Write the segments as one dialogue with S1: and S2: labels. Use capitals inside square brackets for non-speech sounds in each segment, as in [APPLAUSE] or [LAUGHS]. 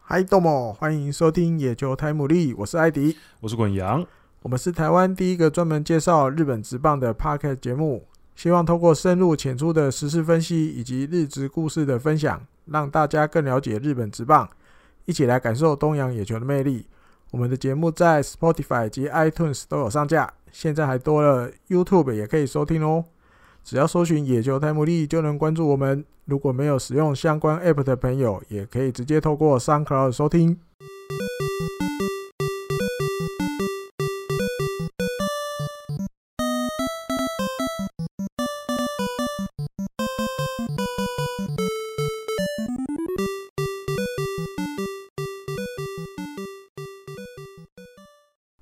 S1: 嗨，豆莫，欢迎收听野球台姆利，我是艾迪，
S2: 我是滚羊，
S1: 我们是台湾第一个专门介绍日本职棒的 p o c k e t 节目，希望透过深入浅出的时事分析以及日职故事的分享，让大家更了解日本职棒，一起来感受东洋野球的魅力。我们的节目在 Spotify 及 iTunes 都有上架，现在还多了 YouTube 也可以收听哦。只要搜寻“野球台姆利”就能关注我们。如果没有使用相关 App 的朋友，也可以直接透过 SoundCloud 收听。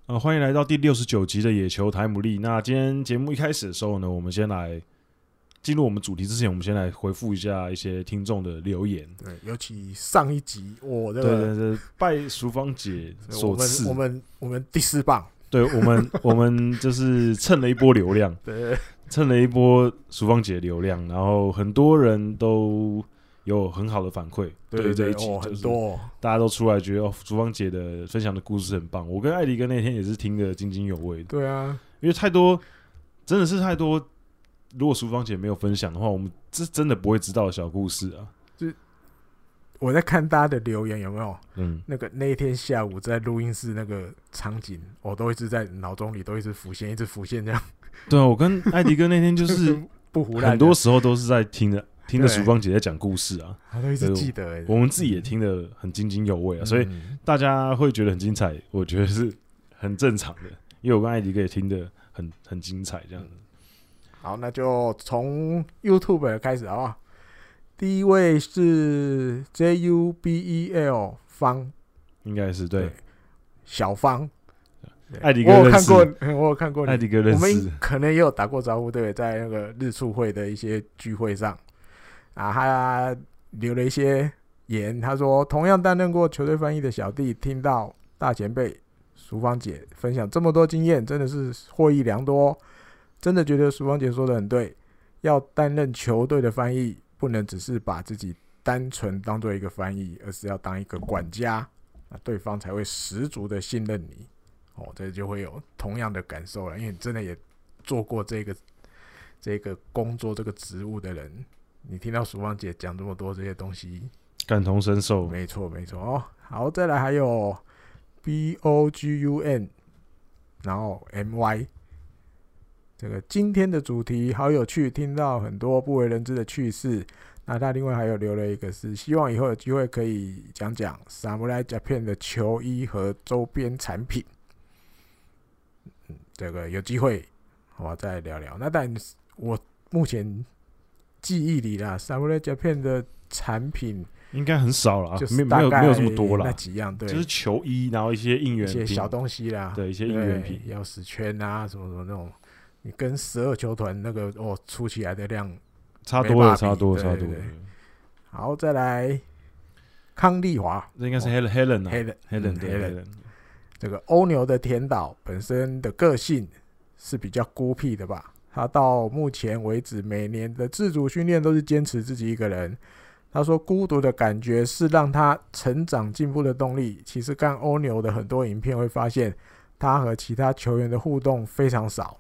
S2: 呃，欢迎来到第六十九集的野球台姆利。那今天节目一开始的时候呢，我们先来进入我们主题之前，我们先来回复一下一些听众的留言。
S1: 对，尤其上一集我
S2: 对
S1: 的
S2: 对对，拜淑芳姐所
S1: 我们
S2: 赐
S1: 我，们我们第四棒，
S2: 对我们 [LAUGHS] 我们就是蹭了一波流量，
S1: 对，
S2: 蹭了一波淑芳姐的流量，然后很多人都有很好的反馈，
S1: 对
S2: 这
S1: 对，
S2: 一集
S1: 哦，
S2: 就
S1: 很
S2: 是
S1: 多，
S2: 大家都出来觉得哦，淑芳姐的分享的故事很棒。我跟艾迪哥那天也是听得津津有味的。
S1: 对啊，
S2: 因为太多，真的是太多。如果淑芳姐没有分享的话，我们这真的不会知道的小故事啊。
S1: 我在看大家的留言有没有？
S2: 嗯，
S1: 那个那一天下午在录音室那个场景，我都一直在脑中里都一直浮现，一直浮现这样，
S2: 对啊，我跟艾迪哥那天
S1: [LAUGHS]
S2: 就是
S1: 不胡乱
S2: 很多，时候都是在听着听着
S1: 对
S2: 淑芳姐在讲故事啊，
S1: 他都一直
S2: 对
S1: 记得、欸，
S2: 我们自己也听得很津津有味啊，所以
S1: 嗯
S2: 大家会觉得很精彩，我觉得是很正常的。因为我跟艾迪哥也听得很很精彩，这样
S1: 嗯
S2: 子。
S1: 好，那就从 YouTube 开始好不好？第一位是 JUBEL E 方
S2: 应该是对
S1: 对小方，对
S2: 艾迪哥
S1: 我有
S2: 认
S1: 看
S2: 识
S1: 过， [LAUGHS] 嗯我有看过你
S2: 艾迪哥认
S1: 我
S2: 识
S1: 们，可能也有打过招呼，对，在那个日促会的一些聚会上，啊，他留了一些言，他说，同样担任过球队翻译的小弟，听到大前辈淑芳姐分享这么多经验，真的是获益良多哦，真的觉得淑芳姐说的很对，要担任球队的翻译，不能只是把自己单纯当做一个翻译，而是要当一个管家，那对方才会十足的信任你。哦，这就会有同样的感受了，因为你真的也做过这个这个工作这个职务的人，你听到淑芳姐讲这么多这些东西，
S2: 感同身受。
S1: 没错没错哦。好，再来还有 B O G U N，然后 M Y。这个今天的主题好有趣，听到很多不为人知的趣事。那他另外还有留了一个是，希望以后有机会可以讲讲 Samurai Japan 的球衣和周边产品。嗯，这个有机会好吧再聊聊。那但我目前记忆里啦，Samurai Japan 的产品
S2: 应该很少了
S1: 就，是
S2: 啊没没
S1: 大
S2: 有
S1: 概
S2: 没有这么多
S1: 那
S2: 了，
S1: 几样，对，
S2: 就是球衣，然后一些应援
S1: 一些
S2: 品
S1: 小东西啦，
S2: 对一些
S1: 啊对，
S2: 应援品，
S1: 钥匙圈啊，什么什么那种，你跟十二球团那个哦出起来的量，
S2: 差多了，
S1: 没法比
S2: 差多
S1: 对
S2: 了，差
S1: 对
S2: 多了
S1: 对。好，再来康丽华
S2: 这应该是 Helen Helen 啊
S1: Helen，嗯
S2: Helen 对
S1: 哦 Helen
S2: Helen，
S1: 这个欧牛的田岛本身的个性是比较孤僻的吧？他到目前为止每年的自主训练都是坚持自己一个人。他说，孤独的感觉是让他成长进步的动力。其实看欧牛的很多影片会发现，他和其他球员的互动非常少。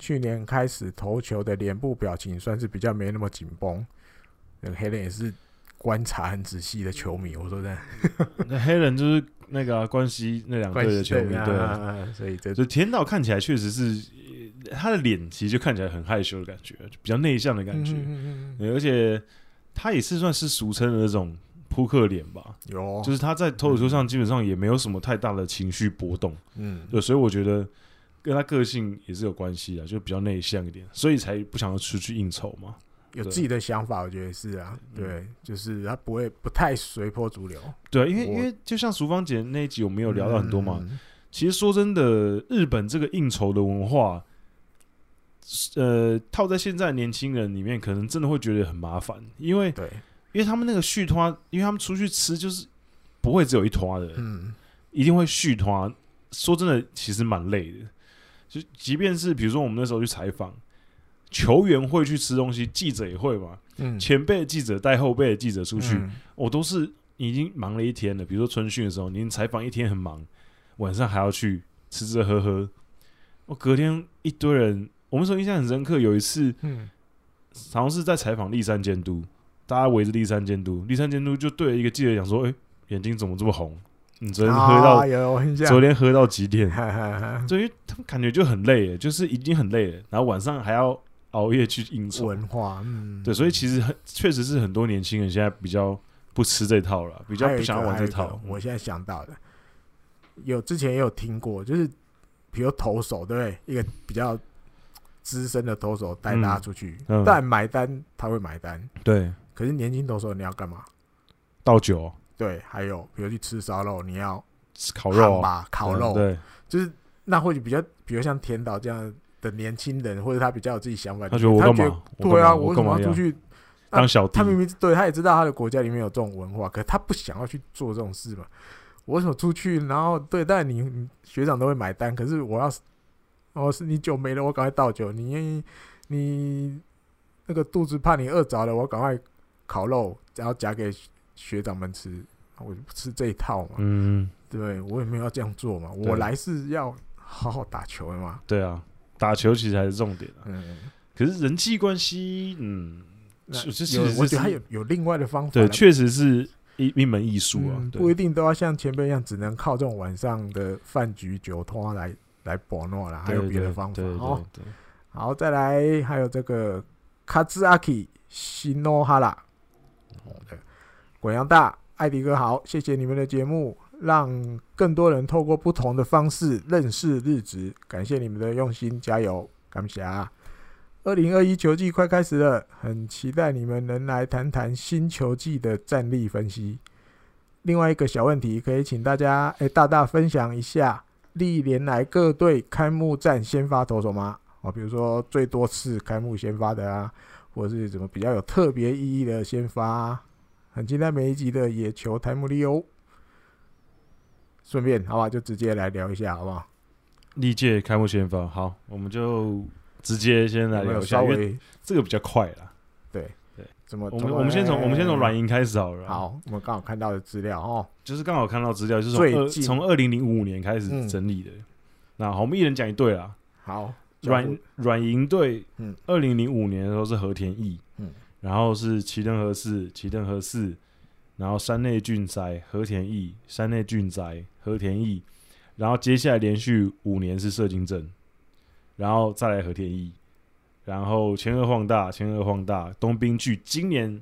S1: 去年开始投球的脸部表情算是比较没那么紧绷。那个黑人也是观察很仔细的球迷，我说真的，
S2: 那 Helen 就是那个啊关西那两队的球迷，对啊。
S1: 啊，所以这
S2: 就田岛看起来确实是，呃他的脸其实就看起来很害羞的感觉，就比较内向的感觉，
S1: 嗯嗯嗯嗯嗯
S2: 对而且他也是算是俗称的那种扑克脸吧，
S1: 有，
S2: 就是他在投球上基本上也没有什么太大的情绪波动，
S1: 嗯，
S2: 对，所以我觉得跟他个性也是有关系的，啊就比较内向一点，所以才不想要出去应酬嘛。
S1: 有自己的想法，我觉得是啊，
S2: 对
S1: 对，就是他不会不太随波逐流，
S2: 对啊，因为因
S1: 我
S2: 为就像淑芳姐那一集我们有聊到很多嘛，
S1: 嗯，
S2: 其实说真的，日本这个应酬的文化，呃，套在现在年轻人里面，可能真的会觉得很麻烦，因为
S1: 对，
S2: 因为他们那个续团，因为他们出去吃就是不会只有一团的，
S1: 嗯，
S2: 一定会续团。说真的，其实蛮累的。就即便是比如说我们那时候去采访，球员会去吃东西，记者也会嘛，
S1: 嗯，
S2: 前辈的记者带后辈的记者出去，
S1: 嗯
S2: 我、都是你已经忙了一天了，比如说春训的时候，你采访一天很忙，晚上还要去吃吃喝喝，我隔天一堆人，我们说印象很深刻，有一次
S1: 嗯，
S2: 好像是在采访立山监督，大家围着立山监督，立山监督就对一个记者讲说：“哎、眼睛怎么这么红？你昨天喝到、
S1: 啊、有印象，
S2: 昨天喝到几点？”
S1: 哈哈哈
S2: 所以他们感觉就很累，就是已经很累了，然后晚上还要熬夜去应
S1: [LAUGHS]
S2: 酬。
S1: 文化，嗯，
S2: 对，所以其实很确实是很多年轻人现在比较不吃这套了，比较
S1: 还有
S2: 不
S1: 一
S2: 想
S1: 个
S2: 要玩
S1: 还有
S2: 这
S1: 一个
S2: 套。嗯
S1: 我现在想到的，有之前也有听过，就是比如投手，对不对？一个比较资深的投手带大家
S2: 嗯
S1: 出去，
S2: 嗯
S1: 但买单他会买单，
S2: 对
S1: 可是年轻投手你要干嘛？
S2: 倒酒、
S1: 对，还有比如去吃烧肉，你要
S2: 吃烤肉、
S1: 吧，烤
S2: 嗯
S1: 肉，
S2: 对，
S1: 就是那或许比较，比如像田导这样的年轻人，或者他比较有自己想法，
S2: 他
S1: 就
S2: 觉得我
S1: 是他
S2: 干
S1: 觉
S2: 嘛
S1: 得？
S2: 我
S1: 对
S2: 干嘛
S1: 啊，
S2: 我
S1: 为什
S2: 干嘛
S1: 么要
S2: 要
S1: 出去？
S2: 当小弟
S1: 他？明明对他也知道他的国家里面有这种文化，可他不想要去做这种事嘛。我为什么出去？然后对，但你你学长都会买单，可是我要是哦，是你酒没了，我赶快倒酒；你你那个肚子怕你饿着了，我赶快烤肉，然后夹给学长们吃。我就不吃这一套嘛，
S2: 嗯，
S1: 对我也没有要这样做嘛，
S2: 对
S1: 我来是要好好打球的嘛。
S2: 对啊，打球其实还是重点啊。
S1: 嗯，
S2: 可是人际关系，嗯，
S1: 那
S2: 是是
S1: 有
S2: 是
S1: 我
S2: 是
S1: 觉得还有有另外的方法啦，
S2: 对，确实是一一门艺术啊
S1: 嗯。不一
S2: 对，
S1: 定都要像前辈一样，只能靠这种晚上的饭局酒托来来保诺啦，还有
S2: 对
S1: 别的
S2: 对
S1: 方法
S2: 对
S1: 哦。
S2: 对对
S1: 好，再来还有这个卡兹阿基西诺哈拉，哦好的，滚阳大艾迪哥好，谢谢你们的节目，让更多人透过不同的方式认识日职，感谢你们的用心，加油，感谢啊！二零二一球季快开始了，很期待你们能来谈谈新球季的战力分析。另外一个小问题，可以请大家诶、大大分享一下历年来各队开幕战先发投手吗？哦，比如说最多次开幕先发的啊，或者是怎么比较有特别意义的先发、啊。很期待每一集的野球台姆利哦。顺便，好吧，就直接来聊一下，好不好？
S2: 历届开幕先发，好，我们就直接先来
S1: 有没
S2: 聊
S1: 有
S2: 一下，
S1: 稍
S2: 因为
S1: 微
S2: 这个比较快啦。
S1: 怎么？
S2: 我们我们先从我们先从软
S1: 硬。
S2: 银开始好了。，
S1: 哎好，我们刚好看到的资料哦。
S2: 就是刚好看到资料，就是从
S1: 最
S2: 二
S1: 近
S2: 从二零零五年开始
S1: 嗯
S2: 整理的。那好，我们一人讲一队啦。
S1: 好，
S2: 软软银队
S1: 嗯，
S2: 二零零五年的时候是和田义，
S1: 嗯
S2: 然后是齐藤和四、齐藤和四，然后山内俊哉、和田义、山内俊哉、和田义，然后接下来连续五年是射精正，然后再来和田义，然后前二晃大、前二晃大、东滨巨，今年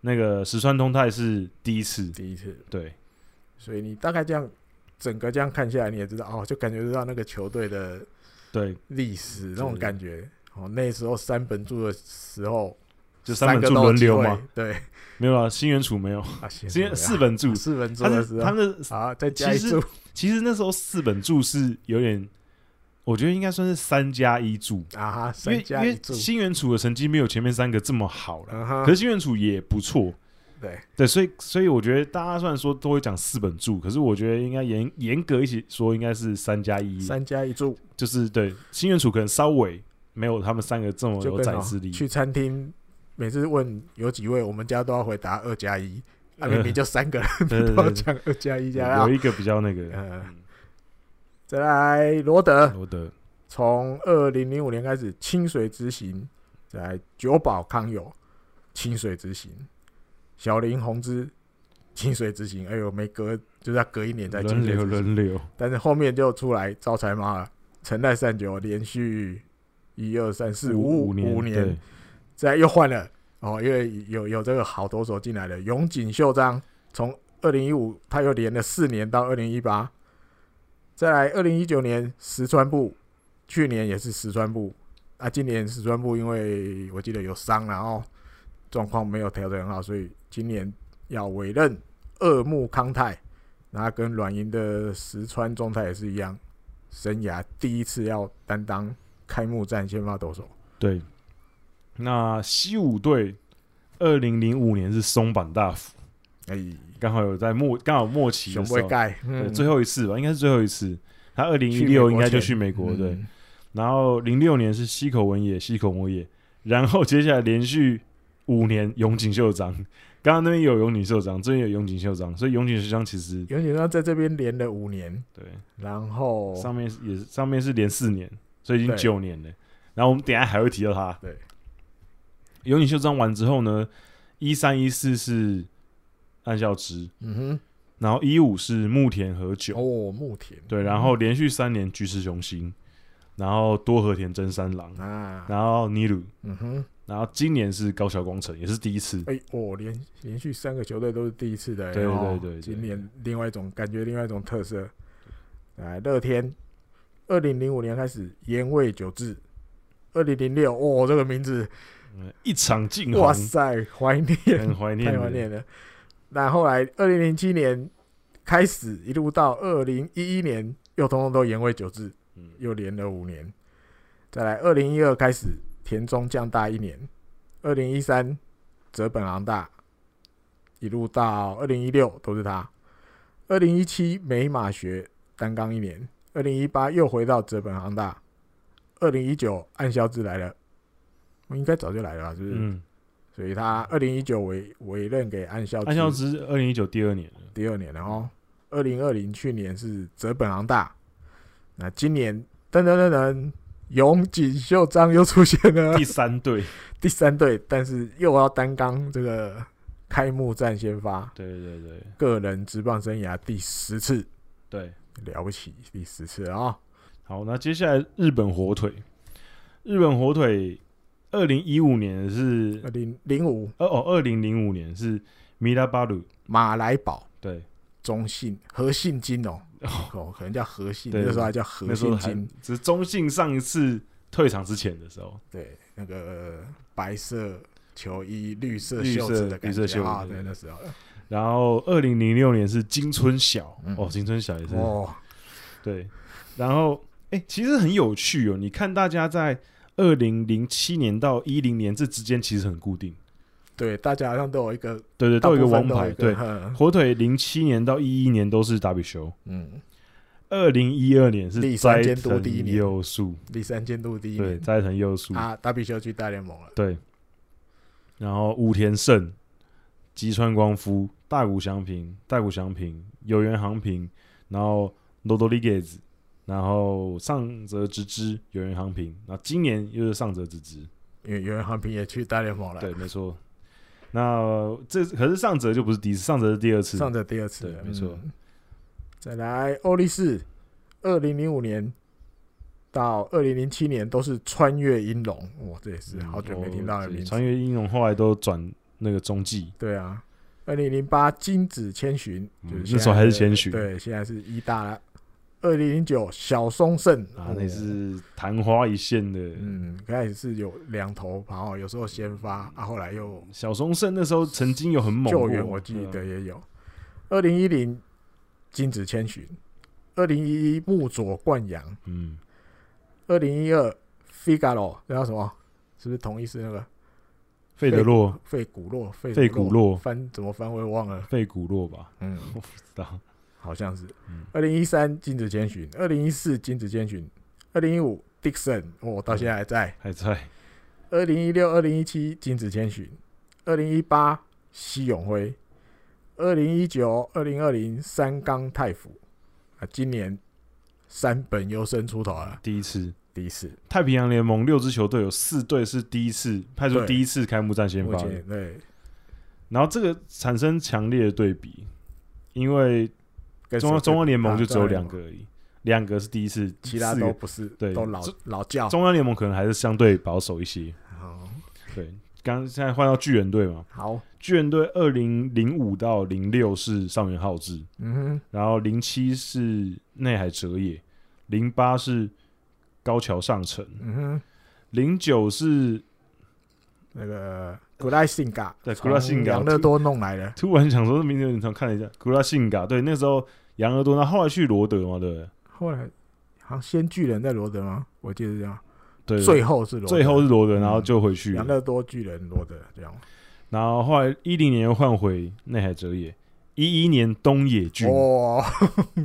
S2: 那个石川通泰是第一次，
S1: 第一次，
S2: 对
S1: 所以你大概这样整个这样看下来，你也知道哦，就感觉得到那个球队的
S2: 对，
S1: 历史那
S2: 对
S1: 种感觉。哦，那时候三本柱的时候，
S2: 就
S1: 三
S2: 三
S1: 个
S2: 本柱
S1: 都有
S2: 轮
S1: 机
S2: 流
S1: 会
S2: 嘛，？
S1: 对，
S2: 没有了，新原楚没有，
S1: 啊，行
S2: 新原四本
S1: [LAUGHS]
S2: 柱，
S1: 四本柱
S2: 他
S1: 的
S2: 是
S1: 时
S2: 他
S1: 候，
S2: 们
S1: 啊，再加一
S2: 其实
S1: 柱
S2: 其实那时候四本柱是有点，我觉得应该算是三加一柱，
S1: 啊哈，
S2: 因
S1: 三
S2: 为因
S1: 加一
S2: 为
S1: 柱，
S2: 新元楚的成绩没有前面三个这么好了，
S1: 嗯哼，
S2: 可是新元楚也不错，
S1: 对
S2: 对，所以所以我觉得大家虽然说都会讲四本柱，可是我觉得应该严严格一起说应该是三加一，
S1: 三加一柱
S2: 就是对新元楚可能稍微没有他们三个这么
S1: 就
S2: 有
S1: 跟
S2: 展
S1: 哦
S2: 示力，
S1: 去餐厅，每次问有几位，我们家都要回答二加一，啊，明明就三个人
S2: 对
S1: [LAUGHS]
S2: 对
S1: 都要
S2: 对
S1: 讲二加一加
S2: 嗯有
S1: 啊
S2: 有。一个比较那
S1: [LAUGHS]
S2: 个，
S1: 呃，
S2: 嗯
S1: 再来罗德，
S2: 罗德，
S1: 从二零零五年开始清水之行，再来久保康友清水之行，小林宏之清水之行，哎呦，每隔就是要隔一年再
S2: 轮
S1: 清水
S2: 流
S1: 之行，
S2: 轮流，
S1: 但是后面就出来招财猫了，陈代善久连续一二三四五
S2: 五
S1: 五
S2: 年，对
S1: 年，再又换了哦，因为有有这个好投手进来了，永井秀章从二零一五他又连了四年到二零一八，再来二零一九年石川部，去年也是石川部，啊，今年石川部因为我记得有伤然后状况没有调整很好，所以今年要委任二木康泰，然后跟软银的石川中泰也是一样，生涯第一次要担当开幕战先发投手。
S2: 对，那西武队二零零五年是松坂大辅，
S1: 哎、
S2: 刚好有在末刚好末期
S1: 熊
S2: 的时
S1: 不会
S2: 候，
S1: 盖，
S2: 对，
S1: 嗯，
S2: 最后一次吧，应该是最后一次。他二零一
S1: 去美
S2: 六
S1: 国
S2: 应该就
S1: 前
S2: 去美国，对。
S1: 嗯，
S2: 然后零六年是西口文也，西口文也，然后接下来连续五年永井秀章。刚刚那边有永井秀章，这边有永井秀章，所以永井秀章其实
S1: 尤其说在这边连了五年，
S2: 对
S1: 然后
S2: 上面是也是上面是连四年，所以已经
S1: 哦对
S2: 九年了。然后我们等一下还会提到他。
S1: 对，
S2: 永井秀章完之后呢，一三一四是暗孝之，
S1: 嗯
S2: 然后一五是木田和
S1: 哼，
S2: 久，
S1: 哦，木田，
S2: 对，然后连续三年居士雄心，然后多和田真三郎，
S1: 啊，
S2: 然后尼鲁，
S1: 嗯哼，
S2: 然后今年是高桥光成，也是第一次。
S1: 哎，哦，连连续三个球队都是第一次的，
S2: 对
S1: 哦
S2: 对对对
S1: 今年另外一种感觉，另外一种特色，来乐天，二零零五年开始盐味久治，二零零六，哦，这个名字，
S2: 嗯一场禁
S1: 哇
S2: 红，
S1: 塞，怀念，
S2: 很怀念
S1: 太
S2: 的，
S1: 怀念了。那后来二零零七年开始，一路到二零一一年，又通通都延为久治，
S2: 嗯
S1: 又连了五年。再来二零一二开始，田中降大一年，二零一三泽本昂大，一路到二零一六都是他。二零一七美马学担纲一年，二零一八又回到泽本昂大，二零一九暗消之来了，我应该早就来了吧？是不是？
S2: 嗯，
S1: 所以他二零一九委委任给安孝之
S2: 安孝之二零一九第二年了，
S1: 第二年了哦。二零二零去年是泽本昂大，那今年噔噔噔噔，永井秀章又出现了
S2: [LAUGHS] 第三队，
S1: 第三队，但是又要担纲这个开幕战先发，
S2: 对对对
S1: 个人职棒生涯第十次，
S2: 对。
S1: 了不起，第十次了哦。
S2: 好，那接下来日本火腿，日本火腿二零一五年是
S1: 二零零五
S2: 哦哦，二零零五年是米拉巴鲁，
S1: 马来宝
S2: 对，
S1: 中信和信金哦，哦，可能叫和信，
S2: 对
S1: 那时候还叫和
S2: 那时候
S1: 信
S2: 还
S1: 金，
S2: 只是中信上一次退场之前的时候，
S1: 对，那个白色球衣、绿色
S2: 绿
S1: 袖
S2: 色
S1: 子的感
S2: 绿色
S1: 觉
S2: 袖
S1: 啊，
S2: 子
S1: 对，
S2: 对
S1: 那时候
S2: 然后二零零六年是金春晓，
S1: 嗯
S2: 哦，金春晓也是、
S1: 哦，
S2: 对，然后哎、诶其实很有趣哦，你看大家在二零零七年到一零年这之间其实很固定，
S1: 对，大家好像都有一个，
S2: 对对，
S1: 大
S2: 都有一个
S1: 部分
S2: 王
S1: 都有
S2: 牌，
S1: 一个
S2: 对，
S1: 哼
S2: 火腿零七年到一一年都是达比修，
S1: 嗯，
S2: 二零一二年是
S1: 第三
S2: 斋
S1: 监督第一
S2: 藤
S1: 年
S2: 佑树，
S1: 第三监督第一
S2: 对，
S1: 名
S2: 斋藤佑树，
S1: 啊，大比修去大联盟了，
S2: 对，然后武田胜、吉川光夫、大谷翔平、大谷翔平、有原航平，然后 Rodriguez，然后上泽直之、有原航平，然后今年又是上泽直之，
S1: 因为袁航平也去大联盟了，
S2: 对，没错。那这可是上泽就不是第一次，上泽是第二次，
S1: 上着第二次了，
S2: 对没错
S1: 嗯再来，欧力士，二零零五年。到二零零七年都是穿越英龙，哇，这也是
S2: 嗯
S1: 好久没听到的
S2: 对
S1: 名字
S2: 穿。越英雄后来都转那个中继，
S1: 对啊，二零零八金子千寻，
S2: 嗯
S1: 就是
S2: 那
S1: 现
S2: 时候
S1: 在
S2: 还是
S1: 的
S2: 千寻
S1: 对，现在是一大了。二零零九小松胜哦，
S2: 啊那是昙花一现的。
S1: 嗯，开始是有两头跑，有时候先发啊，后来又
S2: 小松胜那时候曾经有很猛
S1: 救
S2: 过
S1: 援，我记
S2: 对啊
S1: 得也有。二零一零金子千寻，二零一一木佐冠阳，
S2: 嗯，
S1: 二零一二 Figaro，那叫什么？是不是同意思那个
S2: 费德洛、
S1: 费古洛？费
S2: 费古洛
S1: 翻怎么翻我也忘了。
S2: 费古洛吧， [LAUGHS]
S1: 嗯，
S2: 我不知道。
S1: 好像是
S2: 嗯。
S1: 二零一三禁止监巡，二零一四禁止监巡，二零一五 Dixon 哦，到现在还在。
S2: 还在
S1: 二零一六、二零一七禁止监巡，二零一八西永辉，二零一九、二零二零三冈太辅啊，今年三本优生出头啊了，
S2: 第一次
S1: 第一次。
S2: 太平洋联盟六支球队有四队是第一次派出
S1: 对
S2: 第一次开幕战先
S1: 目
S2: 发的
S1: 前，对
S2: 然后这个产生强烈的对比，因为
S1: 跟
S2: 中
S1: 谁
S2: 央中央联盟
S1: 啊
S2: 就只有两，
S1: 中
S2: 个而已，两个是第一次，
S1: 央联盟其他
S2: 四个
S1: 都不是，
S2: 对
S1: 都老
S2: 中
S1: 老教。
S2: 中央联盟可能还是相对保守一些。
S1: 好，
S2: 对，刚现在换到巨人队嘛，
S1: 好，
S2: 巨人队二零零五到零六是上原浩志，
S1: 嗯
S2: 然后零七是内海哲也，零八是高桥上城，
S1: 哼，嗯哼。
S2: 零九是
S1: 那个古拉辛嘎，
S2: 对古拉辛嘎
S1: 从养乐多弄来的，
S2: 突然想说这名字有点长，看了一下，古拉辛嘎，对，那时候杨乐多，那后来去罗德嘛，对不对？
S1: 后来好像先巨人在罗德吗？我记得是这样，
S2: 对，
S1: 最后是罗德，
S2: 最后是罗德，
S1: 嗯
S2: 然后就回去了
S1: 养乐多巨人罗德这样。
S2: 然后后来一零年又换回内海哲也，一一年东野俊，
S1: 哇，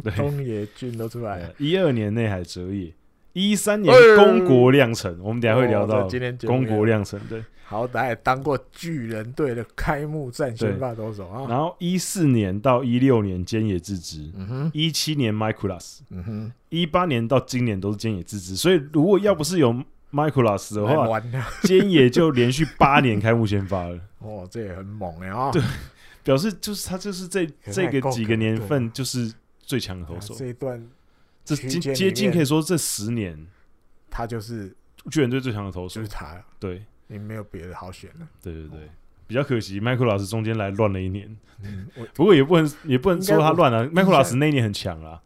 S2: 对， [LAUGHS]
S1: 东野俊都出来了，
S2: 一二年内海哲也，一三年
S1: 哎
S2: 公国亮成，我们等一下会聊
S1: 哦
S2: 到
S1: 这今天节目
S2: 公
S1: 也
S2: 国亮成，对。
S1: 好歹也当过巨人队的开幕战先发投手啊。
S2: 然后一四年到一六年菅野智之，
S1: 嗯哼，
S2: 一七年 Michaelas，
S1: 嗯哼，
S2: 一八年到今年都是菅野智之，所以如果要不是有 Michaelas 的
S1: 来
S2: 话，
S1: 玩的
S2: 菅野就连续八年开幕
S1: [LAUGHS]
S2: 先发了。
S1: 哦，这也很猛哎啊！
S2: [LAUGHS] 对表示就是他就是这
S1: 可是
S2: 这
S1: 还
S2: 个
S1: 够
S2: 几
S1: 可
S2: 个
S1: 能
S2: 年
S1: 对
S2: 份就是最强的
S1: 啊
S2: 投手，
S1: 这一段
S2: 这
S1: 区
S2: 接
S1: 间里
S2: 接近
S1: 面
S2: 可以说这十年
S1: 他就是
S2: 巨人队最强的投手
S1: 就是，他了，
S2: 对
S1: 你没有别的好选了。
S2: 对对对。比较可惜，麦克老师中间来乱了一年，
S1: 嗯，我
S2: 不过也不能也不能
S1: 应该
S2: 说他
S1: 我
S2: 乱了。麦克
S1: 印
S2: 老
S1: 象
S2: 师那一年很强啊啦，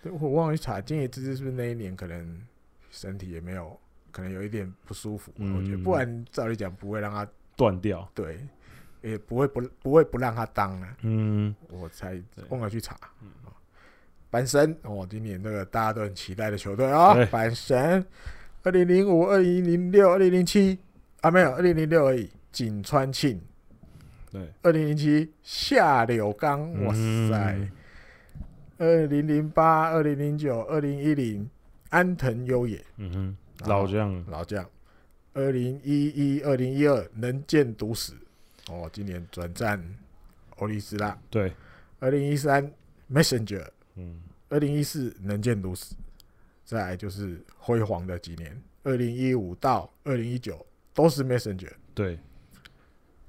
S1: 对我忘了去查，今野之志是不是那一年可能身体也没有，可能有一点不舒服吧？我觉得，
S2: 嗯
S1: 不然照理讲不会让他
S2: 断掉。
S1: 对，也不会不不会不让他当啊。
S2: 嗯，
S1: 我才
S2: 对嗯
S1: 忘了去查。哦阪神哦，今年这个大家都很期待的球队啊、
S2: 对
S1: 哦，阪神，二零零五、二零零六、二零零七啊，没有二零零六而已。井川庆，
S2: 对，
S1: 二零零七下柳刚，哇塞，
S2: 嗯
S1: 二零零八、二零零九、二零一零安藤优也
S2: 嗯哼，
S1: 然后
S2: 老这样了。
S1: 老将，二零一一、二零一二能见毒死哦，今年转战欧力斯拉，
S2: 对，
S1: 二零一三 Messenger，
S2: 嗯，
S1: 二零一四能见如此，再来就是辉煌的几年，二零一五到二零一九都是 Messenger，
S2: 对。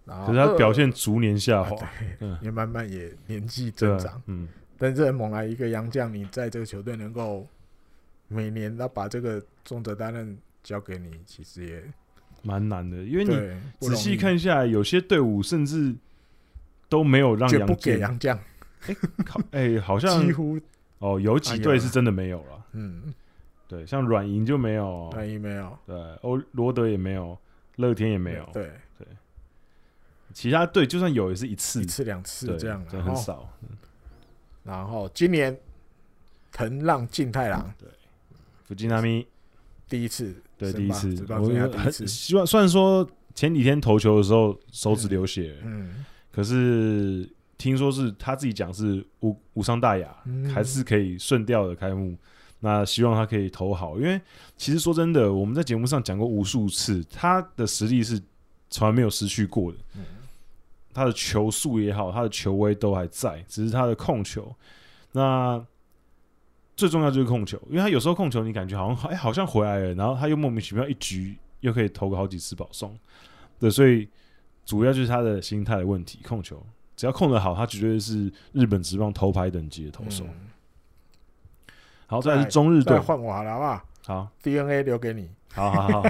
S1: 然后
S2: 可是他表
S1: 呃
S2: 现逐年下滑，嗯
S1: 也慢慢也年纪
S2: 对
S1: 增长
S2: 啊，，嗯，
S1: 但是很猛啊来一个洋将，你在这个球队能够每年要把这个重责担任交给你，其实也
S2: 蛮难的，因为你
S1: 对，不
S2: 仔
S1: 容
S2: 细
S1: 易
S2: 看下来，有些队伍甚至都没有让
S1: 就
S2: 杨
S1: 不给
S2: 健
S1: 洋将，
S2: [LAUGHS] 靠，哎、好
S1: [LAUGHS]
S2: 像
S1: 几乎哎
S2: 哦，有几队是真的没有了。
S1: 嗯，
S2: 对，像软银就没有，
S1: 万一没有
S2: 对，欧罗德也没有，乐天也没有，
S1: 对，
S2: 其他队就算有也是一次，
S1: 一次两次
S2: 对
S1: 这样啊，
S2: 真的很
S1: 哦
S2: 少。
S1: 然后今年藤浪静太郎
S2: 福吉纳米
S1: 第一次
S2: 对
S1: 升
S2: 第一
S1: 吧
S2: 次
S1: 职，棒
S2: 我
S1: 生涯啊第一
S2: 很
S1: 次，
S2: 希 [LAUGHS] 望，虽然说前几天投球的时候手指流血，
S1: 嗯，
S2: 可是听说是他自己讲是无无伤大雅，
S1: 嗯
S2: 还是可以顺调的开幕。那希望他可以投好，因为其实说真的，我们在节目上讲过无数次，他的实力是从来没有失去过的。
S1: 嗯
S2: 他的球速也好，他的球威都还在，只是他的控球。那最重要就是控球，因为他有时候控球你感觉好像哎、好像回来了，然后他又莫名其妙一局又可以投个好几次保送，对，所以主要就是他的心态的问题，控球只要控得好，他绝对是日本职棒头牌等级的投手。
S1: 嗯
S2: 好，再来是中日队
S1: 再，换我好了好不好
S2: 好，
S1: ？DNA 留给你，
S2: 好好好，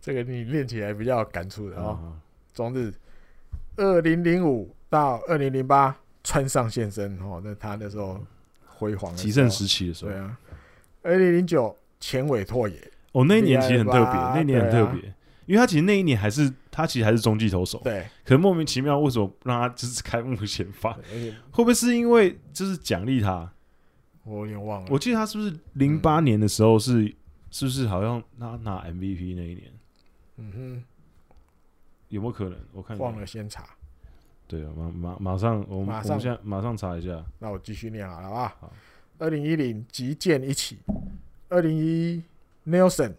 S1: 这个你练起来比较有感触的
S2: 好
S1: 哦。
S2: 好
S1: 中日，二零零五到二零零八穿上现身哦，那他那时候辉煌的时候
S2: 极盛时期的时候
S1: 对，啊。二零零九前尾拓也
S2: 哦，那一年其实很特
S1: 厉
S2: 别
S1: 害吧，
S2: 那一年很
S1: 对
S2: 特
S1: 啊
S2: 别，因为他其实那一年还是他其实还是中继投手，
S1: 对，
S2: 可莫名其妙为什么让他就是开幕先发？
S1: 而且
S2: 会不会是因为就是奖励他？
S1: 我有点忘了
S2: 我，记得他是不是零八年的时候是、是不是好像他拿 MVP 那一年？
S1: 嗯
S2: 有没有可能？我看
S1: 哼，
S2: 一下
S1: 忘了。先查，
S2: 对啊，马马马上我们
S1: 马
S2: 我
S1: 上
S2: 们现在马上查一下。
S1: 那我继续念好了好不好
S2: 好？
S1: 二零一零击剑一起，二零一 Nelson，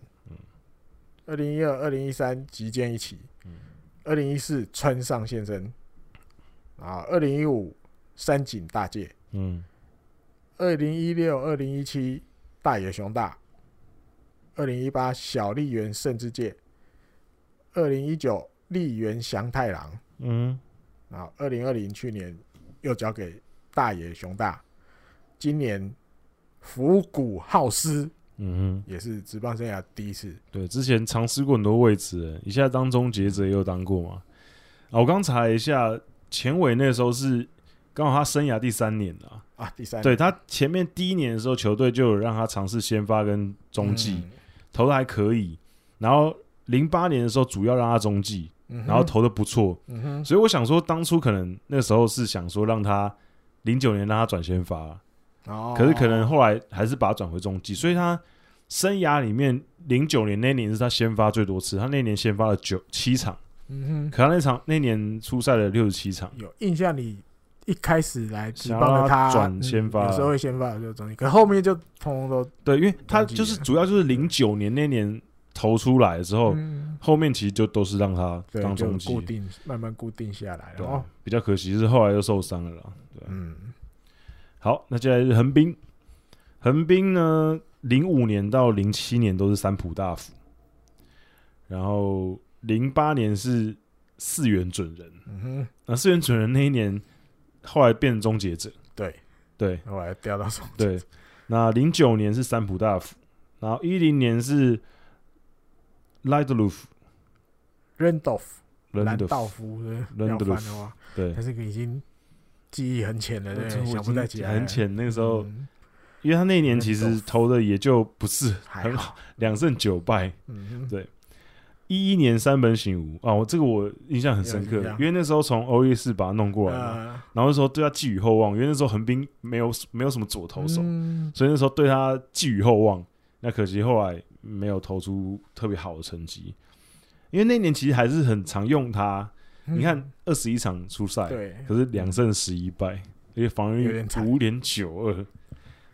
S1: 二零一二、二零一三击剑一起
S2: 嗯，
S1: 二零一四川上现身，啊，二零一五山井大介，
S2: 嗯，
S1: 二零一六、二零一七大野熊大，二零一八小笠原胜之介，二零一九笠原祥太郎，
S2: 嗯，
S1: 然后二零二零去年又交给大野熊大，今年福谷浩司
S2: 嗯哼，
S1: 也是职棒生涯第一次，
S2: 对，之前尝试过很多位置，欸一下当终结者也有当过嘛。啊，我刚查了一下，前尾那时候是刚好他生涯第三年了、
S1: 啊，第三
S2: 对他前面第一年的时候，球队就有让他尝试先发跟中继，
S1: 嗯
S2: 投的还可以。然后零八年的时候，主要让他中继，
S1: 嗯，
S2: 然后投的不错。
S1: 嗯哼，嗯哼
S2: 所以我想说，当初可能那时候是想说让他零九年让他转先发，
S1: 哦，
S2: 可是可能后来还是把他转回中继，所以他生涯里面零九年那年是他先发最多次，他那年先发了九七场，
S1: 嗯
S2: 可他那场那年出赛了六十七场
S1: 哼，有印象，你一开始来职
S2: 想要
S1: 棒的
S2: 他
S1: 他
S2: 转先发
S1: 嗯有时候会先发，有时候中间，可后面就通通都
S2: 对，因为他
S1: 忘记
S2: 就是
S1: 了
S2: 主要就是零九年那年投出来的时候，
S1: 嗯，
S2: 后面其实就都是让他
S1: 对，
S2: 当
S1: 就
S2: 中继，
S1: 固定慢慢固定下来
S2: 对
S1: 了。
S2: 啊、
S1: 哦，
S2: 比较可惜是后来又受伤了啦。对啊、
S1: 嗯，
S2: 好，那接下来是横滨，横滨呢，零五年到零七年都是三浦大辅，然后零八年是四元准人，
S1: 嗯哼，
S2: 那四元准人那一年后来变终结者，
S1: 对，
S2: 对
S1: 后来掉到中
S2: 对，那零九年是三浦大辅，然后一零年是 l i d l u f
S1: Randolph
S2: 人
S1: 兰
S2: 的
S1: 道夫的
S2: 兰
S1: 要
S2: 德
S1: 翻
S2: 鲁
S1: 的话，
S2: 对
S1: 但，是已经记忆很浅了，对，
S2: 这我已
S1: 想不太
S2: 经
S1: 起来了，
S2: 很浅。那个时候，
S1: 嗯
S2: 因为他那一年
S1: 人
S2: 其
S1: 豆
S2: 实
S1: 腐
S2: 投的也就不是
S1: 还
S2: 很好，
S1: 好，
S2: 两胜九败。
S1: 嗯，
S2: [LAUGHS] 对一一年三本醒吾啊，我这个我印象很深刻
S1: 有印，象
S2: 因为那时候从欧力士把他弄过来嘛，
S1: 呃，
S2: 然后那时候对他寄予厚望，因为那时候横滨没有没有什么左投手，
S1: 嗯
S2: 所以那时候对他寄予厚望。那可惜后来没有投出特别好的成绩，因为那年其实还是很常用他。你看，二十一场出赛，
S1: 嗯对，
S2: 可是两胜十一败，而且防御
S1: 有
S2: 率
S1: 点惨
S2: 五点九二，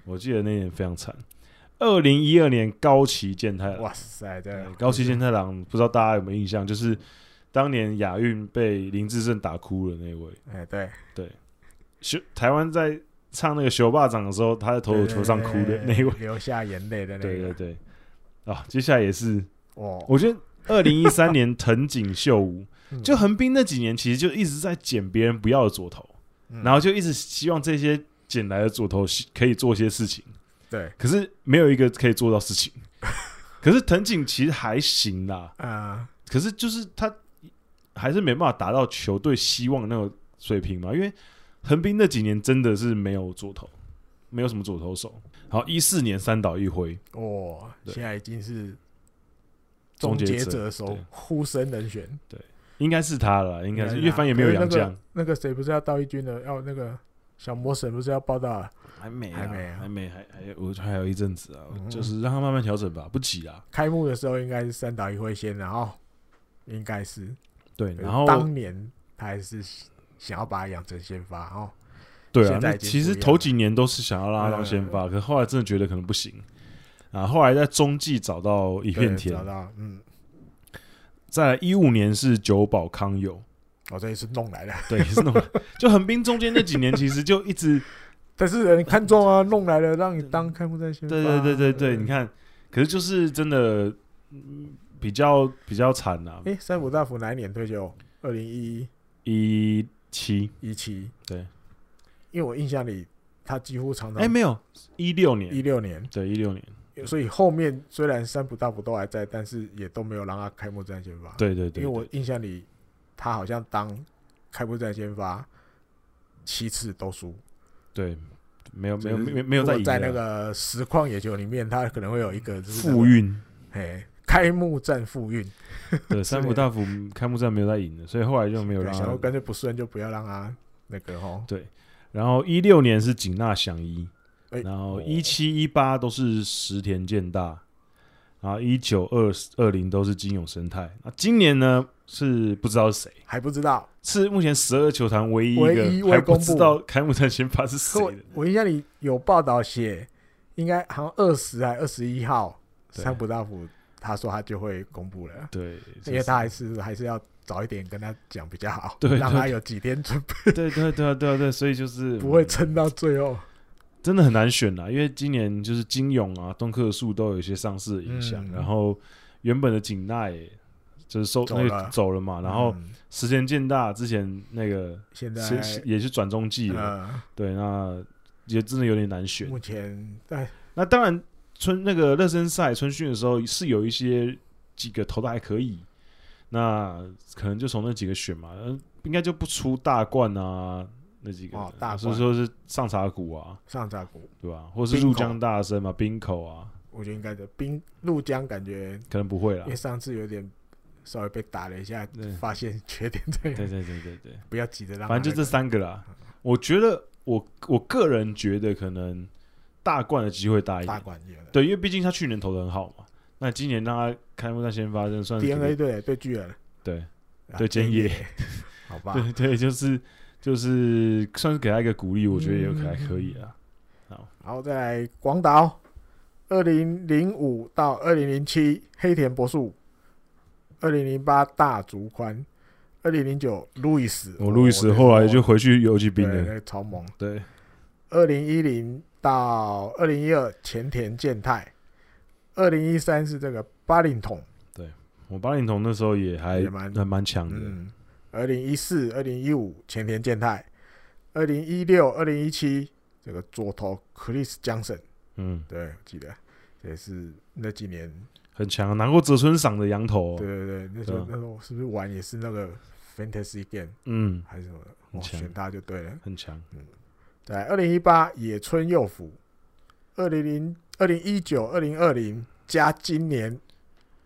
S2: 我记得那年非常惨。二零一二年高崎健太郎，
S1: 哇塞，对啊
S2: 对，高崎健太郎不知道大家有没有印象，就是当年亚运被林志胜打哭了那位，
S1: 哎，对，
S2: 修台湾在唱那个修霸掌的时候，他在投手球上哭的那
S1: 对
S2: 位，
S1: 流下眼泪的那
S2: 对对
S1: 个，
S2: 对，啊，接下来也是，
S1: 哦，
S2: 我觉得二零一三年藤井秀吾，
S1: [LAUGHS] 嗯
S2: 就横滨那几年其实就一直在捡别人不要的左投，
S1: 嗯
S2: 然后就一直希望这些捡来的左投是可以做些事情，
S1: 对，
S2: 可是没有一个可以做到事
S1: [LAUGHS]
S2: 情。可是藤井其实还行啦，
S1: 啊，
S2: 可是就是他还是没办法达到球队希望那种水平嘛，因为横滨那几年真的是没有左投，没有什么左投手。好，一四年三岛一辉，
S1: 哦，
S2: 对
S1: 现在已经是
S2: 终
S1: 终
S2: 结
S1: 结
S2: 者
S1: 者手
S2: 对
S1: 呼声人选，
S2: 应该是他了，应该是
S1: 应该是他
S2: 因为反正也没有洋
S1: 可是
S2: 将，
S1: 那个谁不是要到一军的，要那个小魔神不是要报道了，
S2: 还没
S1: 还没啊
S2: 还没，还还我还有一阵子啊，
S1: 嗯
S2: 就是让他慢慢调整吧，不急啊。
S1: 开幕的时候应该是三岛一辉先，然后应该是，
S2: 对，然后
S1: 当年他还是想要把他养成先发哦，
S2: 对啊
S1: 现，在
S2: 那
S1: 已经
S2: 其
S1: 不
S2: 实
S1: 一样
S2: 头
S1: 了
S2: 几年都是想要让他当先发，可后来真的觉得可能不行啊。后来在中继找到一
S1: 一
S2: 片天
S1: 找，到，嗯，
S2: 在一五年是久保康友，
S1: 我哦这一次弄来了，
S2: 对，是那种就横滨中间那几年其实就一直
S1: 但是人看中啊，弄来了让你当开幕战先发，
S2: 对对对对对，你，看，可是就是真的嗯比较比较惨呐、啊，
S1: 哎，山浦大辅哪一年退休？二零一
S2: 一七
S1: 一七，
S2: 对，
S1: 因为我印象里他几乎常常
S2: 哎没有一六年，
S1: 一六年。
S2: 对一六年，
S1: 所以后面虽然三浦大辅都还在，但是也都没有让他开幕战先发。，
S2: 对对对
S1: 因为我印象里他好像当开幕战先发七次都输，
S2: 对没有没有
S1: 就是
S2: 没有没有
S1: 如果
S2: 在
S1: 在
S2: 赢
S1: 那
S2: 的啊
S1: 个实况野球里面，他可能会有一个就是那个
S2: 复，运。
S1: 哎，开幕战复运，
S2: 对，三浦
S1: 类的
S2: 大辅开幕战没有在赢的，所以后来就没有
S1: 对啊
S2: 让
S1: 想
S2: 他
S1: 说干脆不顺就不要让他那个哦，
S2: 然后一六年是井纳祥一，
S1: 哎
S2: 然后
S1: 哦
S2: 一七一八都是石田健大，然后一九二二零都是金永生态。那今年呢是不知道是谁，
S1: 还不知道。
S2: 是目前十二球团唯一一
S1: 唯一
S2: 个
S1: 未
S2: 还不
S1: 公布
S2: 知道开幕战先发是谁
S1: 可我 [LAUGHS]
S2: 的。
S1: 我印象里有报道写，应该好像二十还二十一号
S2: 对啊
S1: 三浦大辅，他说他就会公布了。
S2: 对，
S1: 因为他还是还是要早一点跟他讲比较好，
S2: 对
S1: 让
S2: 对
S1: 他有几天准备，
S2: 就是对对对啊对啊对，所以就是
S1: [LAUGHS] 不会
S2: 嗯
S1: 撑到最后。
S2: 真的很难选啦，因为今年就是金勇啊、东克树都有一些上市的影响，
S1: 嗯
S2: 然后原本的景奈就是收
S1: 走
S2: 那
S1: 了
S2: 个走了嘛，然后
S1: 嗯
S2: 石田健大之前那个
S1: 现在
S2: 是是也是转中继了，
S1: 呃，
S2: 对，那也真的有点难选。
S1: 目前在
S2: 那当然春那个热身赛春训的时候是有一些几个投的还可以，那可能就从那几个选嘛，呃应该就不出大冠啊那几个，
S1: 哦大
S2: 所以
S1: 冠
S2: 说是上茶谷啊。
S1: 上扎谷，
S2: 对吧、或是
S1: 冰
S2: 入
S1: 口
S2: 江大生嘛，冰口啊，
S1: 我觉得应该的冰陆江感觉，
S2: 可能不会啦
S1: 因为。上次有点稍微被打了一下
S2: 对，
S1: 发现缺点在
S2: 对
S1: 哪，
S2: 对对对对，
S1: 不要急着让他那个，
S2: 反正就这三个啦。我觉得我我个人觉得可能大冠的机会大一
S1: 大
S2: 点，
S1: 冠军了。
S2: 对，因为毕竟他去年投的很好嘛，那今年让他开幕战先发，真的算是
S1: DNA 队对巨人，
S2: 对
S1: 啊
S2: 对菅野，
S1: 好吧，
S2: 对对，就是就是算是给他一个鼓励，我觉得也
S1: 嗯
S2: 可还可以啊。
S1: 然后再来广岛，二零零五到二零零七黑田博树，二零零八大竹宽，二零零九路易斯，
S2: 我路易斯后来就回去游击兵
S1: 对那
S2: 了，
S1: 个超猛。
S2: 对，
S1: 二零一零到二零一二前田健太，二零一三是这个巴林桶，
S2: 我八零童那时候也还
S1: 也蛮
S2: 还蛮强的，
S1: 嗯，二零一四、二零一五前田健太，二零一六、二零一七这个左投 Chris Johnson，
S2: 嗯，
S1: 对，记得这也是那几年，
S2: 很强，啊拿过泽村赏的羊头
S1: 对对
S2: 哦，
S1: 对，那时
S2: 对
S1: 候
S2: 啊
S1: 那时候是不是玩也是那个 Fantasy Game
S2: 嗯，
S1: 还是什么的？
S2: 很
S1: 我
S2: 强
S1: 选他就对了。
S2: 很
S1: [LAUGHS]
S2: 强，
S1: 在二零一八野村佑辅，二零零二零一九二零二零加今年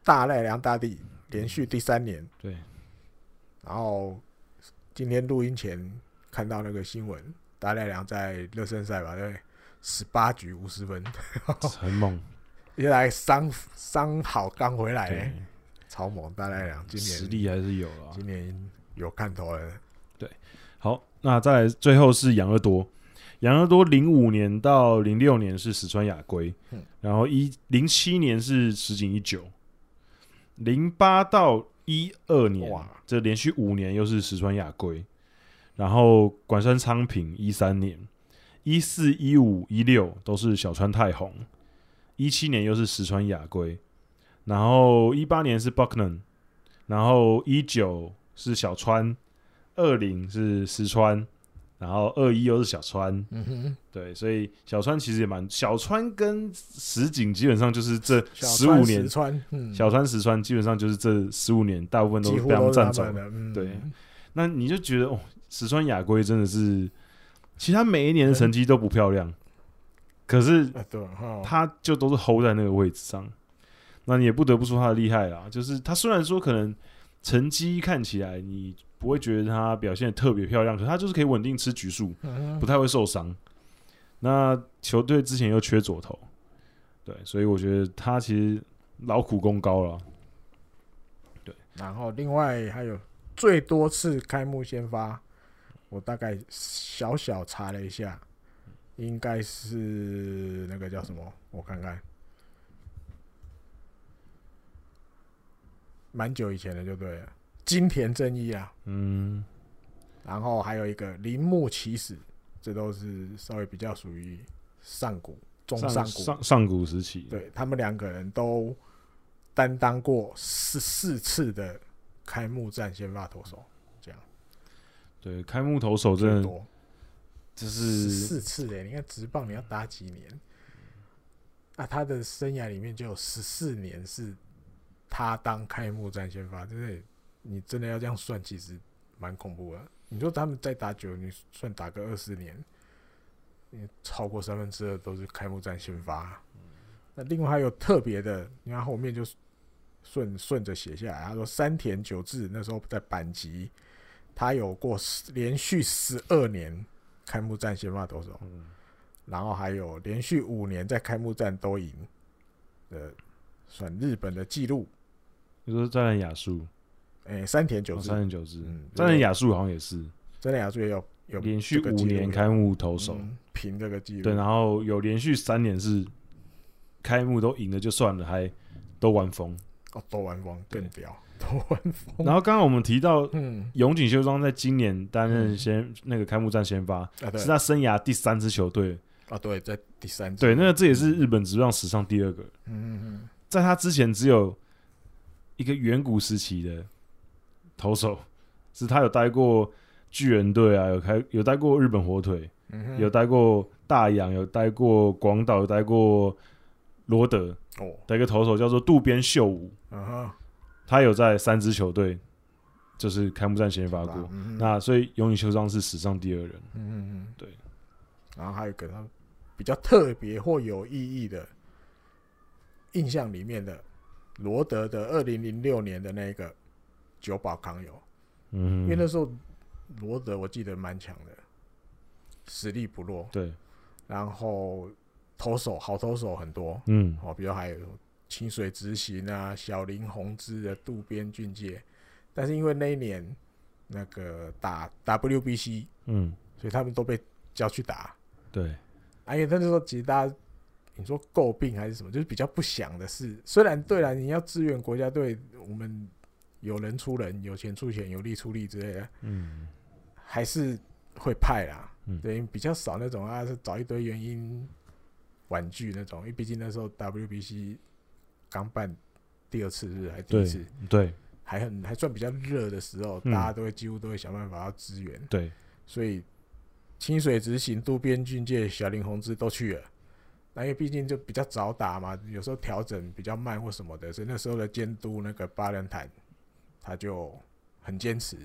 S1: 大赖良大地连续第三年，
S2: 对，
S1: 然后今天录音前看到那个新闻，大赖良在热身赛吧，对，十八局五十分， [LAUGHS]
S2: 很猛，
S1: 现在伤伤好刚回来、
S2: 对
S1: 欸，，超猛！大赖良今年
S2: 实力还是有啊了。
S1: 今年有看头了，
S2: 好，那再来最后是养乐多，养乐多零五年到零六年是石川雅圭，
S1: 嗯
S2: 然后一零七年是石井一九，零八到一二年
S1: 哇，
S2: 这连续五年又是石川雅圭，然后管山昌平一三年，一四一五一六都是小川太宏，一七年又是石川雅圭，然后一八年是 Buckman，然后一九是小川，二零是石川，然后二一又是小川，
S1: 嗯哼，
S2: 对，所以小川其实也蛮小川跟石井基本上就是这
S1: 小
S2: 十
S1: 川
S2: 五年
S1: 石，川，嗯，
S2: 小川石川基本上就是这十五年大部分都
S1: 几
S2: 是
S1: 乎
S2: 被他们
S1: 都是
S2: 占
S1: 他
S2: 走
S1: 们
S2: 了。
S1: 的，嗯，
S2: 对那你就觉得哦，石川雅圭真的是，其实他每一年的成绩都不漂亮，可是
S1: 啊，对哈，
S2: 他就都是 hold 在那个位置上。那你也不得不说他的厉害啦，就是他虽然说可能成绩看起来你不会觉得他表现得特别漂亮，可是他就是可以稳定吃局数，
S1: 嗯
S2: 不太会受伤。那球队之前又缺左投，对，所以我觉得他其实劳苦功高了。
S1: 然后另外还有最多次开幕先发，我大概小小查了一下，应该是那个叫什么？我看看，蛮久以前的就对了，金田正一啊，
S2: 嗯，
S1: 然后还有一个铃木骑士，这都是稍微比较属于上古中上
S2: 上
S1: 古
S2: 上上古时期，
S1: 对他们两个人都担当过十四次的开幕战先发投手，
S2: 对，开幕投手真
S1: 最
S2: 的
S1: 多
S2: 就
S1: 十
S2: 是
S1: 四次诶、你看直棒你要打几年？啊，他的生涯里面就有十四年是他当开幕战先发，真的，你真的要这样算，其实蛮恐怖的。啊你说他们再打久，你算打个二十年，你超过三分之二都是开幕战先发。啊那另外还有特别的，你看后面就顺顺着写下来，他说山田久治那时候在阪急，他有过十连续十二年开幕战先发投手，
S2: 嗯
S1: 然后还有连续五年在开幕战都赢的，算日本的纪录。
S2: 你说战人雅树，
S1: 诶、山田久
S2: 哦
S1: 治，
S2: 三十九支
S1: 嗯，
S2: 战人雅树好像也是
S1: 真的亚也有有
S2: 连续
S1: 这个
S2: 五
S1: 纪录
S2: 年
S1: 的
S2: 开幕投手，
S1: 嗯凭这个纪录，
S2: 对，然后有连续三年是开幕都赢了就算了，还都玩疯。
S1: 哦，都玩光
S2: 对
S1: 更屌， [LAUGHS] 都玩疯。
S2: 然后刚刚我们提到
S1: 嗯，
S2: 永井修庄在今年担任先那个开幕战先发，
S1: 啊
S2: 是
S1: 嗯对，
S2: 他生涯第三支球队。
S1: 啊对，在第三支
S2: 对，那这也是日本职棒史上第二个，
S1: 嗯嗯嗯，
S2: 在他之前只有一个远古时期的投手，是他有待过巨人队啊，有开有待过日本火腿，
S1: 嗯哼
S2: 有待过大洋，有待过广岛，有待过罗德
S1: 哦，
S2: 的一个投手叫做渡边秀武，
S1: 嗯哼，
S2: 他有在三支球队就是开幕战先发
S1: 吧
S2: 过。
S1: 嗯哼
S2: 那所以永井秀章是史上第二人，
S1: 嗯嗯嗯，
S2: 对。
S1: 然后还有一个他比较特别或有意义的印象里面的罗德的二零零六年的那个九保康友，
S2: 嗯
S1: 因为那时候罗德我记得蛮强的，实力不弱，
S2: 对，
S1: 然后投手好投手很多，
S2: 嗯，
S1: 哦，比如还有清水直行啊、小林弘之的渡边俊介，但是因为那一年那个打 WBC，
S2: 嗯，
S1: 所以他们都被叫去打。
S2: 对，
S1: 啊，因为那时候其实大家你说诟病还是什么，就是比较不想的是，虽然对了，你要支援国家队，我们有人出人，有钱出钱，有力出力之类的，
S2: 嗯，
S1: 还是会派啦。
S2: 嗯
S1: 对，因为比较少那种啊，是找一堆原因婉拒那种，因为毕竟那时候 WBC 刚办第二次是不是还是第一
S2: 对
S1: 次，
S2: 对
S1: 还很还算比较热的时候，
S2: 嗯
S1: 大家都会几乎都会想办法要支援，
S2: 对，
S1: 所以清水执行、渡边俊介、小林弘之都去了。那因为毕竟就比较早打嘛，有时候调整比较慢或什么的，所以那时候的监督那个巴伦坦他就很坚持，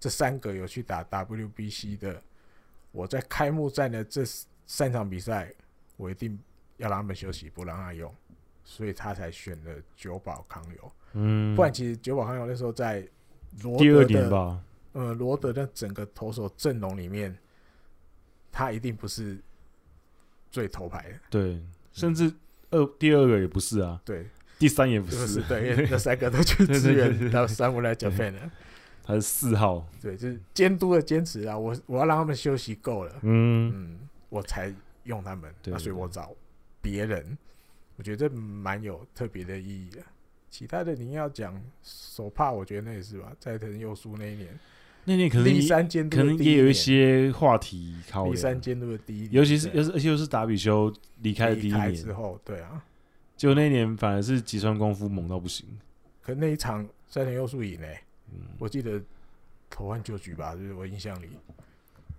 S1: 这三个有去打 WBC 的，我在开幕战的这三场比赛，我一定要让他们休息，不让他用，所以他才选了久保康友。
S2: 嗯，
S1: 不然其实久保康永那时候在罗
S2: 第
S1: 德
S2: 二
S1: 的
S2: 年，吧，
S1: 呃，罗德的整个投手阵容里面，他一定不是最头牌的，
S2: 对，甚至二第二个也不是啊，
S1: 对，
S2: 第三也不
S1: 就是是，对，
S2: [LAUGHS]
S1: 因为那三个都去支
S2: 对对对
S1: 援
S2: 对
S1: 到山姆来 Japan 了，
S2: 他是四号，
S1: 对，就是监督的坚持啊，我我要让他们休息够了，
S2: 嗯，
S1: 嗯，我才用他们，
S2: 对
S1: 那所以我找别人，我觉得这蛮有特别的意义的。其他的你要讲手帕，我觉得那也是吧，斋藤佑树那一年，
S2: 那年可能
S1: 立
S2: 也
S1: 山监督
S2: 可
S1: 的
S2: 能
S1: 第一
S2: 也有一
S1: 年
S2: 些话题考
S1: 第三
S2: 量，
S1: 监督的第一年，
S2: 尤其是
S1: 对
S2: 又是而且又是达比修离开的第
S1: 离
S2: 一
S1: 开之
S2: 年，
S1: 后，对啊，
S2: 就那年反而是吉川功夫猛到不行，
S1: 可那一场山田佑树赢嘞，
S2: 嗯，
S1: 我记得投换九局吧，就是我印象里，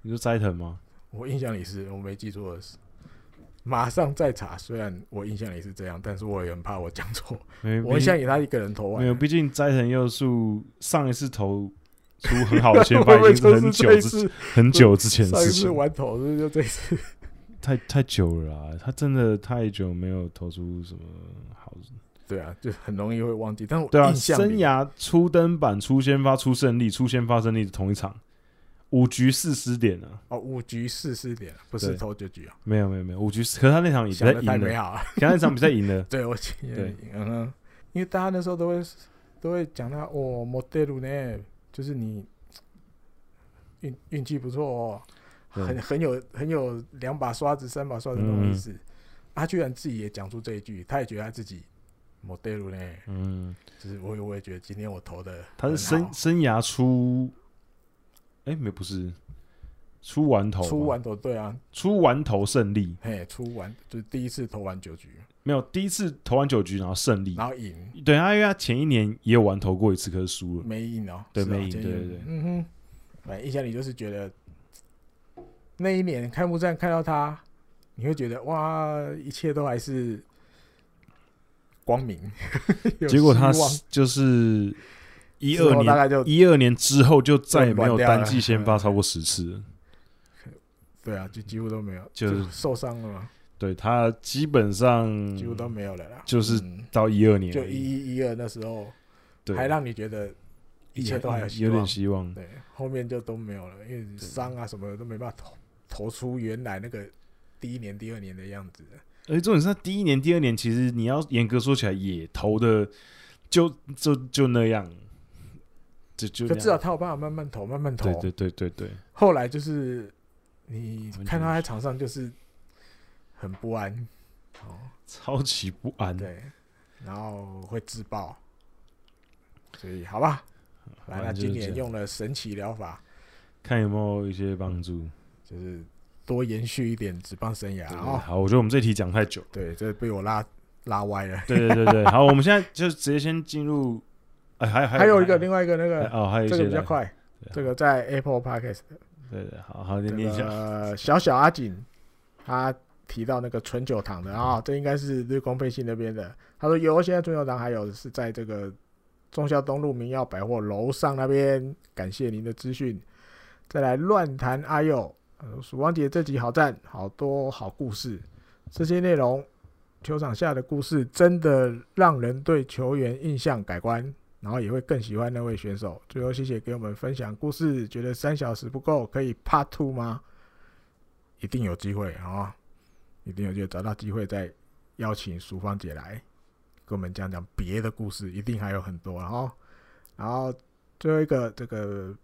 S2: 你说斋藤吗？
S1: 我印象里是我没记错的是，马上再查，虽然我印象里是这样，但是我也很怕我讲错，
S2: [LAUGHS] 没
S1: 我印象里他一个人投
S2: 没有，
S1: 完，
S2: 毕竟斋藤佑树上一次投
S1: [LAUGHS]
S2: 出很好的前
S1: 会
S2: 排
S1: 不会
S2: 已经
S1: 就是
S2: 很
S1: 是
S2: 久
S1: 这一
S2: 之
S1: 次
S2: 很久之前的
S1: 上一
S2: 事
S1: 次
S2: 情，
S1: 完投是不是就这一次？
S2: 太太久了啊，他真的太久没有投出什么好。
S1: 对啊，就很容易会忘记，但我
S2: 对啊，
S1: 印象
S2: 生
S1: 里
S2: 涯初登板、初先发、出胜利、出先发胜利的同一场，五局四失点啊，
S1: 哦五局四四点，不是
S2: 对
S1: 投九局啊，
S2: 没有没有没有五局四，可是他那场比
S1: 想
S2: 赛
S1: 的
S2: 赢
S1: 太美
S2: 了，
S1: 好了。，
S2: 可他那场比赛赢了
S1: [LAUGHS] 对我记得
S2: 对，
S1: 嗯哼，因为大家那时候都会都会讲他哦，莫德鲁呢，就是你运运气不错哦，
S2: 对
S1: 很很有很有两把刷子、三把刷子那种意
S2: 嗯
S1: 思。啊他居然自己也讲出这一句，他也觉得他自己莫德鲁呢，
S2: 嗯，
S1: 就是我也我也觉得今天我投的
S2: 他是生生涯初，哎、没有不是出完投吧，
S1: 出完投对啊，
S2: 出完投胜利，
S1: 嘿，出完就是第一次投完九局，
S2: 没有第一次投完九局然后胜利，
S1: 然后赢
S2: 对他因为他前一年也有完投过一次，可是输了，
S1: 没赢哦，
S2: 对
S1: 是哦
S2: 没赢
S1: 建议
S2: 对对对
S1: 嗯哼，反正印象里就是觉得那一年开幕战看到他，你会觉得哇，一切都还是光明。 [LAUGHS] 有
S2: 结果他
S1: 希望
S2: 是就是一
S1: 之
S2: 二
S1: 后大
S2: 年
S1: 概就
S2: 一二年之后就再也没
S1: 就乱
S2: 有
S1: 掉了
S2: 单季先发超过十次了。
S1: 对啊，就几乎都没有，
S2: 就
S1: 就是受伤了嘛，
S2: 对他基本上
S1: 几乎都没有了啦。
S2: 就是
S1: 嗯
S2: 到一二年而
S1: 就
S2: 已，
S1: 一一一二那时候，
S2: 对，
S1: 还让你觉得一切都还有希
S2: 有点
S1: 望。
S2: 希望。
S1: 对，后面就都没有了，因为伤啊什么的都没办法投投出原来那个第一年、第二年的样子了。
S2: 而且重点是他第一年、第二年，其实你要严格说起来，也投的就就就那样，就就
S1: 可
S2: 那
S1: 至少
S2: 样
S1: 他有办法慢慢投，慢慢投。哦
S2: 对对对对对，
S1: 后来就是你看他
S2: 完全
S1: 在场上就是很不安，哦，
S2: 超级不安。
S1: 对，然后会自爆，所以好吧，反
S2: 反
S1: 正他
S2: 正就是
S1: 今
S2: 这
S1: 年
S2: 样
S1: 用了神奇疗法，
S2: 看有没有一些帮
S1: 嗯
S2: 助。
S1: 就是多延续一点职棒生涯
S2: 对
S1: 哦。
S2: 好，我觉得我们这题讲太
S1: [LAUGHS]
S2: 久了。
S1: 对，这被我拉拉歪了。
S2: 对对对对，好，我们现在就直接先进入，哎，还还
S1: 还有一个另
S2: 外
S1: 外一个那个，
S2: 哦，还有一
S1: 这
S2: 些
S1: 个比较
S2: 来，
S1: 快，这
S2: 对
S1: 个在 Apple Podcast 的
S2: 对对，好好，你
S1: 这
S2: 念一下，
S1: 个小小阿锦，他提到那个纯酒堂的啊、这应该是绿光配信那边的。他说有，现在纯酒堂还有是在这个忠孝东路明耀百货楼上那边。感谢您的资讯。再来乱谈阿佑，他说鼠王姐这集好赞，好多好故事。这些内容，球场下的故事真的让人对球员印象改观，然后也会更喜欢那位选手。最后谢谢给我们分享故事，觉得三小时不够，可以 Part Two 吗？一定有机会啊、一定有机会找到机会再邀请淑芳姐来跟我们讲讲别的故事，一定还有很多啊、哦。然后最后一个这个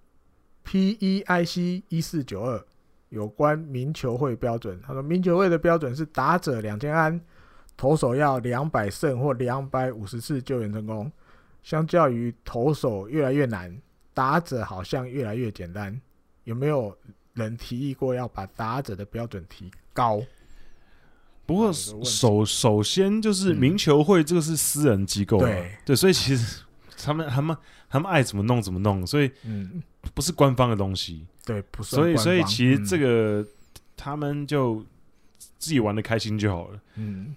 S1: PEIC 一四九二有关民球会标准。他说，民球会的标准是打者两千安，投手要两百胜或两百五十次救援成功。相较于投手越来越难，打者好像越来越简单。有没有人提议过要把打者的标准提高？
S2: 不过
S1: 这个问题
S2: 首首先就是
S1: 嗯
S2: 民球会这个是私人机构啊，
S1: 对
S2: 对，所以其实他们他们他们爱怎么弄怎么弄，所以
S1: 嗯，
S2: 不是官方的东西，
S1: 对，不是。嗯
S2: 所以所以其实这
S1: 个，
S2: 个、他们就自己玩的开心就好了。
S1: 嗯，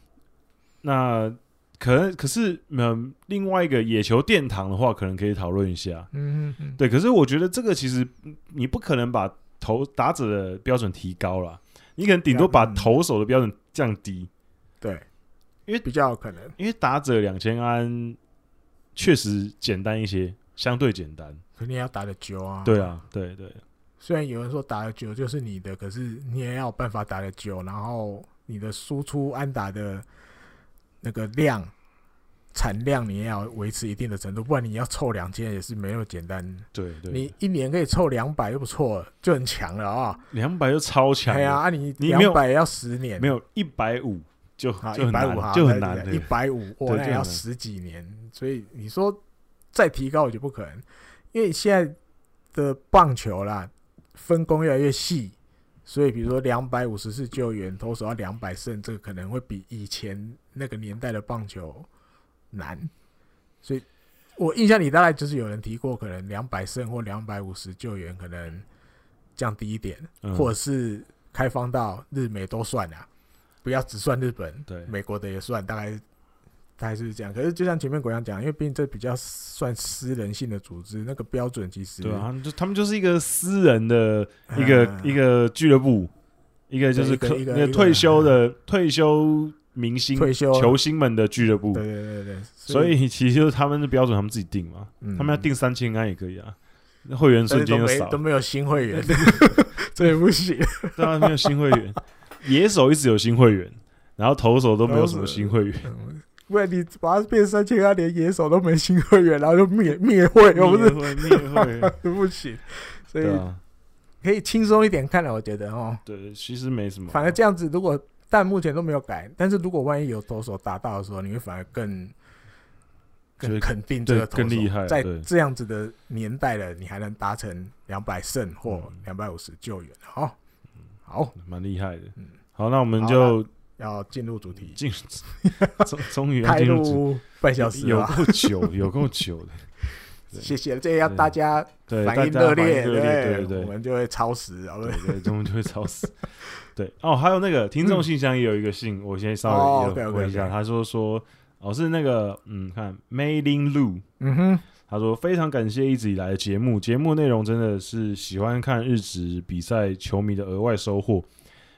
S2: 那可能可是嗯，另外一个野球殿堂的话，可能可以讨论一下。
S1: 嗯嗯，
S2: 对，可是我觉得这个其实嗯你不可能把投打者的标准提高了，你可能顶多把
S1: 嗯
S2: 投手的标准降低，
S1: 对，
S2: 因为
S1: 比较有可能。
S2: 因为打者两千安确实简单一些，相对简单。
S1: 可你也要打得久啊。
S2: 对，啊，对对
S1: 虽然有人说打得久就是你的，可是你也要有办法打得久，然后你的输出安打的那个量产量你也要维持一定的程度，不然你要凑两千也是没那么简单。
S2: 对对，
S1: 你一年可以凑两百就不错了，就很强了啊。
S2: 两百就超强
S1: 哎呀，
S2: 了，
S1: 啊你
S2: 你没有
S1: 两百要十年，
S2: 没有一百五就
S1: 啊，
S2: 就
S1: 一
S2: 很
S1: 百五
S2: 难，就很难
S1: 一
S2: 的。
S1: 百五，哇，那
S2: 对就很
S1: 也要
S2: 难
S1: 十几年，所以你说再提高我就不可能，因为现在的棒球啦，分工越来越细，所以比如说两百五十次救援，投手要两百胜，这个可能会比以前那个年代的棒球难，所以我印象里大概就是有人提过，可能两百胜或两百五十救援可能降低一点，
S2: 嗯
S1: 或者是开放到日美都算啊，不要只算日本，
S2: 对
S1: 美国的也算，大概大概是这样。可是就像前面国阳讲，因为毕竟这比较算私人性的组织，那个标准其实
S2: 对啊，他们就他们就是一个私人的一个
S1: 嗯
S2: 一个俱乐部，一个就
S1: 对
S2: 是
S1: 一个
S2: 可
S1: 一个
S2: 那个
S1: 一个啊
S2: 退休的退休明星
S1: 退休
S2: 球星们的俱乐部
S1: 对，对对对，
S2: 所以其实就是他们的标准，他们自己定嘛，
S1: 嗯
S2: 他们要定三千安也可以啊，那会员
S1: 但
S2: 瞬
S1: 是都
S2: 间就
S1: 没
S2: 少
S1: 都
S2: 了，
S1: 没有新会员， [LAUGHS] 这也不行。
S2: 对啊，没有新会
S1: [LAUGHS]
S2: 员，野手一直有新会员，然后投手都没有什么新会
S1: [LAUGHS]
S2: 员，
S1: 嗯不然你把它变三千，他连野手都没新会员，然后就灭灭会，我不
S2: 灭
S1: 是
S2: 会灭
S1: [LAUGHS]
S2: 会，
S1: 不行，所以
S2: 对啊，
S1: 可以轻松一点看了，我觉得哦。
S2: 对，其实没什么，
S1: 反而这样子，如果但目前都没有改，但是如果万一有投手打到的时候，你会反而更
S2: 觉
S1: 更
S2: 得
S1: 肯定这个
S2: 对
S1: 投手
S2: 更厉害
S1: 在
S2: 对
S1: 这样子的年代了，你还能达成两百胜或
S2: 嗯
S1: 两百五十救援哦。好，
S2: 蛮厉害的
S1: 嗯。
S2: 好，那我们
S1: 好
S2: 就
S1: 要进入主题，
S2: 进， [LAUGHS]
S1: [LAUGHS]
S2: 终终于嗯要
S1: 开
S2: 进入主
S1: 录半小时
S2: 有
S1: 了，
S2: 够久，有够久的。对
S1: 谢谢，这要大家
S2: 对，
S1: 反
S2: 大
S1: 应
S2: 家
S1: 热
S2: 反应
S1: 烈，
S2: 热烈，对对
S1: 我
S2: 对，
S1: 们就会超时，好不
S2: 对对，中文就会
S1: [LAUGHS]
S2: 超死。对哦，还有那个听众信箱也有一个信，我先稍
S1: 嗯哦
S2: 微也有
S1: OK，OK，
S2: 回一下，
S1: OK
S2: 他说说哦是那个嗯，看 Mailing Lu，
S1: 嗯哼，
S2: 他说非常感谢一直以来的节目，节目内容真的是喜欢看日职比赛球迷的额外收获。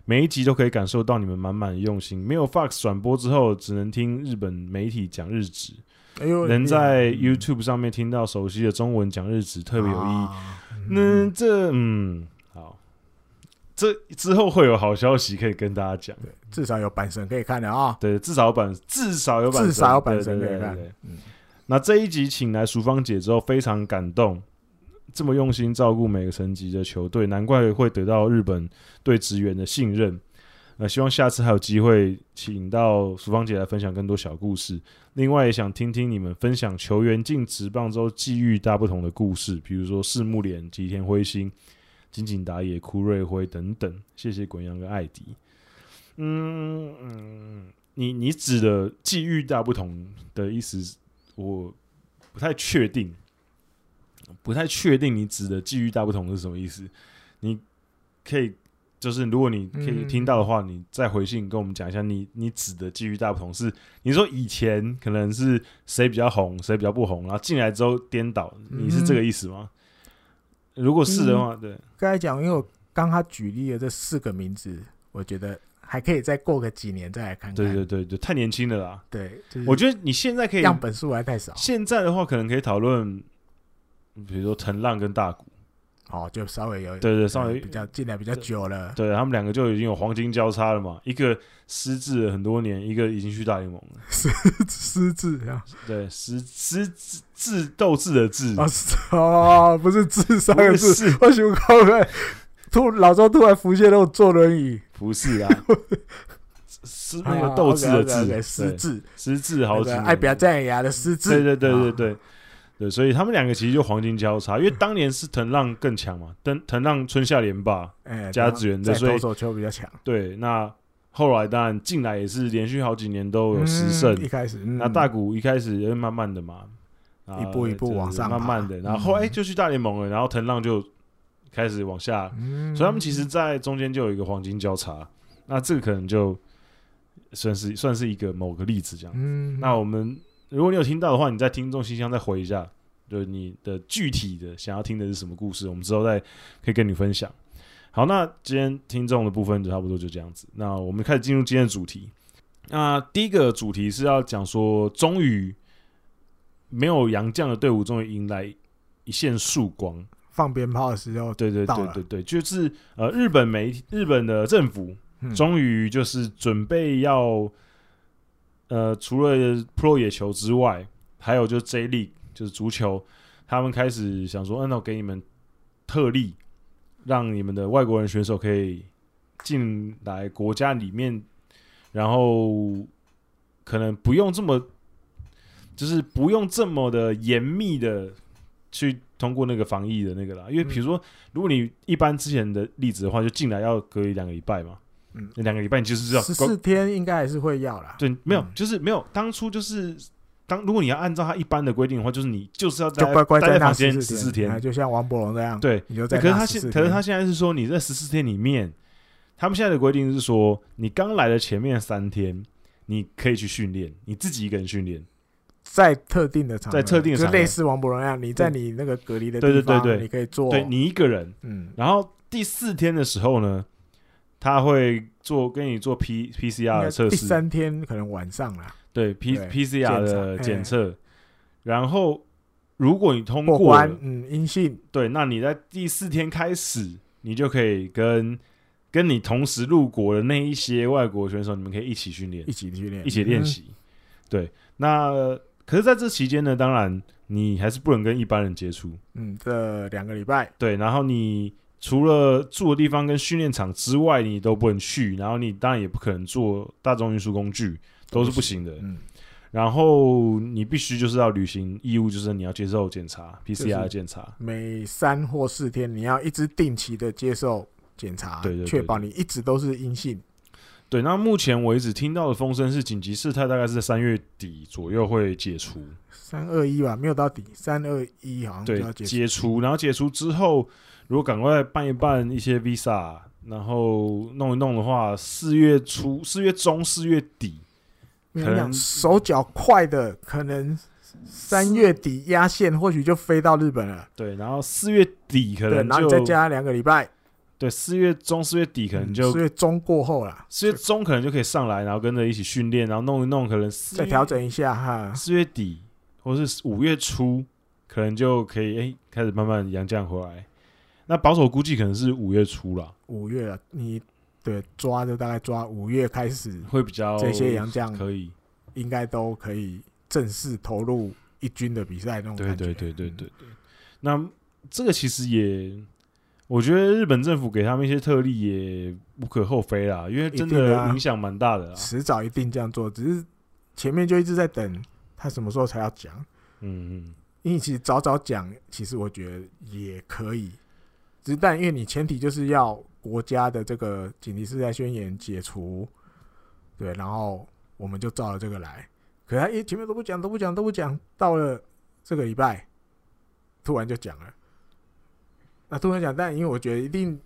S2: 每一集都可以感受到你们满满的用心。没有 Fox 转播之后，只能听日本媒体讲日职，
S1: 哎呦，
S2: 能在
S1: 嗯
S2: YouTube 上面听到熟悉的中文讲日职，特别有意义。
S1: 啊
S2: 那这嗯，好，这之后会有好消息可以跟大家讲。
S1: 至少有板神可以看的啊，
S2: 对，至少有版，至少有版神，
S1: 至少有板神
S2: 对
S1: 可
S2: 对
S1: 以
S2: 对
S1: 看
S2: 对。
S1: 嗯
S2: 那这一集请来淑芳姐之后，非常感动，这么用心照顾每个层级的球队，难怪会得到日本对职员的信任。那希望下次还有机会请到淑芳姐来分享更多小故事。另外，也想听听你们分享球员进职棒之后际遇大不同的故事，比如说四木莲、吉田辉星、金井打野、枯瑞辉等等。谢谢滚阳跟艾迪。嗯嗯，你你指的际遇大不同的意思我不太确定，不太确定你指的际遇大不同是什么意思。你可以就是如果你可以
S1: 嗯
S2: 听到的话，你再回信跟我们讲一下你你指的际遇大不同是你说以前可能是谁比较红，谁比较不红，然后进来之后颠倒，你是这个意思吗？如果是的话，对，
S1: 刚才讲，因为我刚他举例的这四个名字，我觉得还可以再过个几年再来看看。
S2: 对对对对，太年轻了啦。
S1: 对，就是
S2: 我觉得你现在可以
S1: 样本数还太少
S2: 现在的话，可能可以讨论，比如说藤浪跟大谷，
S1: 哦，就稍微有
S2: 对对，稍微
S1: 比较进来比较久了，
S2: 对他们两个就已经有黄金交叉了嘛，一个失智了很多年，一个已经去大联盟了。
S1: 失智啊，
S2: 对，失失智智斗志的智，
S1: 哦是哦，不是智商的智，
S2: 是
S1: 我想搞个突老周突然浮现那种坐轮椅，
S2: 不是啊？是那个斗志的
S1: 智，哦
S2: 志，
S1: OK，OK，OK，
S2: 对
S1: 失智，
S2: 失智好
S1: 那
S2: 几
S1: 个哎爱表赞啊扬的失智，
S2: 对对对对
S1: 啊，
S2: 对对，所以他们两个其实就黄金交叉，因为当年是藤浪更强嘛，藤藤浪春夏连霸，
S1: 哎，
S2: 加资源
S1: 在
S2: 对所以
S1: 投手球比较强，
S2: 对，那后来当然进来也是连续好几年都有十
S1: 嗯
S2: 胜，
S1: 一开始
S2: 那大谷一开始也是慢慢的嘛，啊
S1: 嗯一步一步
S2: 就是
S1: 往上爬
S2: 慢慢的，然后后来、
S1: 嗯
S2: 哎就去大联盟了，然后藤浪就开始往下，
S1: 嗯，
S2: 所以他们其实，在中间就有一个黄金交叉，那这个可能就算是算是一个某个例子这样。
S1: 嗯，
S2: 那我们如果你有听到的话，你在听众信箱再回一下，就是你的具体的想要听的是什么故事，我们之后再可以跟你分享。好，那今天听众的部分就差不多就这样子。那我们开始进入今天的主题。那第一个主题是要讲说，终于没有洋将的队伍终于迎来一线曙光。
S1: 放鞭炮的时候，
S2: 对对
S1: 到
S2: 对
S1: 了
S2: 对对，就是呃，日本媒体、日本的政府
S1: 嗯
S2: 终于就是准备要，呃，除了 Pro 野球之外，还有就是 J League 就是足球，他们开始想说，嗯，那我给你们特例，让你们的外国人选手可以进来国家里面，然后可能不用这么，就是不用这么的严密的去通过那个防疫的那个啦，因为比
S1: 嗯
S2: 如说，如果你一般之前的例子的话，就进来要隔离两个礼拜嘛。
S1: 嗯
S2: 那两个礼拜你就是要
S1: 十四天应该还是会要啦，
S2: 对，没有，
S1: 嗯
S2: 就是没有。当初就是当如果你要按照他一般的规定的话，就是你就是要
S1: 就
S2: 待
S1: 乖乖
S2: 待在
S1: 那
S2: 房
S1: 十
S2: 间十四天
S1: 哎。就像王伯龙那样，，
S2: 对，
S1: 你就在
S2: 可是
S1: 那
S2: 他
S1: 14
S2: 现
S1: 天，
S2: 可是他现在是说你在十四天里面，他们现在的规定是说你刚来的前面三天。你可以去训练，你自己一个人训练。
S1: 在特定的场合，
S2: 在特定的
S1: 就
S2: 场合
S1: 类似王伯龙那样，你在你那个隔离的
S2: 对
S1: 地
S2: 对
S1: 方，
S2: 对对
S1: 你可以做，
S2: 对你一个人，
S1: 嗯，
S2: 然后第四天的时候呢，他会做跟你做 P P C
S1: 应
S2: R
S1: 该
S2: 的测
S1: 第
S2: 试，
S1: 三天可能晚上啦，
S2: 对 P
S1: 对
S2: P C R 的
S1: 检
S2: 检
S1: 查哎
S2: 测。然后如果你通
S1: 过
S2: 过了
S1: 关，嗯，阴性，
S2: 对，那你在第四天开始，你就可以跟跟你同时入国的那一些外国选手，你们可以一起训练
S1: 一，起去练，
S2: 一起练习。嗯对，那可是在这期间呢，当然你还是不能跟一般人接触。
S1: 嗯，嗯，这两个礼拜，
S2: 对，然后你除了住的地方跟训练场之外，你都不能去，然后你当然也不可能坐大众运输工具，都是不行的。
S1: 嗯，
S2: 然后你必须就是要履行义务，就是你要接受检查
S1: 是
S2: ，PCR 检查。
S1: 每三或四天你要一直定期的接受检查，
S2: 对对对
S1: 确保你一直都是阴性，
S2: 对，那目前为止听到的风声是紧急事态大概是在三月底左右会解除，
S1: 三二一吧，没有到底，三二一好像就
S2: 对
S1: 要，结束，
S2: 解除，然后解除之后，如果赶快办一办一些 visa，然后弄一弄的话，四月初、四月中、四月底，
S1: 没
S2: 可
S1: 有
S2: 能
S1: 讲手脚快的，可能三月底压线，或许就飞到日本了。
S2: 对，然后四月底可
S1: 对，
S2: 能
S1: 然后你再
S2: 就
S1: 加两嗯个礼拜，
S2: 对四月中、四月底可能就
S1: 所以中过后啦，
S2: 四月中可能就可以上来，然后跟着一起训练，然后弄一弄，可能四
S1: 再
S2: 月
S1: 调整一下哈。
S2: 四月底或是五月初，可能就可以哎、诶开始慢慢洋将回来。那保守估计可能是五月初啦，
S1: 五月了，你对抓就大概抓五月开始，
S2: 会比较
S1: 这些洋将
S2: 可以。
S1: 应该都可以正式投入一军的比赛那种
S2: 对
S1: 感觉。嗯
S2: 对对对对对。那这个其实也，我觉得日本政府给他们一些特例也无可厚非啦，因为真
S1: 一定的
S2: 的
S1: 啊
S2: 影响蛮大的啦
S1: 嗯，。迟早一定这样做，只是前面就一直在等他什么时候才要讲，
S2: 嗯嗯，
S1: 因为其实早早讲，其实我觉得也可以，只是但因为你前提就是要国家的这个紧急事态宣言解除，对，然后我们就照着这个来。可是他一前面都不讲，都不讲，都不讲，到了这个礼拜，突然就讲了。那突然讲，但因为我觉得一定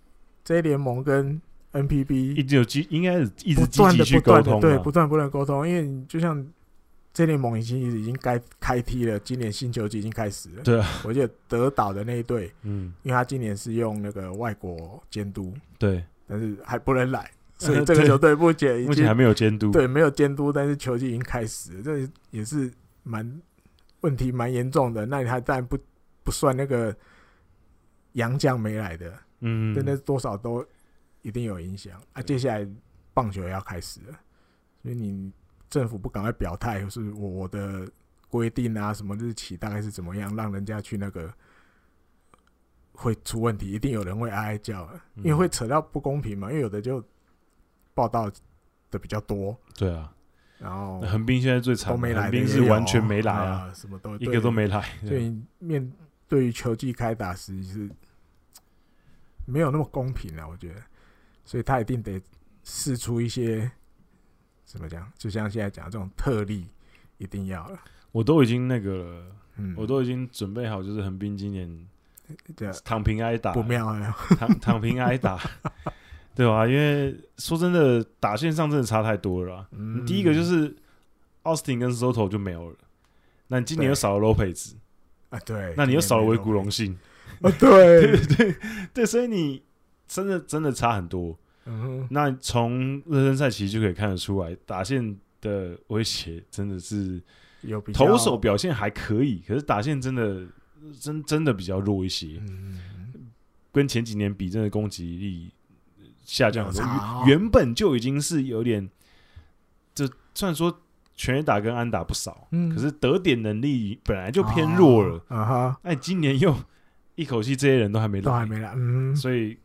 S1: J 联盟跟
S2: 嗯一
S1: NPB
S2: 直有积，应该是一直
S1: 不
S2: 积
S1: 断
S2: 极
S1: 的
S2: 去
S1: 不
S2: 沟
S1: 断的
S2: 通啊
S1: 对
S2: 啦。
S1: 不断不断地沟通，因为你就像 J 联盟已经已经该开踢了，今年新球季已经开始了。
S2: 对啊，
S1: 我记得德岛的那一队，
S2: 嗯，
S1: 因为他今年是用那个外国监督，
S2: 对，
S1: 但是还不能
S2: [LAUGHS]
S1: 来，所以这个球队目前已
S2: 目前还
S1: 经
S2: 没有监督。
S1: 对没有监督，但是球季已经开始了，这也是蛮问题蛮严重的。那你还当然不不算那个洋将没来的，
S2: 嗯，
S1: 真的多少都一定有影响啊。接下来棒球要开始了，所以你政府不赶快表态，就是我我的规定啊，什么日期大概是怎么样，让人家去那个会出问题，一定有人会哀哀叫的，因为
S2: 嗯
S1: 会扯到不公平嘛。因为有的就报道的比较多，
S2: 对啊，
S1: 然后
S2: 那横滨现在最惨，
S1: 都没来
S2: 横
S1: 的
S2: 滨
S1: 也
S2: 是
S1: 有
S2: 完全没来啊，
S1: 啊，什么都
S2: 一个都
S1: 没。
S2: 没来，
S1: 所以面对于球季开打时是没有那么公平了，我觉得，所以他一定得试出一些怎么讲，就像现在讲的这种特例，一定要了。
S2: 我都已经那个了，
S1: 嗯，
S2: 我都已经准备好，就是横滨今年
S1: 这
S2: 躺平挨打，
S1: 不妙啊！
S2: 躺 [LAUGHS] 躺平挨打，对吧、因为说真的，打线上真的差太多了啊、
S1: 嗯
S2: 第一个就是奥斯汀跟 Soto 就没有了，那你今年又
S1: 对
S2: 少了 Lopez，
S1: 啊，对，
S2: 那你又少了维古
S1: 龙
S2: 隆信，
S1: 啊，对，
S2: [LAUGHS] 对，所以你真的真的差很多。
S1: 嗯哼，
S2: 那从热身赛其实就可以看得出来，打线的威胁真的是
S1: 有比较
S2: 投手，表现还可以，可是打线真的真真的比较弱一些，
S1: 嗯，
S2: 跟前几年比，真的攻击力呃下降很多
S1: 有差哦。
S2: 原原本就已经是有点，就虽然说全垒打跟安打不少，
S1: 嗯
S2: 可是得点能力本来就偏弱了。
S1: 啊哈，
S2: 那、你今年又一口气这些人都还没
S1: 都
S2: 来，
S1: 还没来，嗯，
S2: 所以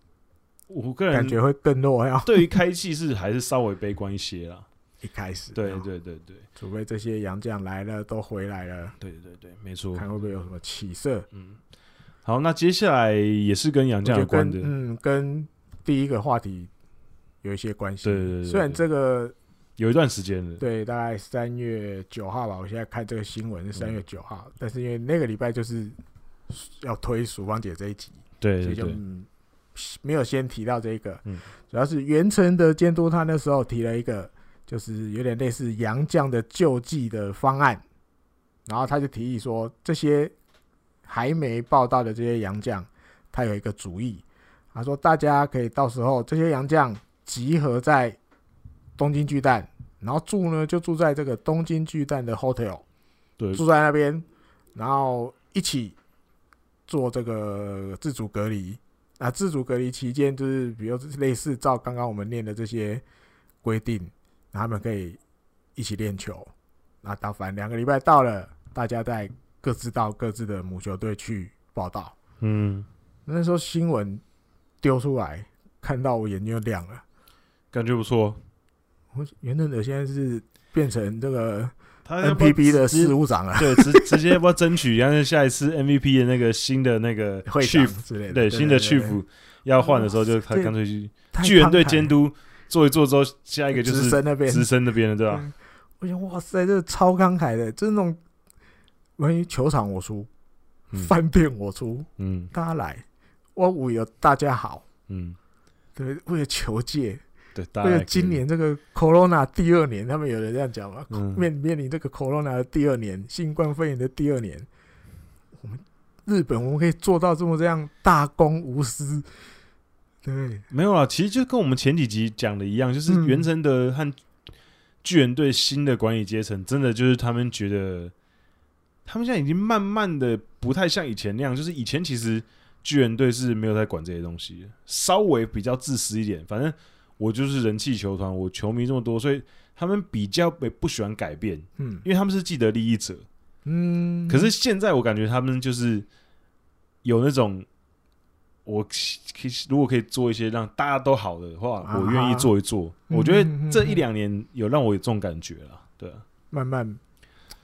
S2: 我个人
S1: 感觉会更弱要
S2: 对于开季是还是稍微悲观一
S1: [LAUGHS]
S2: 些啦。
S1: 一开始，
S2: 对，对对对
S1: 除非这些洋将来了都回来了，
S2: 对对对，没错。
S1: 看会不会有什么起色。
S2: 嗯，好，那接下来也是跟杨
S1: 我
S2: 绛
S1: 觉
S2: 有
S1: 得跟
S2: 关的，
S1: 嗯，跟第一个话题有一些关系。
S2: 对对对对
S1: 虽然这个
S2: 有一段时间了。
S1: 对大概三月九号吧，我现在看这个新闻是三月九号，但是因为那个礼拜就是要推淑芳姐这一集，
S2: 对
S1: 所
S2: 对
S1: 以就
S2: 对，
S1: 嗯没有先提到这个。
S2: 嗯
S1: 主要是袁成的监督，他那时候提了一个，就是有点类似杨绛的救济的方案，然后他就提议说，这些还没报道的这些杨绛，他有一个主意，他说大家可以到时候这些杨绛集合在东京巨蛋，然后住呢就住在这个东京巨蛋的 hotel，
S2: 对
S1: 住在那边，然后一起做这个自主隔离。啊，自主隔离期间，就是比如类似照刚刚我们念的这些规定，然后他们可以一起练球。那当反正两个礼拜到了，大家再各自到各自的母球队去报道。
S2: 嗯，
S1: 那时候新闻丢出来，看到我眼睛就亮了。
S2: 感觉不错。
S1: 我袁振德现在是变成这个
S2: 他要不要
S1: NPB 的
S2: 直接
S1: 事务长了，
S2: 对，直直接要不要争取，但是下一次 MVP 的那个新的那个
S1: 会长
S2: chief，
S1: 之类的，
S2: 对新的
S1: 对
S2: chief 要换的时候，就他
S1: 这
S2: 干脆去
S1: 太
S2: 巨人队
S1: 慷慨
S2: 监督做一做之后，下一个就
S1: 直
S2: 是
S1: 升那边
S2: 直升那边的，对吧？
S1: 嗯我想，哇塞，这超慷慨的，就是那种关于球场我出，
S2: 嗯
S1: 饭店我出，
S2: 嗯
S1: 大家来，我为了大家好，
S2: 嗯，
S1: 对，为了球界，
S2: 对，大家
S1: 为了
S2: 来
S1: 今
S2: 可以
S1: 年这个 Corona 第二年，他们有人这样讲嘛，
S2: 嗯
S1: [LAUGHS] 面面临这个 Corona 的第二年，新冠肺炎的第二年，我们日本我们可以做到这么这样大公无私，对，
S2: 没有啦，其实就跟我们前几集讲的一样，就是
S1: 嗯
S2: 袁成德和巨人队新的管理阶层，真的就是他们觉得，他们现在已经慢慢的不太像以前那样，就是以前其实巨人队是没有在管这些东西的，稍微比较自私一点。反正我就是人气球团，我球迷这么多，所以他们比较不不喜欢改变，
S1: 嗯
S2: 因为他们是既得利益者。
S1: 嗯，
S2: 可是现在我感觉他们就是有那种，我可以如果可以做一些让大家都好的话，
S1: 啊
S2: 我愿意做一做。
S1: 嗯
S2: 我觉得
S1: 嗯嗯嗯
S2: 这一两年有让我有这种感觉了，对啊，
S1: 慢慢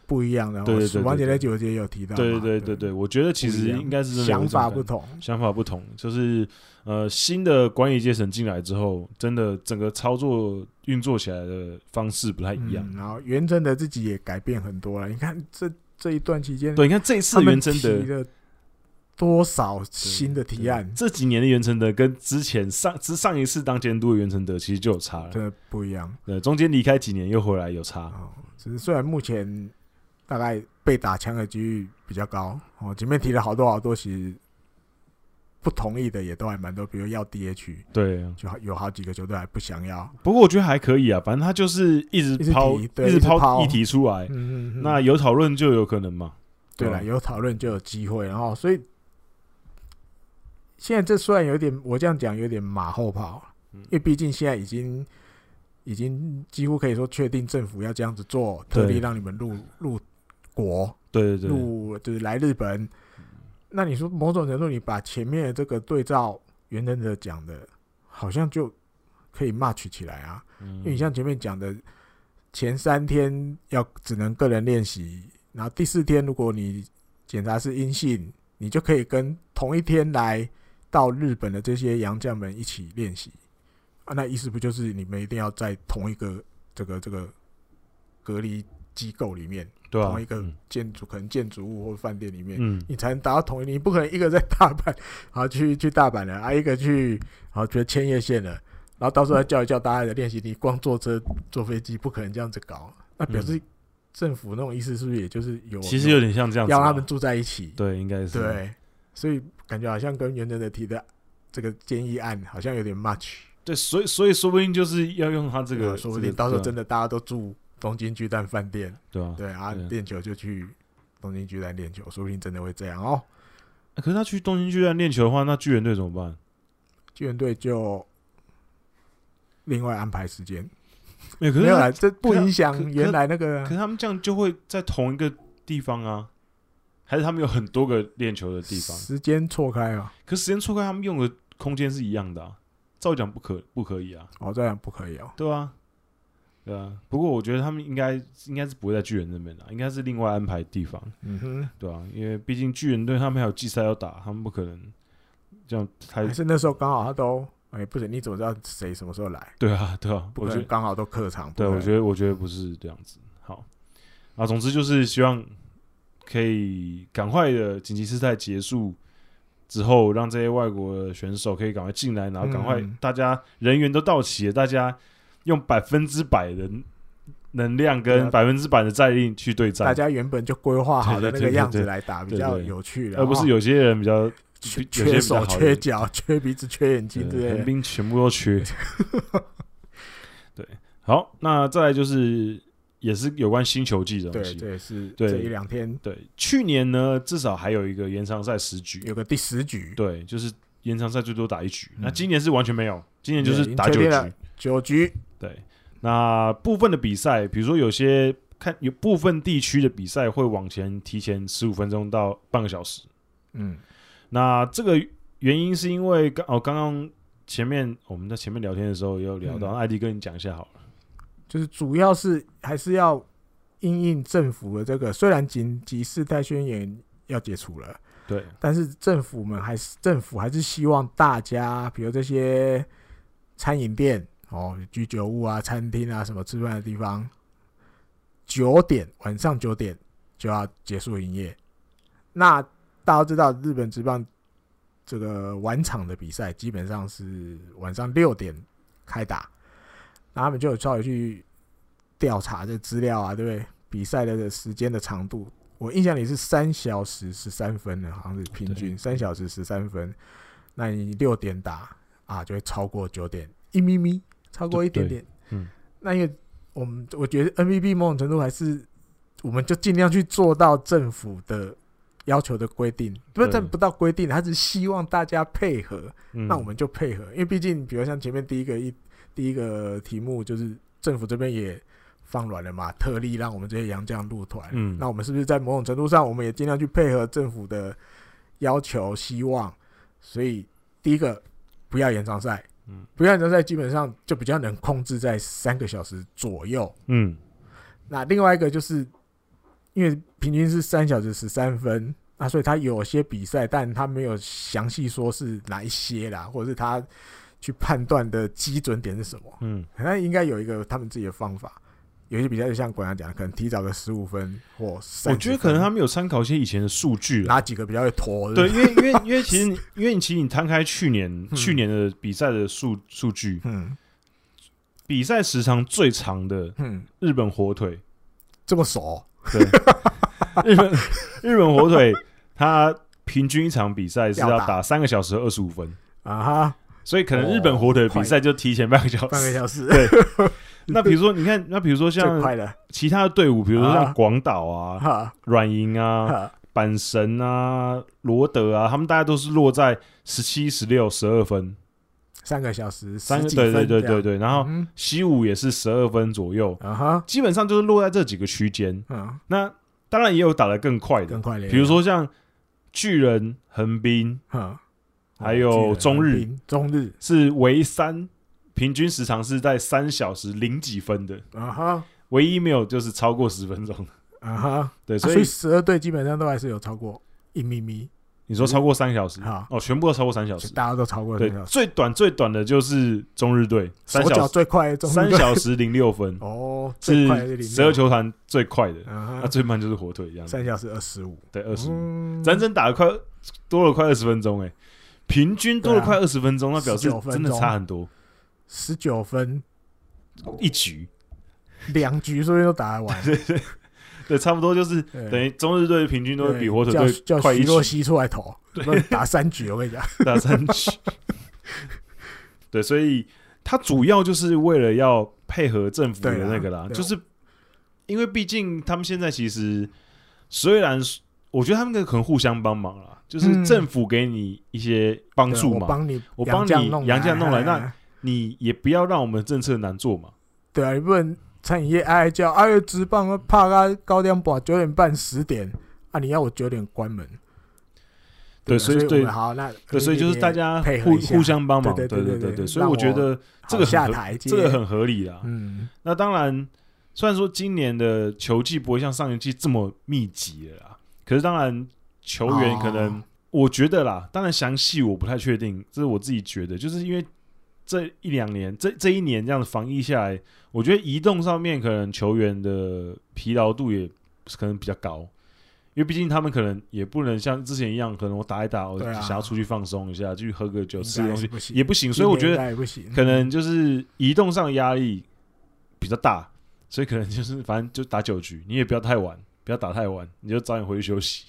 S1: 不一样的，
S2: 对对对对
S1: 王姐
S2: 对
S1: 在九节有提到嘛，
S2: 对对对对对，我觉得其
S1: 不一
S2: 实
S1: 样
S2: 应该是真的有
S1: 想
S2: 这种
S1: 法
S2: 感
S1: 不同，
S2: 想法不同，就是呃新的管理阶层进来之后，真的整个操作运作起来的方式不太一样。
S1: 嗯然后袁真的自己也改变很多了，你看这这一段期间，
S2: 对，你看这一次
S1: 他们
S2: 袁真
S1: 提
S2: 的
S1: 了多少新的提案，
S2: 这几年的袁成德跟之前上之上一次当监督的袁成德其实就有差了，
S1: 真的不一样
S2: 对，中间离开几年又回来有差，
S1: 哦。只是虽然目前大概被打枪的几率比较高哦，前面提了好多好多，其实不同意的也都还蛮多，比如要 DH，
S2: 对。
S1: 就有好几个球队还不想要，
S2: 不过我觉得还可以啊，反正他就是一直
S1: 一直
S2: 抛，
S1: 提对
S2: 一
S1: 一直
S2: 抛
S1: 抛
S2: 议题出来，
S1: 嗯嗯，
S2: 那有讨论就有可能嘛。
S1: 对
S2: 吧
S1: 了，有讨论就有机会，然后所以现在这虽然有点，我这样讲有点马后炮，啊
S2: 嗯
S1: 因为毕竟现在已经已经几乎可以说确定政府要这样子做，特
S2: 对
S1: 地让你们入入国
S2: 对嗯对对，
S1: 入就是来日本。那你说某种程度，你把前面的这个对照袁腾哲讲的，好像就可以 match 起来啊。因为你
S2: 嗯，
S1: 像前面讲的，前三天要只能个人练习，然后第四天如果你检查是阴性，你就可以跟同一天来到日本的这些洋将们一起练习啊。那意思不就是你们一定要在同一个这个这个隔离机构里面，
S2: 对啊
S1: 同一，个
S2: 嗯
S1: 建筑可能建筑物或饭店里面，
S2: 嗯，
S1: 你才能达到统一。你不可能一个在大阪， [LAUGHS] 好去去大阪了，啊，一个去好觉得千叶县了，然后到时候再叫一叫大家的练习，你光坐车坐飞机不可能这样子搞。那表示政府那种意思是不是也就是有
S2: 嗯其实有点像这样子啊，
S1: 要他们住在一起？
S2: 对，应该是啊
S1: 对，所以感觉好像跟原则的提的这个建议案好像有点 much。
S2: 对，所以所以说不定就是要用他这
S1: 啊
S2: 个，
S1: 说不
S2: 这个
S1: 定到时候
S2: 对
S1: 真
S2: 啊
S1: 的大家都住东京巨蛋饭店，
S2: 对啊。
S1: 对啊，
S2: 对
S1: 练球就去东京巨蛋练球，说不定真的会这样哦。
S2: 啊可是他去东京巨蛋练球的话，那巨人队怎么办？
S1: 救援队就另外安排时间，
S2: 没哎有，可
S1: 没
S2: 是
S1: 有
S2: 他
S1: 啦，这不影
S2: 可
S1: 响
S2: 可
S1: 原来那个
S2: 可
S1: 啊
S2: 是他们这样就会在同一个地方啊，还是他们有很多个练球的地方？
S1: 时间错开啊。
S2: 可时间错开，他们用的空间是一样的、啊，照讲不可不可以啊，
S1: 哦，这样不可以哦。
S2: 对啊，对啊。不过我觉得他们应该应该是不会在巨人那边啊的、应该是另外安排地方，
S1: 嗯哼，
S2: 对啊，因为毕竟巨人队他们还有季赛要打，他们不可能这样太
S1: 还是那时候刚好他都哎不行，你怎么知道谁什么时候来？
S2: 对啊对啊，
S1: 不
S2: 我
S1: 可
S2: 觉得
S1: 能刚好都客场。
S2: 对，
S1: 不可
S2: 我
S1: 能
S2: 觉得我觉得不是这样子。好啊，总之就是希望可以赶快的紧急事态结束之后，让这些外国的选手可以赶快进来，然后赶快
S1: 嗯
S2: 大家人员都到齐了，大家用百分之百的能量
S1: 对
S2: 跟
S1: 啊
S2: 百分之百的战力去对
S1: 大
S2: 战，
S1: 家原本就规划好的那
S2: 对对
S1: 个
S2: 对对
S1: 样子
S2: 对
S1: 来打，比
S2: 对
S1: 较
S2: 对
S1: 有趣啦哦，
S2: 而不是有些人比较
S1: 缺
S2: 有有些
S1: 缺
S2: 比较
S1: 手、
S2: 好的
S1: 缺脚、 [LAUGHS] 缺鼻子、缺眼睛之
S2: 对
S1: 类
S2: 呃横
S1: 的。
S2: 滨全部都
S1: [LAUGHS]
S2: 缺。对，好，那再来就是也是有关新球季的东
S1: 对
S2: 西。
S1: 对是，
S2: 对
S1: 这一两天
S2: 对，去年呢，至少还有一个延长赛十局，
S1: 有个第十局，
S2: 对，就是延长赛最多打一局。
S1: 嗯
S2: 那今年是完全没有，今年就
S1: 对
S2: 是
S1: 已经
S2: 打九
S1: 确定了
S2: 局。
S1: 九局，
S2: 对，那部分的比赛，比如说有些看有部分地区的比赛会往前提前十五分钟到半个小时。
S1: 嗯，
S2: 那这个原因是因为刚哦，刚刚前面我们在前面聊天的时候也有聊到，
S1: 嗯
S2: 那艾迪跟你讲一下好了。
S1: 就是主要是还是要因应政府的这个，虽然紧急事态宣言要解除了，
S2: 对，
S1: 但是政府们还是政府还是希望大家，比如这些餐饮店哦、居酒屋啊、餐厅啊什么吃饭的地方，九点晚上九点就要结束营业。那大家都知道，日本职棒这个晚场的比赛基本上是晚上六点开打，那他们就有稍微去调查这资料啊，对不对？比赛的时间的长度，我印象里是三小时十三分的，好像是平均三小时十三分。那你六点打啊，就会超过九点一咪咪，超过一点点。
S2: 对嗯，
S1: 那因为我们我觉得 NBB 某种程度还是，我们就尽量去做到政府的要求的规定，不是
S2: 对
S1: 不到规定，他只是希望大家配合。
S2: 嗯
S1: 那我们就配合，因为毕竟，比如像前面第一个一第一个题目，就是政府这边也放软了嘛，特例让我们这些洋将入团。
S2: 嗯
S1: 那我们是不是在某种程度上，我们也尽量去配合政府的要求、希望？所以第一个不要延长赛，
S2: 嗯，
S1: 不要延长赛基本上就比较能控制在三个小时左右。
S2: 嗯
S1: 那另外一个就是因为平均是三小时十三分啊，所以他有些比赛，但他没有详细说是哪一些啦，或者是他去判断的基准点是什么，
S2: 嗯
S1: 那应该有一个他们自己的方法。有些比赛就像馆长讲的，可能提早个十五分或30分
S2: 我觉得可能他们有参考一些以前的数据啦。
S1: 哪几个比较会拖，
S2: 对，
S1: 是不是，
S2: 因为因为
S1: [LAUGHS]
S2: 因为其实你因为你其实你摊开去年
S1: 嗯
S2: 去年的比赛的数数据，
S1: 嗯
S2: 比赛时长最长的
S1: 嗯，
S2: 日本
S1: [LAUGHS]
S2: 火腿，
S1: 这么熟，
S2: 对，日本日本火腿，它平均一场比赛是
S1: 要
S2: 要
S1: 打哦
S2: 打三个小时二十五分，
S1: 啊哈，
S2: 所以可能日本火腿比赛就提前半个小
S1: 半个
S2: 时。
S1: 小时， [LAUGHS]
S2: 那比如说你看，那比如说
S1: 最
S2: 像
S1: 快了，
S2: 其他的队伍，比如说
S1: 啊
S2: 像广岛啊、
S1: 哈
S2: 软银啊、
S1: 哈，
S2: 阪神啊、罗德啊，他们大概都是落在十七、十六、十二分，
S1: 三个小时
S2: 三
S1: 十
S2: 个
S1: 几
S2: 对
S1: 分
S2: 对
S1: 这
S2: 对对
S1: 样
S2: 对，然后
S1: 嗯
S2: 西武也是十二分左右，
S1: 啊哈，
S2: 基本上就是落在这几个区间。
S1: 嗯，
S2: 那当然也有打得更快的
S1: 更，快点。
S2: 比如说像巨人、横滨
S1: 嗯，
S2: 还
S1: 哦
S2: 有中日
S1: 巨人横滨中日
S2: 是为三，平均时长是在三小时零几分的，
S1: 啊哈
S2: 唯一没有就是超过十分钟 [LAUGHS] 的。
S1: 啊哈，
S2: 对，所
S1: 所
S2: 以
S1: 以十二队基本上都还是有超过一咪咪，
S2: 你说超过三小时
S1: 好，
S2: 哦，全部都超过三小时。
S1: 啊大家都超过
S2: 对
S1: 这个，
S2: 最短最短的就是中日队，
S1: 手
S2: 三小
S1: 脚
S2: 时
S1: 最快的中日
S2: 三
S1: 队
S2: 小时零六分
S1: [LAUGHS] 哦，最快的
S2: 是十二
S1: 球，
S2: 球团最快的，
S1: 啊
S2: 那
S1: 哈，
S2: 最慢就是火腿这样子，
S1: 三小时二十五，嗯
S2: 对，二十五，
S1: 五
S2: 整整打了快多了快二十分钟，哎，平均多了
S1: 对啊
S2: 快二十分钟，那表示
S1: 19分
S2: 真
S1: 钟
S2: 的差很多，
S1: 十九分，
S2: 一局，
S1: 两局说不定都打得
S2: [LAUGHS]
S1: 完，
S2: 对，差不多就是
S1: 对
S2: 等于中日队平均都会比火腿
S1: 叫
S2: 队
S1: 叫
S2: 快
S1: 徐
S2: 一
S1: 若
S2: 局
S1: 曦出来投，那打三局，我跟你讲，
S2: 打三局， [LAUGHS] 对，所以他主要就是为了要配合政府的
S1: 对啊
S2: 那个啦，
S1: 对
S2: 就是因为毕竟他们现在其实虽然是我觉得他们可能互相帮忙啦，就是
S1: 嗯
S2: 政府给你一些帮
S1: 对
S2: 助
S1: 我
S2: 嘛，
S1: 帮你，
S2: 我帮你
S1: 弄
S2: 洋将弄来
S1: 哎
S2: 那你也不要让我们政策难做嘛，
S1: 对啊，你不能餐饮业哀哀叫，哎呦，直棒啊怕他高点把九点半十点啊，你要我九点关门。
S2: 对
S1: 吧
S2: 所以
S1: 所我
S2: 对
S1: 们好，那
S2: 对，所以就是大家
S1: 配合
S2: 互
S1: 一下
S2: 互相帮忙，
S1: 对对
S2: 对
S1: 对对
S2: 对
S1: 对
S2: 所以我
S1: 让
S2: 觉
S1: 我
S2: 得
S1: 好
S2: 这个
S1: 下
S2: 很合
S1: 台阶，
S2: 这个很合理啦，
S1: 嗯，
S2: 那当然，虽然说今年的球季不会像上一季这么密集了啦，可是当然球员可能、
S1: 哦
S2: 我觉得啦，当然详细我不太确定，这是我自己觉得，就是因为这一两年这这一年这样的防疫下来，我觉得移动上面可能球员的疲劳度也可能比较高。因为毕竟他们可能也不能像之前一样，可能我打一打，我
S1: 对啊
S2: 想要出去放松一下，去喝个酒、吃个东西
S1: 应该是不行
S2: 也不行，所以我觉得
S1: 今年应该也不行，
S2: 可能就是移动上压力比较大，所以可能就是反正就打九局，你也不要太晚，不要打太晚，你就早点回去休息。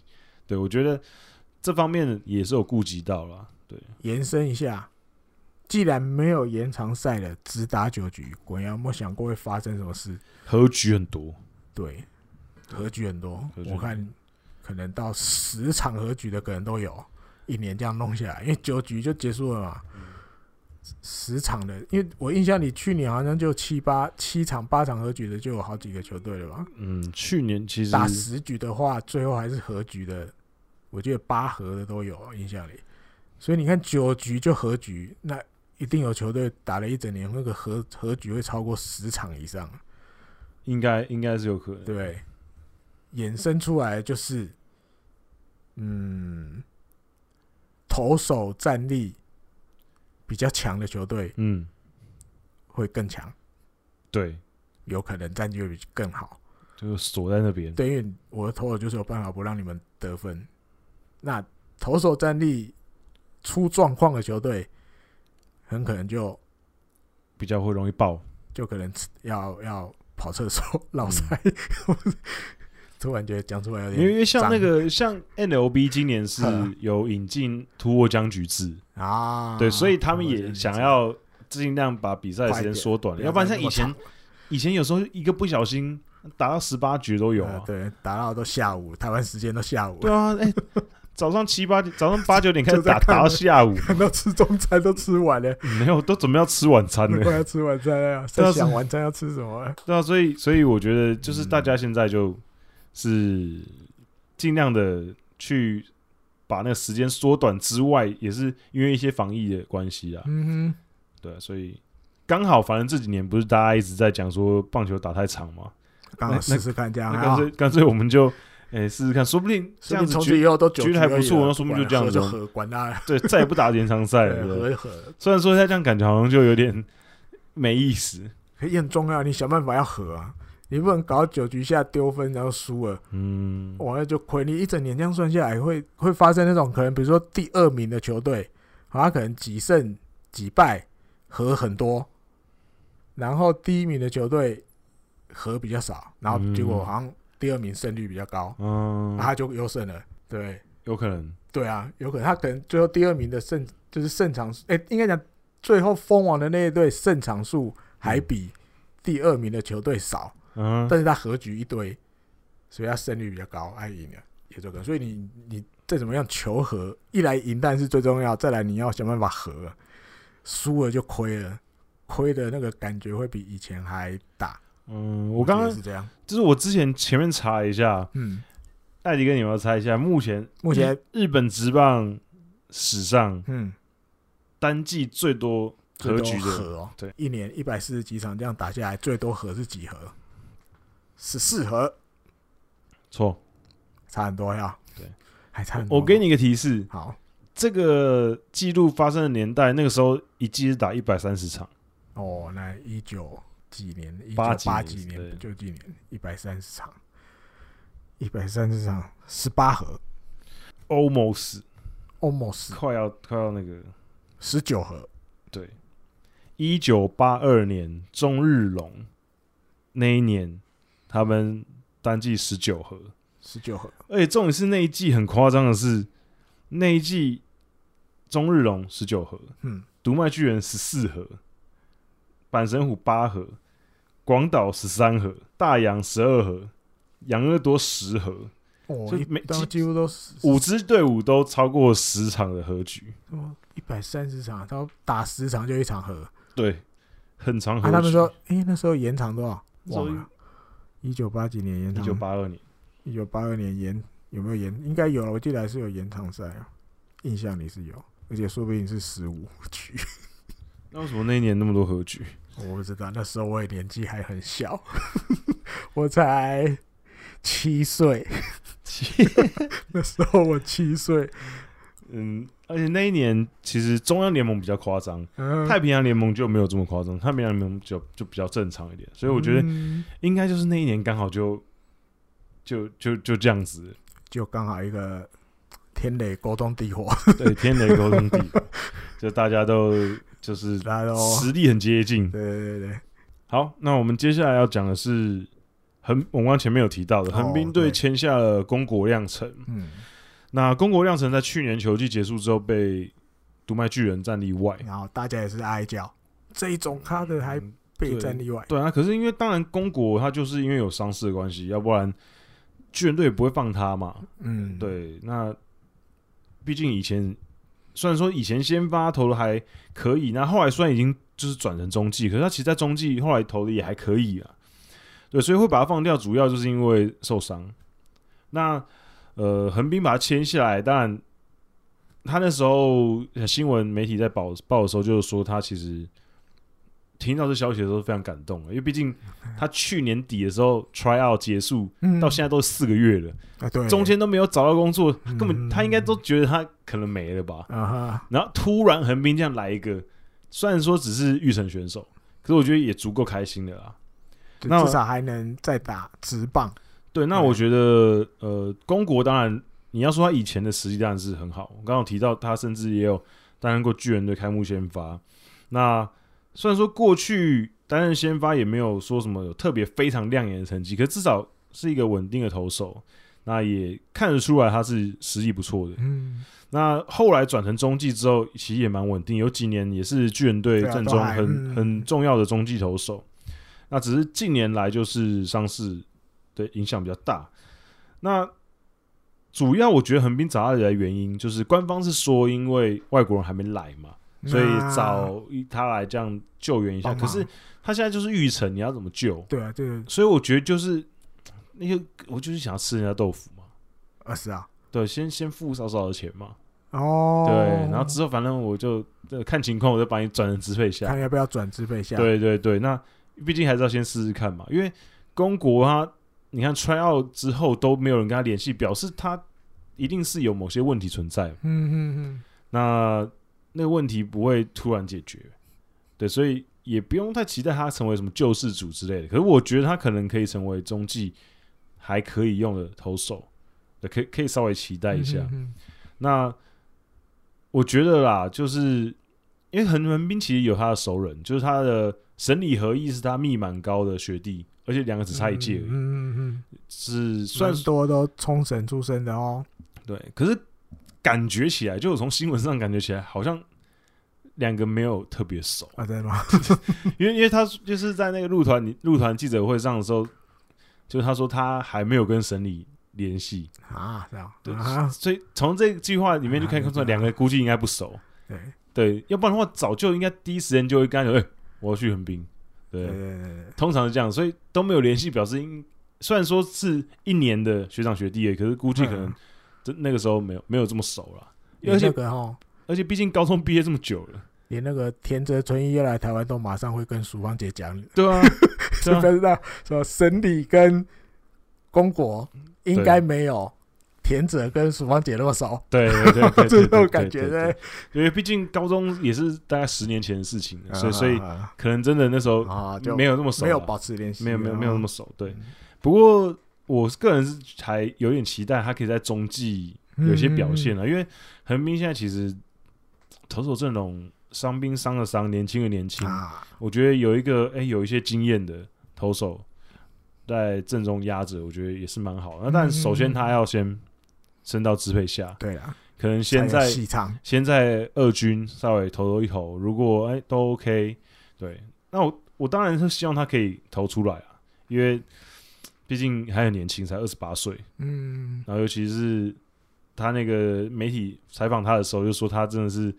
S2: 对我觉得这方面也是有顾及到啦。对，
S1: 延伸一下。既然没有延长赛了，只打九局，鬼有没有想过会发生什么事？
S2: 和局很多，
S1: 对，和局很多
S2: 和，局
S1: 我看可能到十场和局的可能都有，一年这样弄下来，因为九局就结束了嘛。十场的，因为我印象里去年好像就七八七场八场和局的就有好几个球队了吧？
S2: 嗯，去年其实
S1: 打十局的话，最后还是和局的，我记得八和的都有印象里。所以你看九局就和局，那一定有球队打了一整年，那个和和局会超过十场以上。
S2: 应该应该是有可能。
S1: 对，衍生出来就是，嗯，投手战力比较强的球队
S2: 嗯，
S1: 会更强，
S2: 对，
S1: 有可能战绩会比更好。
S2: 就是锁在那边。
S1: 对，因为我的投手就是有办法不让你们得分。那投手战力出状况的球队，很可能就
S2: 比较会容易爆。
S1: 就可能要要跑厕所、 [LAUGHS] 老塞。突然觉得讲出来有
S2: 嗯因
S1: 点
S2: 为因为像
S1: 脏
S2: 那个像 NLB 今年是
S1: 呵
S2: 有引进突破僵局制，
S1: 啊，
S2: 对，所以他们
S1: 我觉
S2: 也
S1: 得
S2: 想
S1: 是
S2: 要尽量把比赛的时间缩短，
S1: 快一点
S2: 要不然像
S1: 不
S2: 以
S1: 要再那
S2: 前
S1: 么
S2: 以前有时候一个不小心打到十八局都有
S1: 呃
S2: 啊。
S1: 对，打到都下午，台湾时间都下午， [LAUGHS]
S2: 对啊，哎、 [LAUGHS] 早上七八点，早上八九点开始
S1: 就在
S2: 打，
S1: 看
S2: 打到
S1: [LAUGHS]
S2: 下午，
S1: 看到吃中餐都吃完
S2: [LAUGHS]
S1: 了，
S2: 没有都准备要吃晚餐
S1: 难
S2: 了。
S1: 怪要吃晚餐啊，
S2: 对
S1: 在
S2: 啊
S1: 想晚餐要吃什么啊。
S2: 对啊，所以所以我觉得就是大家现在就是尽量的去把那个时间缩短之外，也是因为一些防疫的关系啊，
S1: 嗯
S2: 对啊，所以刚好反正这几年不是大家一直在讲说棒球打太长嘛，
S1: 哼，刚好试试看这样
S2: 那干
S1: 啊，
S2: 脆干脆我们就诶试试看，说不定
S1: 说
S2: 这样
S1: 不定
S2: 子
S1: 从此
S2: 局
S1: 以后都九
S2: 觉得还不错那说不
S1: 啊不定
S2: 定就这样子
S1: 就喝，管他， [LAUGHS]
S2: 对再也不打延长赛了。
S1: 对
S2: 对不
S1: 喝一
S2: 对
S1: 喝，
S2: 虽然说他这样感觉好像就有点没意思，
S1: 可以很重要，你想办法要喝啊。你不能搞九局下丢分，然后输了，
S2: 嗯，
S1: 完了就亏你一整年。这样算下来会，会发生那种可能，比如说第二名的球队，好，他可能几胜几败和很多，然后第一名的球队和比较少，然后
S2: 嗯
S1: 结果好像第二名胜率比较高，
S2: 嗯
S1: 然后他就优胜了。对
S2: 有可能，
S1: 对啊，有可能他可能最后第二名的胜就是胜场，哎、应该讲最后封王的那一队胜场数还比第二名的球队少，
S2: 嗯，
S1: 但是他和局一堆，所以他胜率比较高，他赢了。也最可能。所以你你再怎么样求和，一来赢蛋是最重要，再来你要想办法和，啊输了就亏了，亏的那个感觉会比以前还大。
S2: 嗯，我刚
S1: 觉
S2: 刚
S1: 得是这样，
S2: 就是我之前前面查一下，
S1: 嗯，
S2: 艾迪哥，你们要猜一下，目前
S1: 目前
S2: 日本职棒史上
S1: 嗯，
S2: 单季最多
S1: 最
S2: 和
S1: 多
S2: 局的，
S1: 和哦，
S2: 对，
S1: 一年一百四十几场这样打下来，最多和是几和？十四和，
S2: 错。
S1: 差很多呀。
S2: 对，
S1: 还差很多。
S2: 我给你一个提示，
S1: 好
S2: 这个记录发生的年代，那个时候一季是打一百三十场，
S1: 哦，那一九几年，一
S2: 八
S1: 九八
S2: 几
S1: 几
S2: 年
S1: 年，
S2: 对
S1: 九几年，一百三十场，一百三十场，十八盒
S2: ，almost
S1: ，almost
S2: 快要快要那个
S1: 十九盒，
S2: 对。一九八二年中日龙那一年，他们单季十九盒，
S1: 十九盒，
S2: 而且重点是那一季很夸张的是，那一季中日龙十九盒，
S1: 嗯，
S2: 独卖巨人十四盒，阪神虎八盒，广岛十三盒，大洋十二盒，养乐多十盒，
S1: 哦
S2: 就，
S1: 一
S2: 每
S1: 当
S2: 几
S1: 几乎都是
S2: 五支队伍都超过十场的和局，
S1: 一百三十场，他打十场就一场和。
S2: 对，很长和
S1: 啊，
S2: 局。
S1: 他们说，诶，那时候延长多少？
S2: 那时候
S1: 忘了，一九八几年延
S2: 一
S1: 长，
S2: 九八二年，
S1: 一九八二年延有没有延？应该有了，我记得还是有延长赛啊，印象里是有，而且说不定是十五局，
S2: 那为什么那一年那么多和局？
S1: 我不知道，那时候我也年纪还很小， [LAUGHS] 我才七岁， [LAUGHS] 那时候我七岁，
S2: 嗯，而且那一年其实中央联盟比较夸张，
S1: 嗯，
S2: 太平洋联盟就没有这么夸张，太平洋联盟就就比较正常一点，所以我觉得
S1: 嗯
S2: 应该就是那一年刚好就就就就这样子，
S1: 就刚好一个天雷勾动地火， [LAUGHS]
S2: 对，天雷沟通地，就大家都就是
S1: 大家都
S2: 实力很接近。
S1: 对对对对，
S2: 好，那我们接下来要讲的是横，我们刚前面有提到的，
S1: 哦
S2: 横滨队
S1: 对
S2: 签下了宫国亮城。
S1: 嗯，
S2: 那宫国亮城在去年球季结束之后被独卖巨人战例外，
S1: 嗯然后大家也是哀叫，这一种咖的还
S2: 嗯
S1: 被战例外，
S2: 对啊，可是因为当然宫国他就是因为有伤势的关系，要不然巨人队也不会放他嘛。
S1: 嗯，，
S2: 对，那毕竟以前虽然说以前先发投的还可以，那后来虽然已经就是转成中继，可是他其实在中继后来投的也还可以啊。对，所以会把他放掉，主要就是因为受伤。那呃，横滨把他签下来，当然他那时候呃新闻媒体在报报的时候，就是说他其实听到这消息的时候非常感动，因为毕竟他去年底的时候 try out 结束
S1: 嗯，
S2: 到现在都四个月了。
S1: 在啊对，
S2: 中间都没有找到工作，
S1: 嗯
S2: 根本他应该都觉得他可能没了吧。
S1: 啊哈，
S2: 然后突然横滨这样来一个，虽然说只是预选选手，可是我觉得也足够开心的啦。
S1: 就
S2: 那
S1: 至少还能再打直棒，
S2: 对，那
S1: 对
S2: 我觉得呃，公国当然你要说他以前的实力当然是很好，我刚刚有提到他甚至也有担任过巨人队开幕先发。那虽然说过去担任先发也没有说什么有特别非常亮眼的成绩，可至少是一个稳定的投手，那也看得出来他是实力不错的。
S1: 嗯，
S2: 那后来转成中继之后，其实也蛮稳定，有几年也是巨人队
S1: 对啊
S2: 阵
S1: 都
S2: 中
S1: 还
S2: 很、
S1: 嗯
S2: 很重要的中继投手。那只是近年来就是伤势的影响比较大。那主要我觉得横滨找他来的原因，就是官方是说因为外国人还没来嘛，所以
S1: 那
S2: 找他来这样救援一下。
S1: 啊帮
S2: 可
S1: 忙
S2: 是他现在就是玉成，你要怎么救？
S1: 对啊，这个
S2: 所以我觉得就是那个，我就是想要吃人家豆腐嘛。
S1: 二十啊，
S2: 对，先先付少少的钱嘛。
S1: 哦，
S2: 对，然后之后反正我就呃看情况，我就把你转成支配下
S1: 看。要不要转支配下，，
S2: 对对对，那毕竟还是要先试试看嘛，因为公国他你看 try out 之后都没有人跟他联系，表示他一定是有某些问题存在。
S1: 嗯嗯
S2: 那那个问题不会突然解决，对，所以也不用太期待他成为什么救世主之类的。可是我觉得他可能可以成为中继还可以用的投手，对，可以可以稍微期待
S1: 嗯，
S2: 一下。
S1: 嗯，
S2: 那我觉得啦，就是因为横横滨其实有他的熟人，就是他的神里合一是他密蛮高的学弟，而且两个只差一届
S1: 嗯
S2: 而已，
S1: 嗯嗯嗯，
S2: 是算
S1: 算
S2: 是
S1: 多都冲绳出身的哦，
S2: 对。可是感觉起来，就我从新闻上感觉起来，好像两个没有特
S1: [LAUGHS]
S2: 别熟，
S1: 啊，真的
S2: [LAUGHS]
S1: 吗？
S2: 因为因为他就是在那个入团入团记者会上的时候，就是他说他还没有跟神里联系。
S1: [LAUGHS] 啊，这样
S2: 对，
S1: 啊，
S2: 所以从这句话里面就可以看出来，
S1: 啊
S2: 两个估计应该不熟。
S1: 对
S2: 对，要不然的话，早就应该第一时间就会跟他讲，哎、我要去横滨。对，
S1: 对对对对，
S2: 通常是这样，所以都没有联系，表示应虽然说是一年的学长学弟而已，可是估计可能
S1: 嗯
S2: 这那个时候没有没有这么熟了。
S1: 连
S2: 而且
S1: 那个哈，
S2: 而且毕竟高中毕业这么久了，
S1: 连那个田泽纯一要来台湾，都马上会跟淑芳姐讲，
S2: 对啊，对
S1: 知不
S2: 啊，
S1: 知道说神里跟公国应该没有田泽跟淑芳姐那么熟，
S2: 对
S1: [LAUGHS]
S2: 对对对，
S1: 这
S2: 对
S1: 种感觉，
S2: 对对
S1: 对
S2: 对，因为毕竟高中也是大概十年前的事情了，所以所以
S1: 啊
S2: 可能真的那时候
S1: 啊，就
S2: 没有那么熟啦，
S1: 没有保持联系，
S2: 没有没有没有那么熟，对
S1: 嗯。
S2: 不过我个人是还有点期待他可以在中继有些表现
S1: 嗯
S2: 啊了、因为横滨现在其实投手阵容伤兵伤了伤，年轻的年轻，
S1: 啊，
S2: 我觉得有一个哎、有一些经验的投手在阵中压着，我觉得也是蛮好的。那但首先他要先升到支配下，
S1: 嗯对了，
S2: 可能先
S1: 才有
S2: 在
S1: 戏唱，
S2: 先在二军稍微投投一投，如果哎、都 OK，对，那我我当然是希望他可以投出来啊，因为毕竟还很年轻，才二十八岁，
S1: 嗯，
S2: 然后尤其是他那个媒体采访他的时候，就说他真的是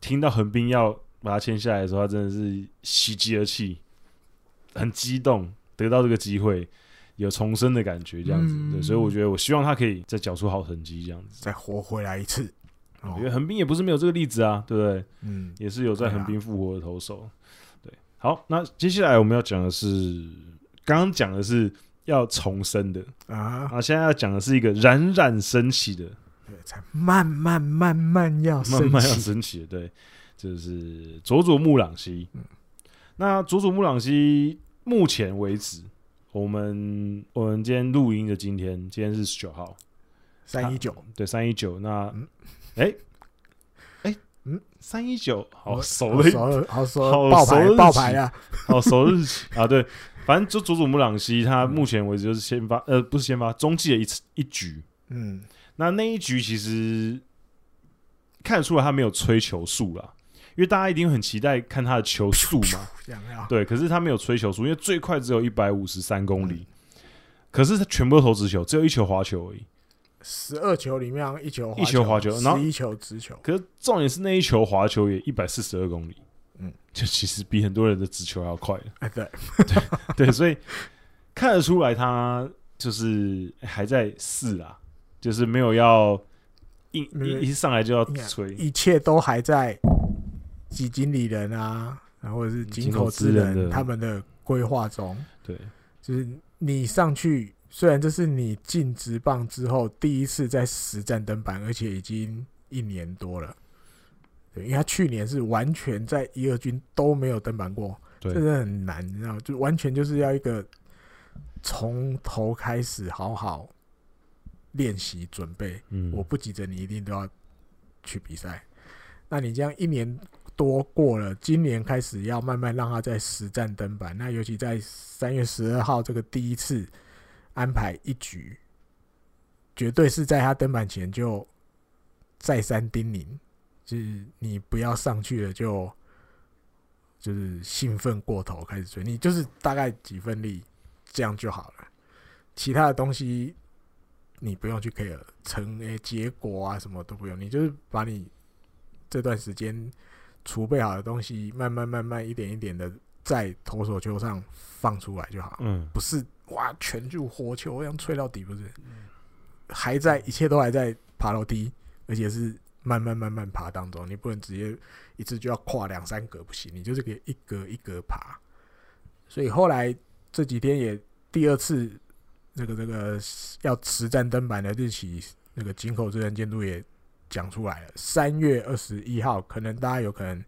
S2: 听到横滨要把他签下来的时候，他真的是喜极而泣，很激动，得到这个机会。有重生的感觉，这样子，
S1: 嗯
S2: 对，所以我觉得我希望他可以再缴出好成绩，这样子。
S1: 再活回来一次，哦
S2: 因为横滨也不是没有这个例子啊，对不对？
S1: 嗯，
S2: 也是有在
S1: 对啊
S2: 横滨复活的投手。对，好，那接下来我们要讲的是，刚刚讲的是要重生的，
S1: 啊，
S2: 啊，现在要讲的是一个冉冉升起的，
S1: 对，才慢慢慢慢要
S2: 慢慢要
S1: 升起
S2: 升起的，对，就是佐佐木朗希。
S1: 嗯
S2: 那佐佐木朗希目前为止，我们我们今天录音的今天，今天是十九号，
S1: 三一九，
S2: 对，三一九。那
S1: 嗯，
S2: 哎、哎、
S1: 嗯
S2: 嗯，三一九，好
S1: 我
S2: 熟
S1: 好
S2: 的一
S1: 熟了，好熟
S2: 好
S1: 了，爆
S2: 熟
S1: 牌
S2: 了
S1: 爆
S2: 起
S1: 牌啊了，
S2: 哦，首日期啊，对，反正就佐佐木朗希，他目前为止就是先发，呃，不是先发，中继的一次一局。
S1: 嗯，
S2: 那那一局其实看得出来他没有吹球数啦，因为大家一定很期待看他的球速嘛，
S1: 这样啊要
S2: 对。可是他没有吹球数，因为最快只有一百五十三公里，可是他全部都投直球，只有一球滑球而已。
S1: 十二球里面一球
S2: 一球滑球然后
S1: 十一球直球，
S2: 可是重点是那一球滑球也一百四十二公里，
S1: 嗯，
S2: 就其实比很多人的直球还要快了。
S1: 哎，对，
S2: [LAUGHS] 对，所以看得出来他就是哎还在试啦，就是没有要一
S1: 没有
S2: 一一上来就要
S1: 应该
S2: 吹，
S1: 一切都还在几经理人啊，然后或者是井口之
S2: 井口之人
S1: 人
S2: 的
S1: 他们的规划中，
S2: 对
S1: 就是你上去，虽然这是你进职棒之后第一次在实战登板，而且已经一年多了。对，因为他去年是完全在一二军都没有登板过，
S2: 对
S1: 这真的很难，你知道吗，就完全就是要一个从头开始好好练习准备，
S2: 嗯，
S1: 我不急着你一定都要去比赛。那你这样一年多过了，今年开始要慢慢让他在实战登板。那尤其在三月十二号这个第一次安排一局，绝对是在他登板前就再三叮咛，就是你不要上去了就就是兴奋过头开始追，你就是大概几分力这样就好了，其他的东西你不用去 care 成诶结果啊什么都不用，你就是把你这段时间储备好的东西，慢慢慢慢一点一点的在投手球上放出来就好。
S2: 嗯，
S1: 不是哇，全就火球这样吹到底，不是，还在一切都还在爬楼梯，而且是慢慢慢慢爬当中，你不能直接一次就要跨两三格，不行，你就是可以一格一格爬。所以后来这几天也第二次那个这个要实战登板的日期，那个井口之人监督也讲出来了，三月二十一号，可能大家有可能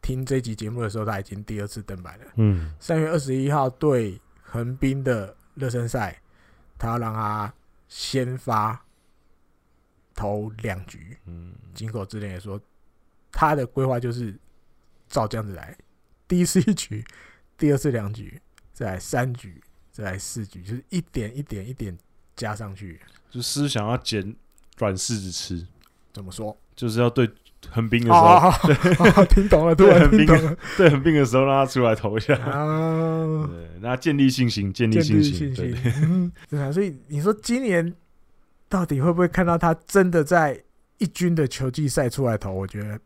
S1: 听这集节目的时候，他已经第二次登板了。
S2: 嗯
S1: 三月二十一号对横滨的热身赛，他要让他先发投两局。
S2: 嗯
S1: 井口之前也说，他的规划就是照这样子来，第一次一局，第二次两局，再来三局，再来四局，就是一点一点一点加上去。
S2: 就是想要捡软柿子吃，
S1: 怎么说？
S2: 就是要对横滨的时
S1: 哦
S2: 候，
S1: 哦哦，哦听懂了，突然
S2: [LAUGHS] 对
S1: 听懂了
S2: 对横滨的时候让他出来投一下。
S1: 啊！
S2: 对，那建立信心，建立
S1: 建
S2: 信
S1: 立信
S2: 心，对
S1: 心，嗯，对啊，所以你说今年到底会不会看到他真的在一军的球季赛出来投？我觉得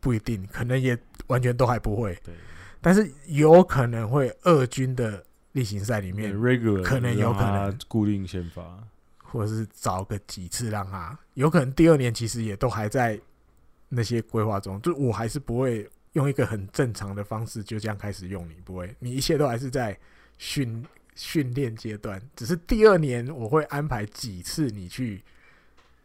S1: 不一定，可能也完全都还不会。
S2: 对，
S1: 但是有可能会二军的例行赛里
S2: 里面
S1: 面，
S2: regular
S1: 可能有可能
S2: 让他固定先发，
S1: 或者是找个几次让他，有可能第二年其实也都还在那些规划中。就我还是不会用一个很正常的方式就这样开始用你，不会，你一切都还是在训训练阶段，只是第二年我会安排几次你去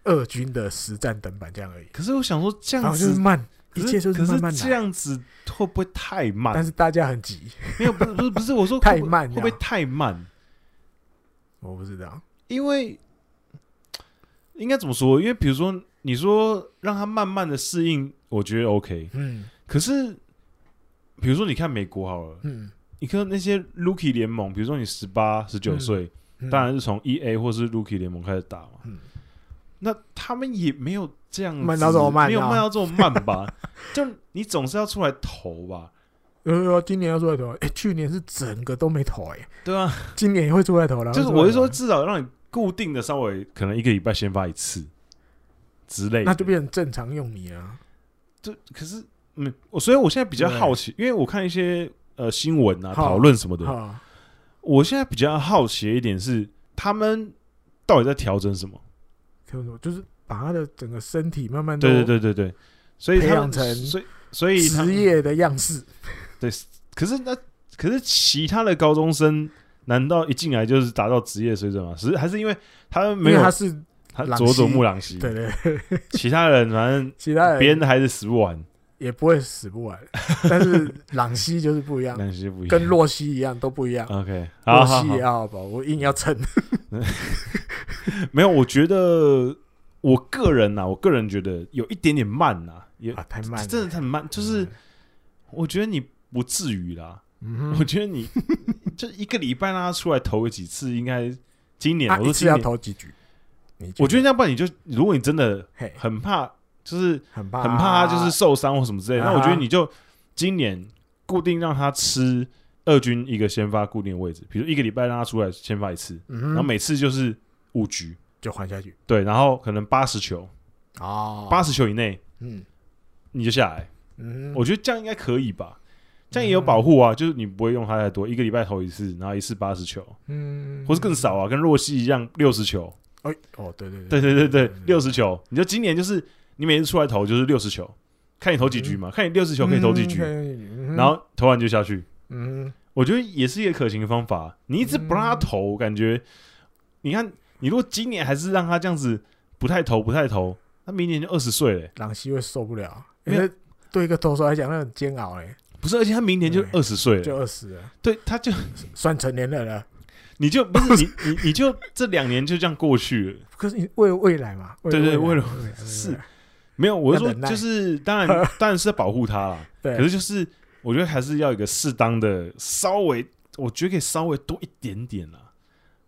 S1: 二军的实战等板这样而已。
S2: 可是我想说这
S1: 然
S2: 样
S1: 后
S2: 子，
S1: 就是慢，
S2: 可
S1: 一
S2: 是
S1: 切就是
S2: 可是
S1: 慢慢
S2: 这
S1: 来。
S2: 样子会不会太慢
S1: 但？是大家很急，
S2: 没有，不是不是不是，我说
S1: 太
S2: 会不会
S1: 慢
S2: 会不会
S1: 这样
S2: 太慢？
S1: 我不知道。
S2: 因为应该怎么说？因为比如说，你说让他慢慢的适应，我觉得 OK。
S1: 嗯
S2: 可是，比如说你看美国好了，
S1: 嗯，
S2: 你看那些 Rookie 联盟，比如说你十八、十九
S1: 嗯
S2: 岁，
S1: 嗯
S2: 当然是从 EA 或是 Rookie 联盟开始打嘛。
S1: 嗯
S2: 那他们也没有这样子
S1: 慢到这么慢啊
S2: 没有慢到这么慢吧？ [LAUGHS] 就你总是要出来投吧，
S1: 有有有，今年要出来投，哎、去年是整个都没投、哎，
S2: 对啊，
S1: 今年也会出来投了。
S2: 就是
S1: 会出来
S2: 我是
S1: 投
S2: 说，
S1: 了，
S2: 至少让你固定的稍微可能一个礼拜先发一次之类的，
S1: 那就变成正常用你了。
S2: 就可是，嗯，我所以我现在比较
S1: 对
S2: 好奇，因为我看一些呃新闻啊、
S1: 好
S2: 讨论什么的，
S1: 好，
S2: 我现在比较好奇的一点是，他们到底在调整什么？
S1: 听我说，就是把他的整个身体慢慢地
S2: 对对对对对，所以
S1: 培
S2: 他
S1: 养
S2: 们
S1: 成
S2: 所以所以他
S1: 职业的样式，
S2: 对，可是那可是其他的高中生。难道一进来就是达到职业水准吗？只是还是因为他们
S1: 因
S2: 没
S1: 为
S2: 有
S1: 他是
S2: 他
S1: 朗
S2: 佐佐
S1: 西
S2: 木朗希，
S1: 对哎对，
S2: 其他人反
S1: [LAUGHS]
S2: 正
S1: 其他人
S2: 别人的还是死不完，
S1: 也不会死不完，但是朗西就是不一样，
S2: 朗希不一样。
S1: 跟洛西一样都不一样。
S2: [LAUGHS] OK，好
S1: 洛
S2: 好
S1: 西
S2: 好
S1: 也，好吧，我硬要蹭，
S2: 没有，我觉得我个人啊呐、我个人觉得有一点点慢呐、也、
S1: 啊，太慢了，
S2: 真的很慢。就是我觉得你不至于啦，
S1: 嗯
S2: 我
S1: 哼，
S2: 觉
S1: [LAUGHS]
S2: 得你就一个礼拜让他出来投个几次，应该今年、
S1: 啊
S2: 我
S1: 一
S2: 说
S1: 次
S2: 今
S1: 要
S2: 年，
S1: 投几局？你
S2: 我觉得要不然你就如果你真的
S1: 嘿，
S2: 很怕，就是
S1: 很怕，
S2: 很怕他就是受伤或什么之类的，
S1: 啊
S2: 那我觉得你就今年固定让他吃二军一个先发固定的位置，比如一个礼拜让他出来先发一次，
S1: 嗯哼，
S2: 然后每次就是五局。
S1: 就换下去
S2: 对，然后可能八十球，
S1: 哦，
S2: 八十球以内
S1: 嗯
S2: 你就下来。
S1: 嗯，
S2: 我觉得这样应该可以吧，这样也有保护啊，就是你不会用它太多，一个礼拜投一次，然后一次八十球，
S1: 嗯，
S2: 或是更少啊，跟若曦一样六十球。
S1: 哎哦，对对
S2: 对对对对
S1: 嗯，
S2: 六十球，你就今年就是你每次出来投就是六十球，看你投几局嘛，看你六十球可以投几局，
S1: 嗯
S2: 然后投完就下去。
S1: 嗯
S2: 我觉得也是一个可行的方法。你一直不让他投，感觉你看，你如果今年还是让他这样子不太投不太投，他明年就二十岁了欸、
S1: 朗西会受不了，因
S2: 没有
S1: 为对一个投手来讲那很煎熬哎，
S2: 不是，而且他明年就
S1: 对
S2: 二十岁
S1: 嗯就
S2: 了，
S1: 二十了，
S2: 对，他就
S1: 算成年人了。
S2: 你就不
S1: [LAUGHS]
S2: 是你你你就这两年就这样过去了，
S1: 可是你为了未来嘛，
S2: 对
S1: 为
S2: 对为了
S1: 未来
S2: 是
S1: 未来
S2: 没有，我是
S1: 要
S2: 说
S1: 忍耐
S2: 就是当然
S1: [LAUGHS]
S2: 当然是要保护他啦，
S1: 对，
S2: 可是就是我觉得还是要有一个适当的稍微，我觉得可以稍微多一点点啦。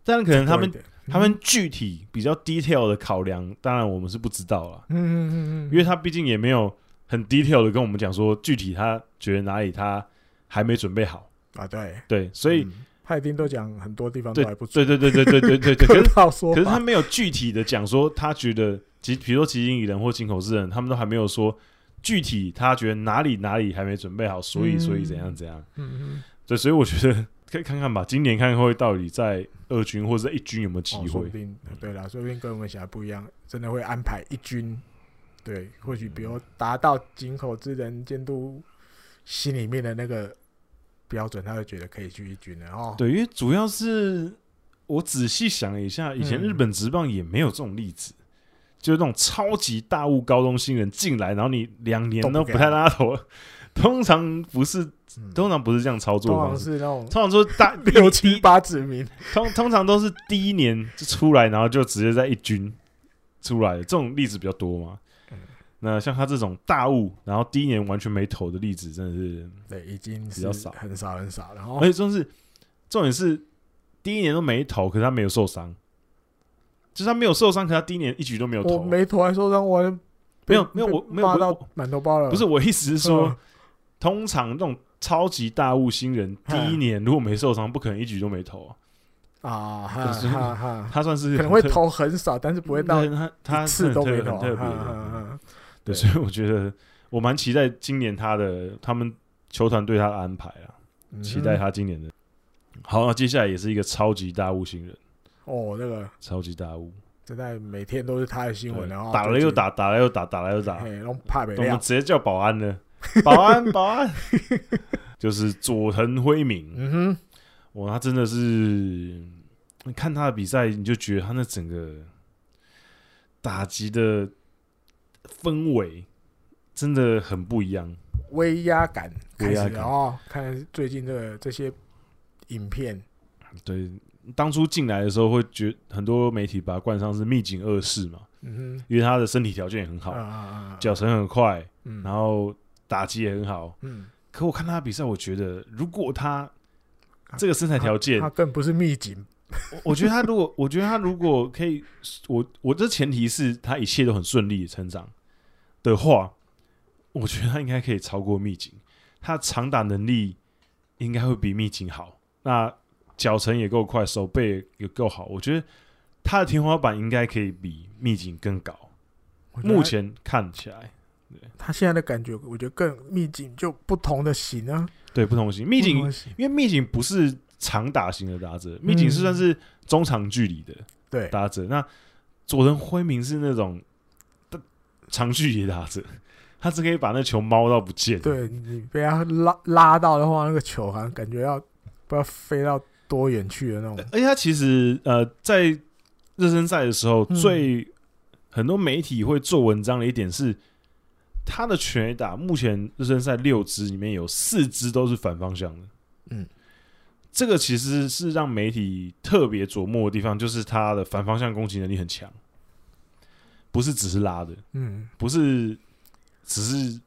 S2: 当然可能他们
S1: 多一点
S2: 他们具体比较 detail 的考量，当然我们是不知道啦，
S1: 嗯嗯嗯嗯，
S2: 因为他毕竟也没有很 detail 的跟我们讲说具体他觉得哪里他还没准备好，
S1: 啊对，
S2: 对，所以
S1: 嗯他一定都讲很多地方都还不错，
S2: 对对对对对对对对，可
S1: 得
S2: 是
S1: 到说
S2: 可是
S1: 法
S2: 他没有具体的讲说，他觉得其比如说骑行蚁人或进口之人，他们都还没有说具体他觉得哪里哪里还没准备好，所以
S1: 嗯
S2: 所以怎样怎样。
S1: 嗯嗯
S2: 对，所以我觉得可以看看吧，今年看看会到底在二军或者在一军有没有机
S1: 哦说
S2: 会
S1: 不。定对啦，说不定跟我们想的不一样，真的会安排一军，对，或许比如
S2: 嗯
S1: 达到井口之人监督心里面的那个标准，他就觉得可以去一军了哦。
S2: 对，因为主要是我仔细想了一下，以前
S1: 嗯
S2: 日本职棒也没有这种例子。就是那种超级大物高中新人进来，然后你两年
S1: 都
S2: 都
S1: 不给
S2: 不太
S1: 他
S2: 拉头， [LAUGHS] 通常不是，
S1: 嗯，
S2: 通常不是这样操作
S1: 通
S2: 的
S1: 常
S2: 方式，
S1: 啊是那种
S2: 通常说
S1: [LAUGHS]
S2: 大
S1: 六
S2: 第一
S1: 七八指名，
S2: 通通常都是第一年就出来，然后就直接在一军出来的，这种例子比较多嘛
S1: 嗯。
S2: 那像他这种大物，然后第一年完全没投的例子，真的是，
S1: 对，已经是
S2: 比较少
S1: 很少很少。然后
S2: 而且重点是，重点是第一年都没投，可是他没有受伤，就是他没有受伤，可他第一年一局都没有
S1: 我
S2: 投。
S1: 没投还受伤，我还
S2: 没
S1: 被
S2: 有没有
S1: 被
S2: 我没有
S1: 骂
S2: 我
S1: 到满头包了。
S2: 不是我意思是说，
S1: 嗯
S2: 通
S1: 嗯
S2: 常这种超级大物新人第一年如果没受伤，不可能一局都没投啊。
S1: 啊，哈
S2: 就是
S1: 哈哈，
S2: 他算是
S1: 可能
S2: 很
S1: 会
S2: 特
S1: 投很少，但是不会到
S2: 对他他
S1: 一次都没
S2: 很
S1: 投，啊嗯
S2: 特很特别
S1: 哈
S2: 的
S1: 哈哈
S2: 对，
S1: 对
S2: 所以我觉得我蛮期待今年他的他们球团对他的安排啊，
S1: 嗯
S2: 期待他今年的。好，那接下来也是一个超级大物新人，
S1: 哦，那个
S2: 超级大物，
S1: 真的每天都是他的新闻，啊
S2: 对
S1: 然后
S2: 打了又，打，打了又打，打了又打，
S1: 嘿，弄怕没
S2: 我们
S1: 料，
S2: 直接叫保安了， [LAUGHS] 保安，保安， [LAUGHS] 就是佐藤辉明，
S1: 嗯哼，
S2: 哇，他真的是，你看他的比赛，你就觉得他那整个打击的氛围真的很不一样。
S1: 威压感开
S2: 威压
S1: 始
S2: 感
S1: 了哦，看最近这个这些影片，
S2: 对，当初进来的时候会觉很多媒体把他冠上是秘警二世嘛，
S1: 嗯
S2: 因为他的身体条件也很
S1: 哼，
S2: 好，
S1: 啊，
S2: 脚程很快，
S1: 嗯，
S2: 然后打击也很好。
S1: 嗯，
S2: 可我看他的比赛，我觉得如果他这个身材条件，
S1: 啊他更不是秘警，
S2: 我我觉得他如果，我觉得他如果可以，我我这前提是他一切都很顺利成长的话，我觉得他应该可以超过秘警，他长打能力应该会比秘警好，那脚程也够快，手背也够好，我觉得他的天花板应该可以比秘警更高。
S1: 我觉得
S2: 目
S1: 他
S2: 前看起来，
S1: 他现在的感觉，我觉得更秘警就不同的型啊，
S2: 对不同型，秘
S1: 不同
S2: 警
S1: 的型
S2: 因为秘警不是长打型的打者，秘警是
S1: 嗯
S2: 算是中长距离的。
S1: 对，
S2: 打者。那佐藤辉明是那种他长距离的打者，他只可以把那球猫到不见。，
S1: 对你被他拉拉到的话，那个球好像感觉要不知道飞到多远去的那种。
S2: 而且他其实呃在热身赛的时候，
S1: 嗯
S2: 最很多媒体会做文章的一点是，他的全垒打目前热身赛六支里面有四支都是反方向的。
S1: 嗯。
S2: 这个其实是让媒体特别琢磨的地方，就是他的反方向攻击能力很强，不是只是拉的，
S1: 嗯，
S2: 不是只是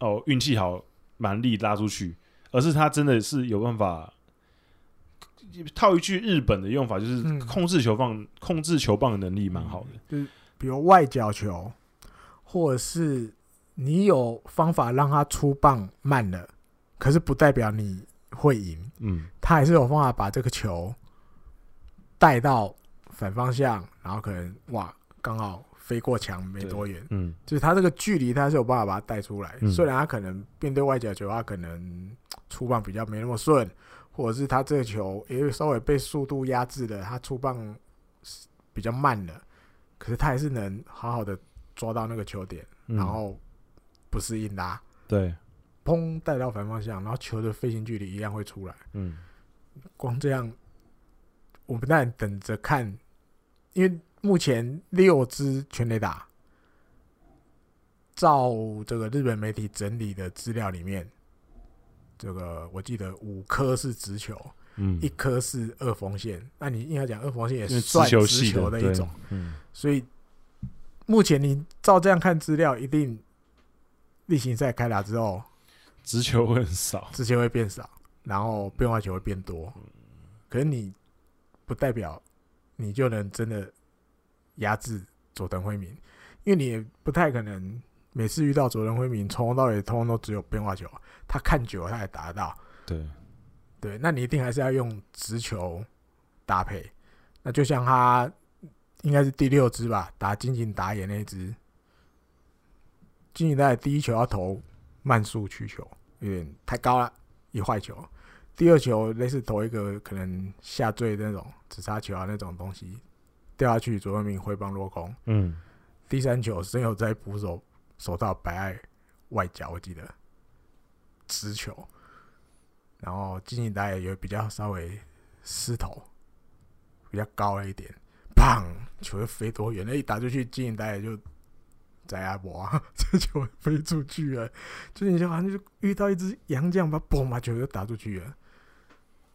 S2: 哦运气好蛮力拉出去，而是他真的是有办法。套一句日本的用法，就是
S1: 嗯
S2: 控制球棒、控制球棒的能力蛮好的。
S1: 比如外角球，或者是你有方法让他出棒慢了，可是不代表你会赢，
S2: 嗯，
S1: 他还是有方法把这个球带到反方向，然后可能哇刚好飞过墙没多远，
S2: 嗯，
S1: 就是他这个距离，他是有办法把它带出来。
S2: 嗯
S1: 虽然他可能面对外角球，他可能出棒比较没那么顺，或者是他这个球也稍微被速度压制了，他出棒比较慢了，可是他还是能好好的抓到那个球点，
S2: 嗯
S1: 然后不是硬拉，
S2: 对，
S1: 砰带到反方向，然后球的飞行距离一样会出来。
S2: 嗯，
S1: 光这样，我们但等着看，因为目前六支全垒打，照这个日本媒体整理的资料里面，这个我记得五颗是直球，
S2: 嗯，
S1: 一颗是二缝线。那你硬要讲二缝线也
S2: 因为
S1: 算
S2: 球
S1: 直
S2: 系
S1: 球
S2: 的
S1: 的
S2: 对
S1: 一种，
S2: 嗯，
S1: 所以目前你照这样看资料，一定例行赛开打之后，
S2: 直球会很少。
S1: 直接会变少，然后变化球会变多。可是你不代表你就能真的压制佐藤辉明，因为你也不太可能每次遇到佐藤辉明，从头到尾通通都只有变化球，他看久了他也打得到。
S2: 对，
S1: 对，那你一定还是要用直球搭配。那就像他应该是第六支吧，打金井打野那一支，金井打野第一球要投慢速曲球，有点太高了，一坏球。第二球类似投一个可能下坠的那种直杀球啊那种东西掉下去，左文明挥棒落空。
S2: 嗯，
S1: 第三球深有在捕手手到白爱外角，我记得直球，然后金井打野有比较稍微失头，比较高了一点，砰，球就飞多远，那一打出去，金井打野就在阿伯啊， [LAUGHS] 这球飞出去了，就是你就好像就遇到一只洋将，把嘣把球就打出去了，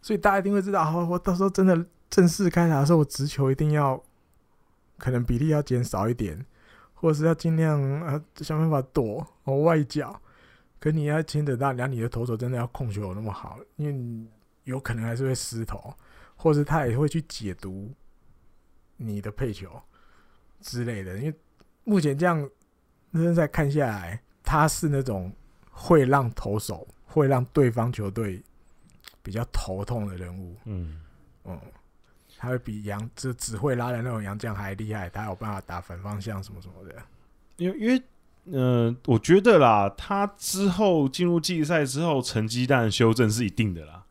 S1: 所以大家一定会知道，啊，我到时候真的正式开打的时候，我直球一定要可能比例要减少一点，或者是要尽量呃想办法躲哦外角。可你要牵扯到，然后你的投手真的要控球有那么好，因为你有可能还是会失投，或者是他也会去解读你的配球之类的。因为目前这样热身赛看下来，他是那种会让投手会让对方球队比较头痛的人物。
S2: 嗯，
S1: 嗯，他会比杨这只会拉的那种杨将还厉害，他有办法打反方向什么什么的。
S2: 因为因为嗯，我觉得啦，他之后进入季赛之后，成绩当然修正是一定的啦，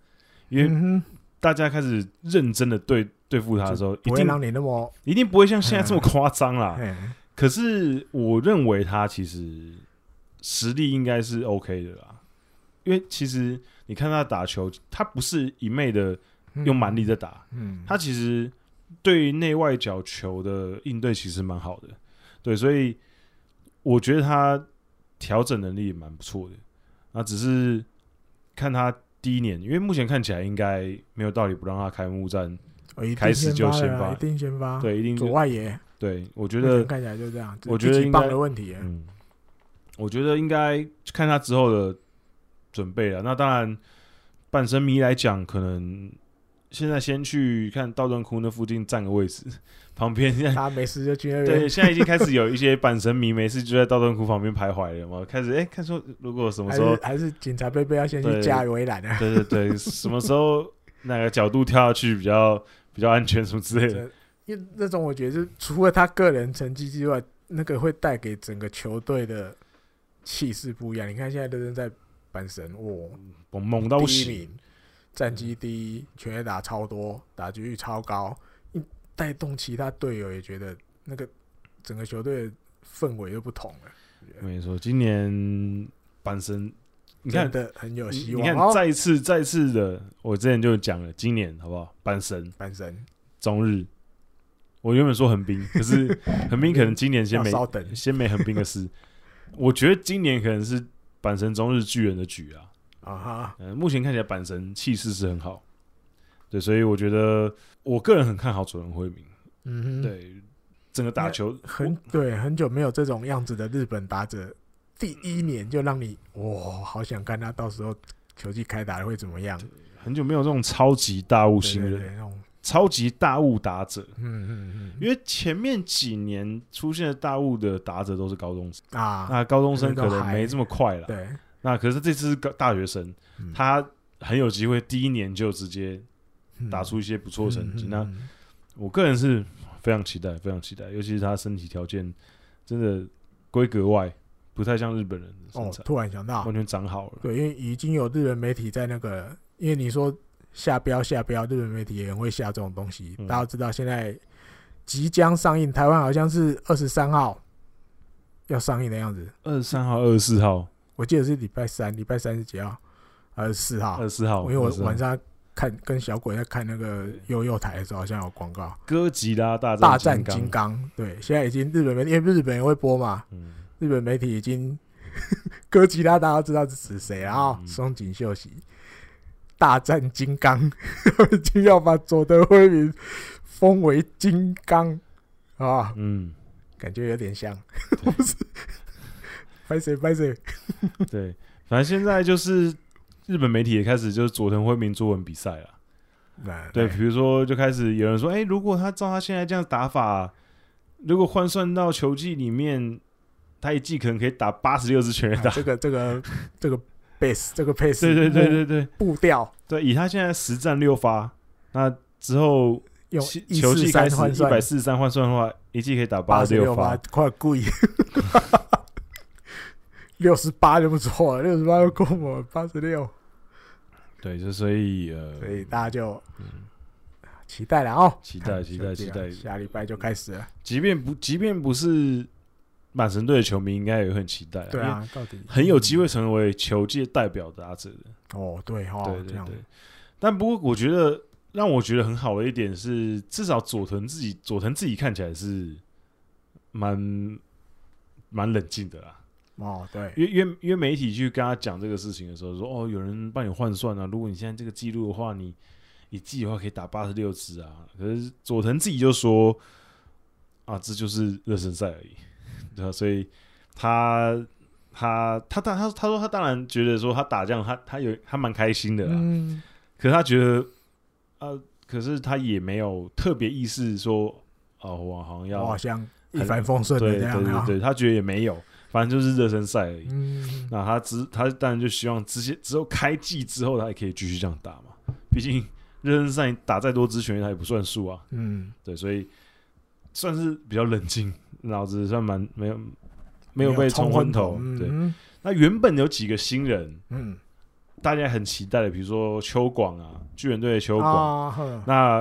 S2: 因为
S1: 嗯哼，
S2: 大家开始认真的对对付他的时候，一
S1: 不会
S2: 定啊
S1: 让你那么，
S2: 一定不会像现在这么夸张啦。
S1: 嗯，
S2: 可是我认为他其实实力应该是 OK 的啦，因为其实你看他打球，他不是一昧的
S1: 嗯
S2: 用蛮力在打，
S1: 嗯，
S2: 他其实对内外角球的应对其实蛮好的，对，所以我觉得他调整能力也蛮不错的。那只是看他第一年，因为目前看起来应该没有道理不让他开幕战，
S1: 哦一定
S2: 开始就
S1: 先
S2: 先
S1: 了
S2: 发
S1: 啦一定先发，，
S2: 对，一定
S1: 啊左外野，
S2: 对，我觉
S1: 觉
S2: 得
S1: 看起来就这样，
S2: 我觉得应该
S1: 棒的问题，
S2: 嗯，我觉得应该看他之后的准备了。那当然，半身迷来讲，可能现在先去看道顿窟那附近占个位置，旁边现在。
S1: 他没事就去那
S2: 对，
S1: 边，
S2: 现在已经开始有一些半神迷，没事就在道顿窟旁边徘徊了嘛。开始哎、诶看说如果什么
S1: 还
S2: 时候
S1: 是，还是警察贝贝要先去
S2: 对
S1: 架围栏啊，
S2: 对对对，什么时候哪个角度跳下去比较比较安全什么之类的。
S1: 这因为那种我觉得是除了他个人成绩之外，那个会带给整个球队的气势不一样。你看现在都是在阪神，哇，
S2: 我猛到不
S1: 第一
S2: 行，
S1: 名，战绩第一，全垒打超多，打击率超高，一带动其他队友也觉得那个整个球队的氛围就不同了。
S2: 没错，今年半神，你看
S1: 真的很有希
S2: 你
S1: 望
S2: 看，
S1: 哦，
S2: 再次再次的，我之前就讲了，今年好不好？阪神、
S1: 阪神
S2: 中日，我原本说横滨，
S1: [LAUGHS]
S2: 可是横滨可能今年先
S1: 要
S2: 没
S1: 稍等
S2: 先没横滨的事。我觉得今年可能是阪神、中日巨人的局啊。
S1: 啊哈，
S2: 嗯、目前看起来阪神气势是很好，对，所以我觉得我个人很看好佐藤辉明，
S1: 嗯哼，，
S2: 对，整个打球
S1: 很对，很久没有这种样子的日本打者，第一年就让你哇，好想看他到时候球季开打会怎么样。
S2: 很久没有这种超级大物新
S1: 对对
S2: 人、
S1: 对，那种，
S2: 超级大物打者，
S1: 嗯嗯
S2: 因为前面几年出现的大物的打者都是高中生。
S1: 嗯啊，
S2: 那高中生可能没这么快了。
S1: 对，
S2: 那可是这次是高大学生，
S1: 嗯
S2: 他很有机会第一年就直接
S1: 嗯
S2: 打出一些不错的成绩。
S1: 嗯
S2: 那
S1: 嗯嗯
S2: 我个人是非常期待，非常期待，尤其是他身体条件真的规格外，不太像日本人的身
S1: 哦
S2: 材，，
S1: 突然想到
S2: 完，全长好了。
S1: 对，因为已经有日本媒体在那个，因为你说下标下标，日本媒体也很会下这种东西。
S2: 嗯
S1: 大家都知道现在即将上映，台湾好像是二十三号要上映的样子，
S2: 二十三号、二十四号、
S1: 我记得是礼拜三，礼拜三是几号？二十四号
S2: 二。十四号，
S1: 因为我
S2: 24号
S1: 晚上看跟小鬼在看那个悠悠台的时候，好像有广告
S2: 哥吉拉大
S1: 《大战金
S2: 金刚，
S1: 刚》。对，现在已经日本媒体，因为日本人会播嘛，
S2: 嗯，
S1: 日本媒体已经 [LAUGHS] 哥吉拉大家都知道是指谁，然后
S2: 嗯
S1: 松井秀喜《大战金刚》已经要把佐德辉明封为金刚啊，
S2: 嗯，
S1: 感觉有点像，[LAUGHS]
S2: 对
S1: 不是？拍谁拍谁？
S2: 对，反正现在就是日本媒体也开始就是佐藤辉明作文比赛了。
S1: 那哎
S2: 对，比如说就开始有人说，哎、如果他照他现在这样打法，如果换算到球季里面，他一季可能可以打八十六支全垒打。
S1: 啊这个这个这个 base 这个 pace，
S2: [LAUGHS] 对对对对对
S1: 步调。
S2: 对，以他现在实战六发，那之后
S1: 用
S2: 其
S1: 一
S2: 球
S1: 四
S2: 季开
S1: 三
S2: 始
S1: 换
S2: 一
S1: 算
S2: 百四十三换算的话，一季可以打
S1: 八
S2: 十
S1: 十六
S2: 发
S1: 吧。，快故意。 [LAUGHS] 六十八就不错了，六十八就够我八十六，
S2: 对，就所以呃，
S1: 所以大家就期待了哦，
S2: 期待期待
S1: 就这样
S2: 期待
S1: 下礼拜就开始了。
S2: 即便不即便不是满神队的球迷，应该也会很期待，
S1: 对，啊，到底
S2: 嗯很有机会成为球界代表打者的。
S1: 哦，对哦
S2: 对，
S1: 这
S2: 对
S1: 样
S2: 对。但不过我觉得让我觉得很好的一点是，至少佐藤自己佐藤自己看起来是蛮蛮冷静的啦。
S1: 哦，对，
S2: 因为因为因为媒体去跟他讲这个事情的时候，说哦，有人帮你换算啊，如果你现在这个记录的话，你一季的话可以打八十六支啊。可是佐藤自己就说啊，这就是热身赛而已， [LAUGHS] 对啊，所以他他他当他他说他当然觉得说他打这样他他有他蛮开心的啦，
S1: 嗯，
S2: 可是他觉得，呃，可是他也没有特别意识说，哦、我好像
S1: 我
S2: 要
S1: 好像一帆风顺的
S2: 对
S1: 这
S2: 对
S1: 样
S2: 对
S1: 啊，
S2: 对，他觉得也没有，反正就是热身赛而已。
S1: 嗯，
S2: 那他只他当然就希望之前之后开季之后，他也可以继续这样打嘛。毕竟热身赛打再多支全垒打也不算数啊。
S1: 嗯，
S2: 对，所以算是比较冷静，脑子算蛮没有没有
S1: 没
S2: 被冲昏头。对，
S1: 嗯
S2: 那原本有几个新人，
S1: 嗯，
S2: 大家很期待的，比如说邱广啊，巨人队的邱广。
S1: 啊，哼
S2: 那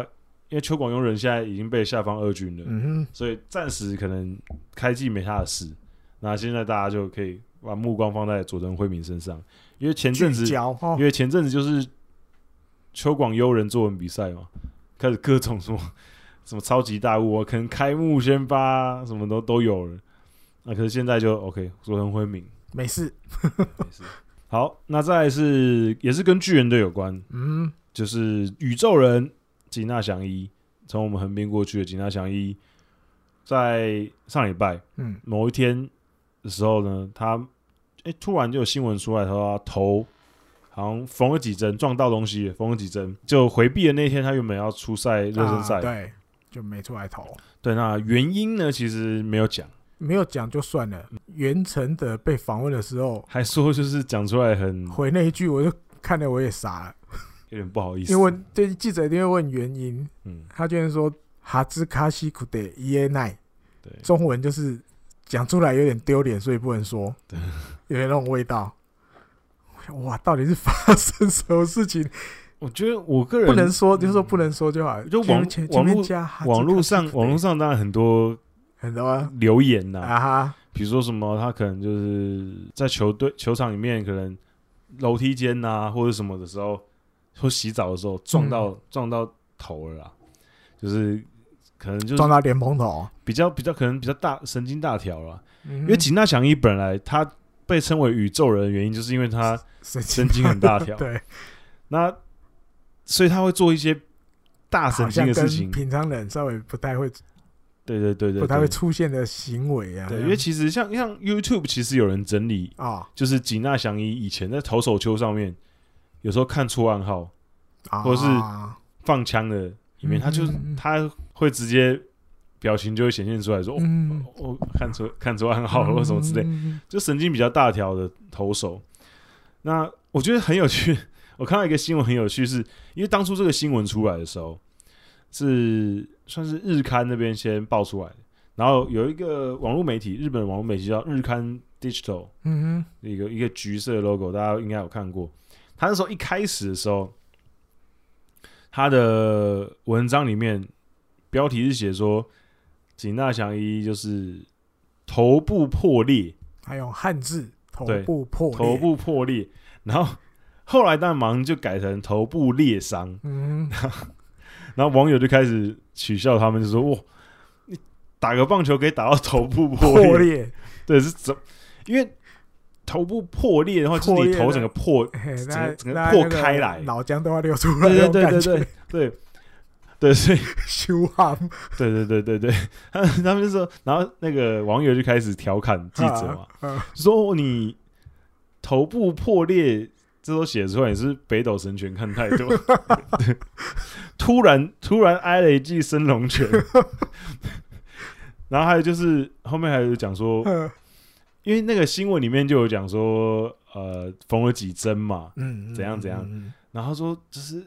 S2: 因为邱广庸人现在已经被下放二军了，
S1: 嗯哼，
S2: 所以暂时可能开季没他的事。那现在大家就可以把目光放在佐藤惠敏身上，因为前阵子
S1: 聚，焦哦
S2: 因，为前阵子就是邱广优人作文比赛嘛，开始各种什么 [LAUGHS] 什么超级大物、啊，可能开幕先发什么都都有了。那可是现在就 OK，佐藤惠敏
S1: 没事，
S2: 没事。好，那再来是也是跟巨人队有关，
S1: 嗯，
S2: 就是宇宙人吉纳祥一，从我们横滨过去的吉纳祥一，在上礼拜
S1: 嗯
S2: 某一天的时候呢，他哎、诶突然就有新闻出来，说他头好像缝了几针，撞到东西了，缝了几针，就回避的那天，他原本要出赛热身赛、
S1: 啊对，就没出来投，
S2: 对，那原因呢其实没有讲，
S1: 没有讲就算了。袁成德被访问的时候，
S2: 还说就是讲出来很
S1: 回那一句，我就看得我也傻了，
S2: 有点不好意思，
S1: 因为对记者一定会问原因，
S2: 嗯
S1: 他居然说哈兹卡西库德耶奈，
S2: 对
S1: 中文就是讲出来有点丢脸，所以不能说，
S2: 对
S1: 有点那种味道。哇，到底是发生什么事情？
S2: 我觉得我个人
S1: 不能说，就说不能说就好了。
S2: 嗯就网
S1: 前前
S2: 网
S1: 面
S2: 络
S1: 加哈兹
S2: 网络
S1: 卡西
S2: 上
S1: 库德
S2: 网络上当然很多
S1: 很多啊
S2: 留言呐、
S1: 啊哈，
S2: 比如说什么，他可能就是在球队球场里面，可能楼梯间呐、或者什么的时候，或洗澡的时候撞到、
S1: 嗯
S2: 撞到头了啦，就是可能就是
S1: 撞到莲蓬头，嗯
S2: 比较比较可能比较大神经大条了。
S1: 因
S2: 因为吉纳祥一本来他被称为宇宙人的原因，就是因
S1: [LAUGHS]
S2: 为他
S1: 神
S2: 神经很大条，
S1: 对，
S2: 那所以他会做一些大神
S1: 好
S2: 经
S1: 像
S2: 的
S1: 跟
S2: 事情。
S1: 平常人稍微不太会、
S2: 对对对对，
S1: 不太会
S2: 对
S1: 出现的行为啊。
S2: 对，因为其实像像 YouTube 其实有人整理
S1: 啊
S2: 就是吉纳祥一以前在投手丘上面，有时候看出暗号
S1: 啊，
S2: 或是放枪的里面，
S1: 嗯
S2: 他就
S1: 嗯嗯
S2: 他会直接表情就会显现出来说，哦，
S1: 嗯，
S2: 我看出看出暗号了哦或什么之类，
S1: 类，
S2: 就神经比较大条的投手。那我觉得很有趣， [LAUGHS] 我看到一个新闻很有趣是，因为当初这个新闻出来的时候，是算是日刊那边先爆出来的，然后有一个网络媒体，日本的网络媒体叫日刊 Digital。
S1: 嗯
S2: 一个一个橘色的 logo，大家应该有看过。他那时候一开始的时候，他的文章里面标题是写说井纳祥一就是头部破裂，
S1: 还有汉字头
S2: 对
S1: 部破裂
S2: 头，部破裂，然后后来当然马上就改成头部裂伤，
S1: 嗯，
S2: 然后网友就开始取笑他们，就说哇，你打个棒球可以打到头部破裂，
S1: 破裂，
S2: 对，是怎？因为头部破裂的话，就是
S1: 破
S2: 你
S1: 裂
S2: 头
S1: 的
S2: 整个破
S1: 嘿
S2: 整个
S1: 那
S2: 整个
S1: 那
S2: 破
S1: 那个
S2: 开来
S1: 脑浆都要流出来 [LAUGHS] 那
S2: 对对
S1: 种
S2: 对
S1: 感 [LAUGHS]
S2: 对
S1: 觉，啊
S2: 对对对，所以
S1: 羞汗，
S2: 对对对对对，他们他们就说，然后那个网友就开始调侃记者嘛，
S1: 嗯
S2: 说你头部破裂，这都写出来，你是北斗神拳看太多， [LAUGHS] 对突然突然挨了一记升龙拳，然后还有就是后面还有讲说，
S1: 嗯
S2: 因为那个新闻里面就有讲说，呃，缝了几针嘛，
S1: 嗯，
S2: 怎样怎样
S1: 嗯，
S2: 然后他说就是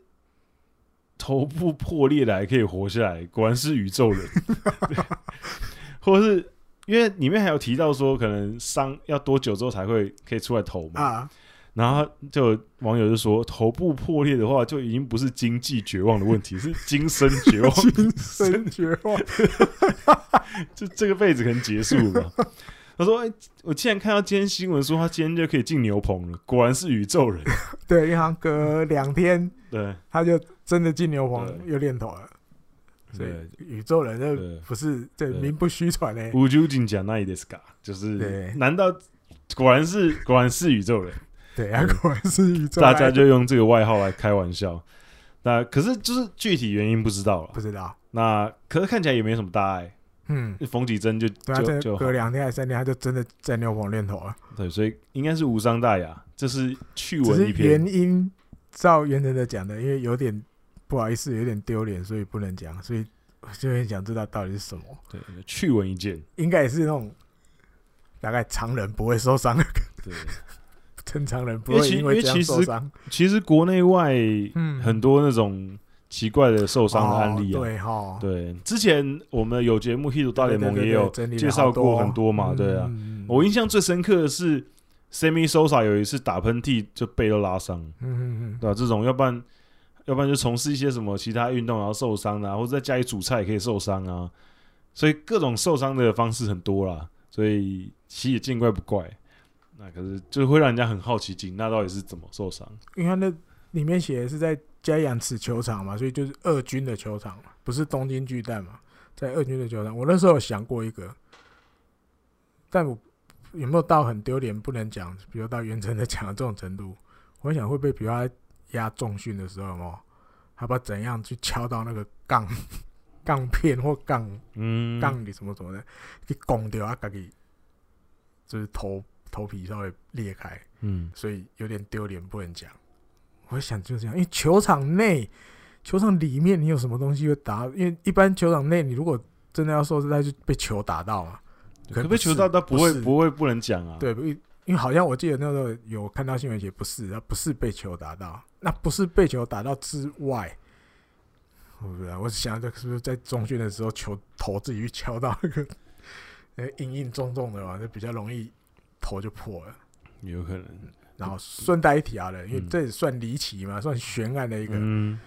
S2: 头部破裂了还可以活下来，果然是宇宙人， [LAUGHS] 对或者是因为里面还有提到说可能伤要多久之后才会可以出来投嘛，
S1: 啊，
S2: 然后就有网友就说头部破裂的话就已经不是经济绝望的问题，是今生绝望， [LAUGHS]
S1: 精神绝望，
S2: 就这个辈子可能结束了吧。他说：“哎、我竟然看到今天新闻说他今天就可以进牛棚了，果然是宇宙人。
S1: 对，银行隔两天
S2: 对”
S1: 他就真的进牛棚
S2: 对
S1: 有念头了，所以
S2: 对
S1: 宇宙人这
S2: 对，
S1: 不是这
S2: 对
S1: 名不虚传嘞、欸。
S2: 无究竟讲那伊的 s c 就是
S1: 对
S2: 难道果然是果然是宇宙
S1: [LAUGHS]
S2: 人？
S1: 对啊，果然是宇宙来
S2: 大
S1: 的。
S2: 家就用这个外号来开玩笑。那可是就是具体原因不知道了
S1: 不。知道，
S2: 那可是看起来也没什么大碍，
S1: 嗯，
S2: 缝几针就
S1: 对啊，
S2: 就
S1: 这
S2: 就好
S1: 隔。两天还是三天，他就真的在牛棚练头了。
S2: 对，所以应该是无伤大雅。这是趣
S1: 只
S2: 闻
S1: 是
S2: 一篇
S1: 原，因照原成的讲的，因为有点不好意思，有点丢脸，所以不能讲，所以我就很想知道到底是什么。
S2: 对，趣闻一件。
S1: 应该也是那种大概常人不会受伤的， [LAUGHS]
S2: 对，
S1: 正常人不
S2: 因为
S1: 会
S2: 其
S1: 因为
S2: 因为
S1: 这样
S2: 其实
S1: 受伤。
S2: 其实国内外
S1: 嗯
S2: 很多那种奇怪的受伤的案例啊。
S1: 哦对哈，
S2: 对，之前我们有节目《Hit 大联盟》
S1: 对对
S2: 也
S1: 对
S2: 有
S1: 整理了
S2: 介绍过
S1: 好
S2: 很多嘛，对啊。
S1: 嗯
S2: 我印象最深刻的是 Sammy Sosa 有一次打喷嚏就背都拉伤，
S1: 嗯嗯嗯
S2: 对吧、这种要不然要不然就从事一些什么其他运动然后受伤啊，或者在家里煮菜也可以受伤啊，所以各种受伤的方式很多啦，所以其实也见怪不怪。那可是就会让人家很好奇，景那到底是怎么受伤？
S1: 因为它那里面写的是在加养池球场嘛，所以就是二军的球场嘛，不是东京巨蛋嘛，在二军的球场。我那时候有想过一个，但我有没有到很丢脸不能讲，比如到原真的讲的这种程度，我想会不会比如他压重训的时候哦，他不知道怎样去敲到那个杠 [LAUGHS] 杠片或杠
S2: 嗯，
S1: 杠你什么什么的，去拱掉啊，自己就是头头皮稍微裂开。
S2: 嗯，
S1: 所以有点丢脸，不能讲。我想就这样，因为球场内、球场里面你有什么东西会打？因为一般球场内你如果真的要受伤，就被球打到嘛。
S2: 可
S1: 不
S2: 被球
S1: 是
S2: 到，他不会
S1: 不是
S2: 不会不能讲啊。
S1: 对，不因为好像我记得那时候有看到新闻写不是，他不是被球打到，那不是被球打到之外，我不知道，我只想这是不是在中训的时候球头自己去敲到那个那个硬硬重重的嘛，就比较容易头就破了。
S2: 有可能。
S1: 然后顺带一提啊了，因为
S2: 嗯
S1: 这也算离奇嘛，算悬案的一个。
S2: 嗯，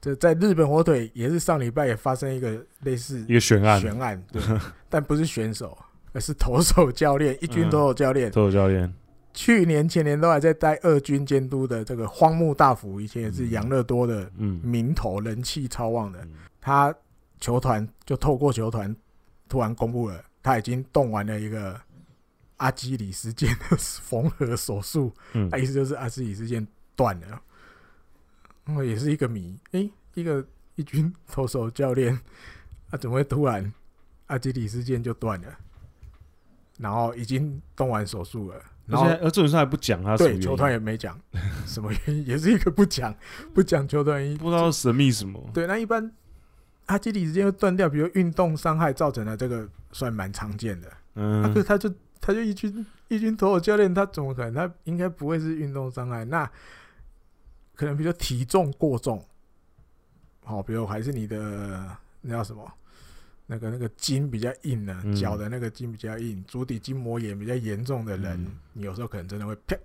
S1: 这在日本火腿也是上礼拜也发生一个类似
S2: 一个悬案，
S1: 悬案，
S2: [LAUGHS]
S1: 对，但不是选手，而是投手教练，一军
S2: 嗯
S1: 投手教练，
S2: 投手教练，
S1: 去年前年都还在带二军监督的这个荒木大辅，以前也是养乐多的
S2: 嗯，
S1: 名头，人气超旺的
S2: 嗯，
S1: 他球团就透过球团突然公布了，他已经动完了一个阿基里斯腱的缝合手术，
S2: 嗯
S1: 啊那意思就是阿基里斯腱断了。我也是一个谜，诶、一个一军投手教练，啊，怎么会突然啊阿基里斯腱就断了？然后已经动完手术了，
S2: 而
S1: 然后
S2: 且而这种事还不讲他什么
S1: 对
S2: 原
S1: 球
S2: 因
S1: 团也没讲什么原因，也 [LAUGHS] 是一个不讲不讲球团原因
S2: 不知道神秘什么，
S1: 对，那一般啊阿基里之间会断掉，比如运动伤害造成的，这个算蛮常见的。啊，
S2: 嗯
S1: 可是，他就他就一军一军投手教练，他怎么可能？他应该不会是运动伤害，那可能比如说体重过重，好、比如还是你的那叫什么？那个那个筋比较硬的
S2: 嗯，
S1: 脚的那个筋比较硬，足底筋膜炎比较严重的人，
S2: 嗯
S1: 你有时候可能真的会啪，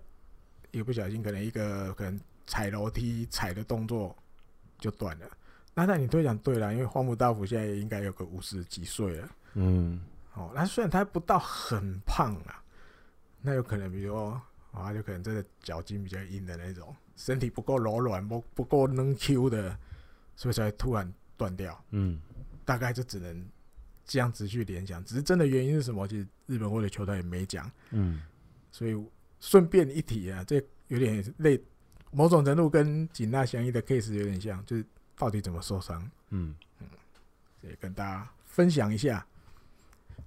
S1: 一不小心可能一个可能踩楼梯踩的动作就断了。那那你推讲对了，因为荒木大辅现在也应该有个五十几岁了，
S2: 嗯，
S1: 哦，那虽然他不到很胖啊，那有可能，比如说，哦，他就可能真的脚筋比较硬的那种，身体不够柔软，不不够能 Q 的，所以才会突然断掉。
S2: 嗯，
S1: 大概就只能这样子去联想。只是真的原因是什么，其实日本或者球团也没讲。
S2: 嗯，
S1: 所以顺便一提啊，这有点类，某种程度跟紧纳相依的 case 有点像，就是到底怎么受伤。
S2: 嗯，
S1: 也跟大家分享一下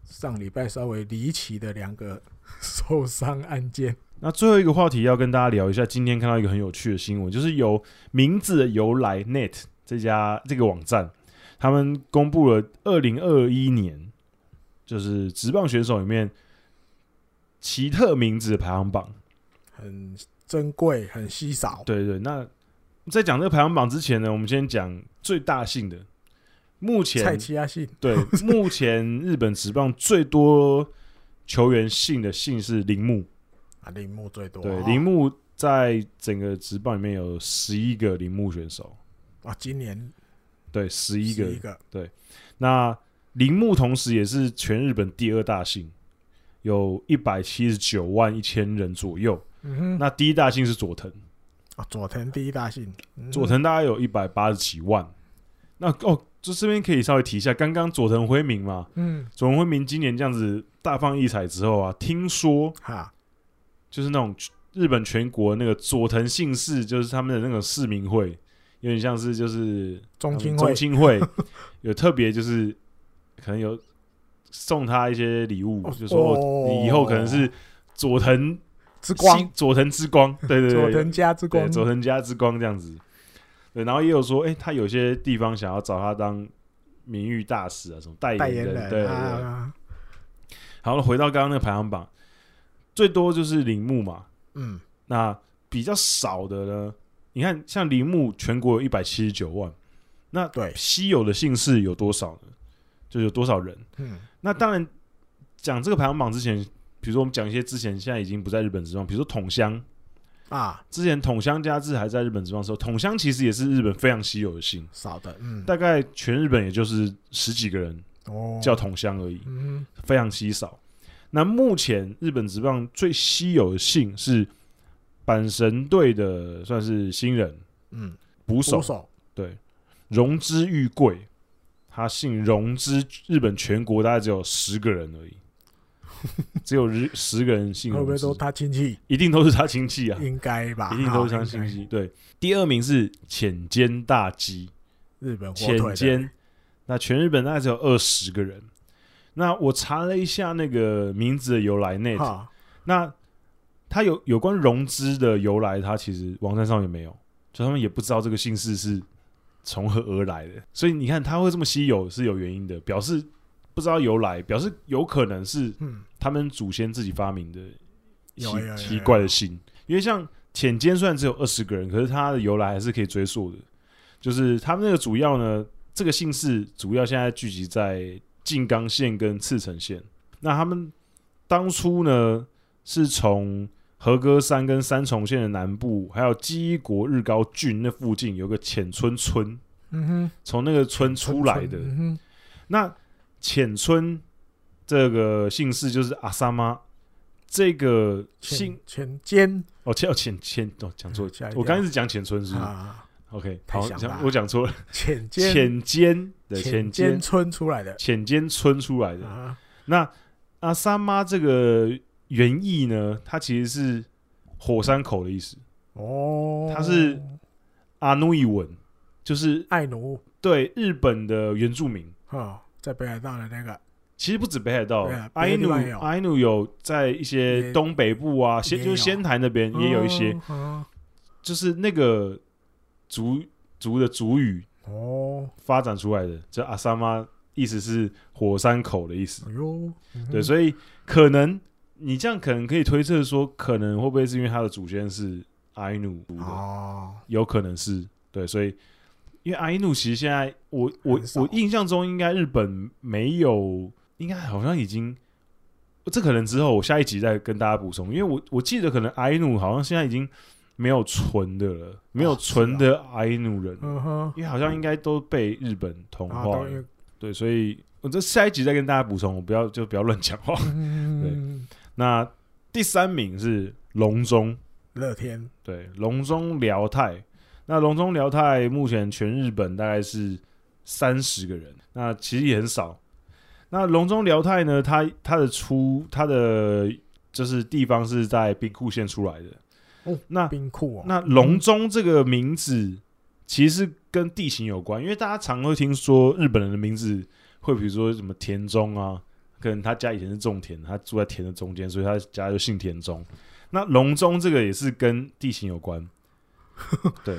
S1: 上礼拜稍微离奇的两个受伤案件。
S2: 那最后一个话题要跟大家聊一下，今天看到一个很有趣的新闻，就是由名字的由来 Net 这家这个网站，他们公布了二零二一年就是职棒选手里面奇特名字的排行榜。
S1: 很珍贵，很稀少。
S2: 对对，那在讲这个排行榜之前呢，我们先讲最大性的。目
S1: 蔡
S2: 前
S1: 奇亚信 [LAUGHS]
S2: 对，目前日本职棒最多球员姓的姓是铃木，
S1: 啊，铃木最多。
S2: 对，
S1: 哦
S2: 铃木在整个职棒里面有十一个铃木选手，
S1: 哇，啊今年
S2: 对，十一个
S1: 一。个
S2: 那铃木同时也是全日本第二大姓，有一百七十九万一千人左右。
S1: 嗯哼，
S2: 那第一大姓是佐藤，
S1: 啊，佐藤第一大信，嗯
S2: 佐藤大概有一百八十几万。那哦，就这边可以稍微提一下，刚刚佐藤辉明嘛，
S1: 嗯，
S2: 佐藤辉明今年这样子大放异彩之后啊，听说
S1: 哈，
S2: 就是那种日本全国那个佐藤姓氏，就是他们的那个市民会，有点像是就是
S1: 中青
S2: 嗯
S1: 会
S2: 中青
S1: [LAUGHS]
S2: 会有特别就是可能有送他一些礼物，
S1: 哦
S2: 就说、哦你以后可能是佐藤
S1: 之光
S2: 新，佐藤之光，对对对，
S1: 佐藤家之光
S2: 对，佐藤家之光这样子。对，然后也有说，哎、他有些地方想要找他当名誉大使啊，什么代
S1: 代
S2: 言
S1: 言
S2: 人，
S1: 人
S2: 对对对。
S1: 啊，
S2: 好了，回到刚刚那个排行榜，最多就是铃木嘛，
S1: 嗯，
S2: 那比较少的呢，你看像铃木全国有一百七十九万，那
S1: 对
S2: 稀有的姓氏有多少呢？就有多少人？
S1: 嗯，
S2: 那当然，讲这个排行榜之前，比如说我们讲一些之前现在已经不在日本职棒，比如说桶香，
S1: 啊，
S2: 之前桶香家治还在日本职棒的时候，桶香其实也是日本非常稀有的姓，
S1: 少的，嗯，
S2: 大概全日本也就是十几个人
S1: 哦，
S2: 叫桶香而已，
S1: 嗯
S2: 非常稀少。那目前日本职棒最稀有的姓是阪神队的，算是新人
S1: 嗯，
S2: 捕手
S1: 捕，手
S2: 对，荣之玉贵，他姓荣之，日本全国大概只有十个人
S1: [LAUGHS]
S2: 而已，只有日十个人姓
S1: 会不
S2: 荣
S1: 会
S2: 之
S1: 都，他亲戚？
S2: 一定都是他亲戚啊，
S1: 应该吧，
S2: 一定都是
S1: 啊应
S2: 他亲
S1: 该
S2: 戚。对，第二名是浅间大基，
S1: 日本火
S2: 浅
S1: 腿的
S2: 间，那全日本大概只有二十个人。那我查了一下那个名字的由来内，
S1: 哈，
S2: 那他有有关融资的由来，他其实网站上也没有，就他们也不知道这个姓氏是从何而来的。所以你看，它会这么稀有是有原因的，表示不知道由来，表示有可能是
S1: 嗯，
S2: 他们祖先自己发明的
S1: 有有有
S2: 奇奇怪的姓。因为像浅间虽然只有二十个人，可是它的由来还是可以追溯的。就是他们那个主要呢，这个姓氏主要现在聚集在静冈县跟茨城县。那他们当初呢，是从和歌山跟三重县的南部，还有基伊国日高郡那附近有个浅村村，
S1: 嗯哼，
S2: 从那个村出来的。
S1: 嗯哼，
S2: 那浅村这个姓氏就是阿萨妈，这个姓
S1: 浅浅间
S2: 哦，浅哦浅浅哦，讲错了
S1: 吓一，跳
S2: 我刚开始讲浅村是不是、
S1: 啊，
S2: o k
S1: 太
S2: 好，
S1: 像了
S2: 讲我讲错了，
S1: 浅间
S2: 浅间的
S1: 浅
S2: 浅
S1: 间
S2: 间
S1: 村出来的
S2: 浅间村出来的。
S1: 啊，
S2: 那阿萨妈这个原意呢，它其实是火山口的意思，
S1: 哦，
S2: 他是阿努伊文，就是
S1: 爱奴
S2: 对日本的原住民。
S1: 啊，在北海道的那个
S2: 其实不止北海道
S1: 对啊，
S2: 阿
S1: 别
S2: 伊
S1: 的地
S2: 努
S1: 方也有
S2: 阿伊努有在一些
S1: 也
S2: 东北部啊，仙
S1: 也
S2: 就是
S1: 有
S2: 仙台那边也有一些，
S1: 哦
S2: 就是那个族族的族语
S1: 哦，
S2: 发展出来的，这阿萨妈意思是火山口的意思。
S1: 哎呦，嗯哼
S2: 对，所以可能你这样可能可以推测说，可能会不会是因为他的祖先是阿伊努族的，
S1: 哦，
S2: 有可能是对，所以因为阿伊努其实现在我我
S1: 很少
S2: 我印象中应该日本没有，应该好像已经。这可能之后我下一集再跟大家补充，因为我我记得可能阿伊努好像现在已经没有纯的了，没有
S1: 哦是啊
S2: 纯的阿伊努人了，
S1: 嗯哼，
S2: 因为好像应该都被日本同
S1: 啊，
S2: 化
S1: 都
S2: 了，
S1: 有
S2: 对，所以我这下一集再跟大家补充，我不要就不要乱讲话。
S1: 嗯，
S2: 那第三名是龙中，
S1: 乐天
S2: 对，龙中辽太。那龙中辽太目前全日本大概是三十个人，那其实也很少。那龙中辽太呢，它它的出它的就是地方是在兵库县出来的。
S1: 哦
S2: 那
S1: 冰库哦，
S2: 那龙中这个名字其实跟地形有关，因为大家常会听说日本人的名字会，比如说什么田中啊，可能他家以前是种田的，他住在田的中间，所以他家就姓田中。那龙中这个也是跟地形有关，对。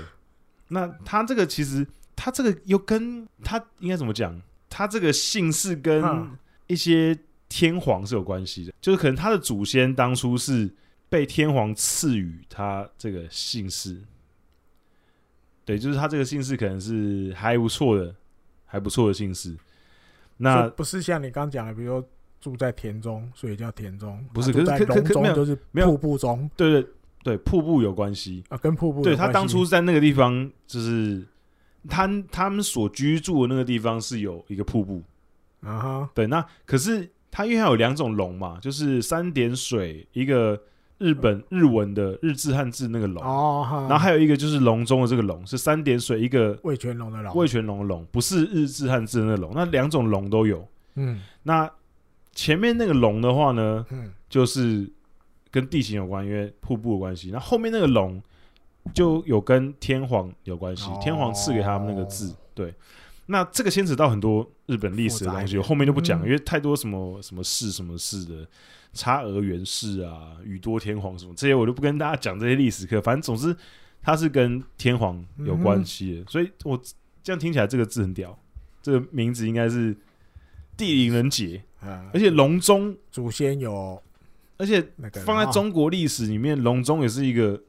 S2: 那他这个其实，他这个又跟他应该怎么讲？他这个姓氏跟
S1: 嗯
S2: 一些天皇是有关系的，就是可能他的祖先当初是被天皇赐予他这个姓氏，对，就是他这个姓氏可能是还不错的，还不错的姓氏。那
S1: 就不是像你刚讲的，比如说住在田中，所以叫田中，
S2: 不是
S1: 啊
S2: 可是
S1: 住在
S2: 可可
S1: 龙
S2: 可没
S1: 中
S2: 有
S1: 就是
S2: 没有
S1: 瀑布中
S2: 对对对，瀑布有关系，
S1: 啊，跟瀑布
S2: 对
S1: 有
S2: 他
S1: 关
S2: 当
S1: 系
S2: 初在那个地方，就是他他们所居住的那个地方是有一个瀑布，
S1: 啊哈，
S2: 对，那可是它因为它有两种龙嘛，就是三点水一个日本日文的日字汉字那个龙，
S1: 哦哈，
S2: 然后还有一个就是龙中的这个龙是三点水一个
S1: 味全龙的龙，
S2: 味全龙的龙，不是日字汉字的那个龙，那两种龙都有。
S1: 嗯
S2: 那前面那个龙的话呢，
S1: 嗯，
S2: 就是跟地形有关，因为瀑布有关系。那后面那个龙就有跟天皇有关系，
S1: 哦
S2: 天皇赐给他们那个字。对，那这个牵扯到很多日本历史的东
S1: 复杂一
S2: 西，
S1: 点
S2: 我后面就不讲，了，
S1: 嗯
S2: 因为太多什么什么氏什么氏的差额元氏啊、宇多天皇什么这些，我就不跟大家讲这些历史课。反正总之，它是跟天皇
S1: 嗯
S2: 有关系的，所以我这样听起来这个字很屌，这个名字应该是地灵人杰，
S1: 啊
S2: 而，且龙中，
S1: 祖先有
S2: 而且
S1: 那个
S2: 放在
S1: 哦，
S2: 中国历史里面，隆中也是一个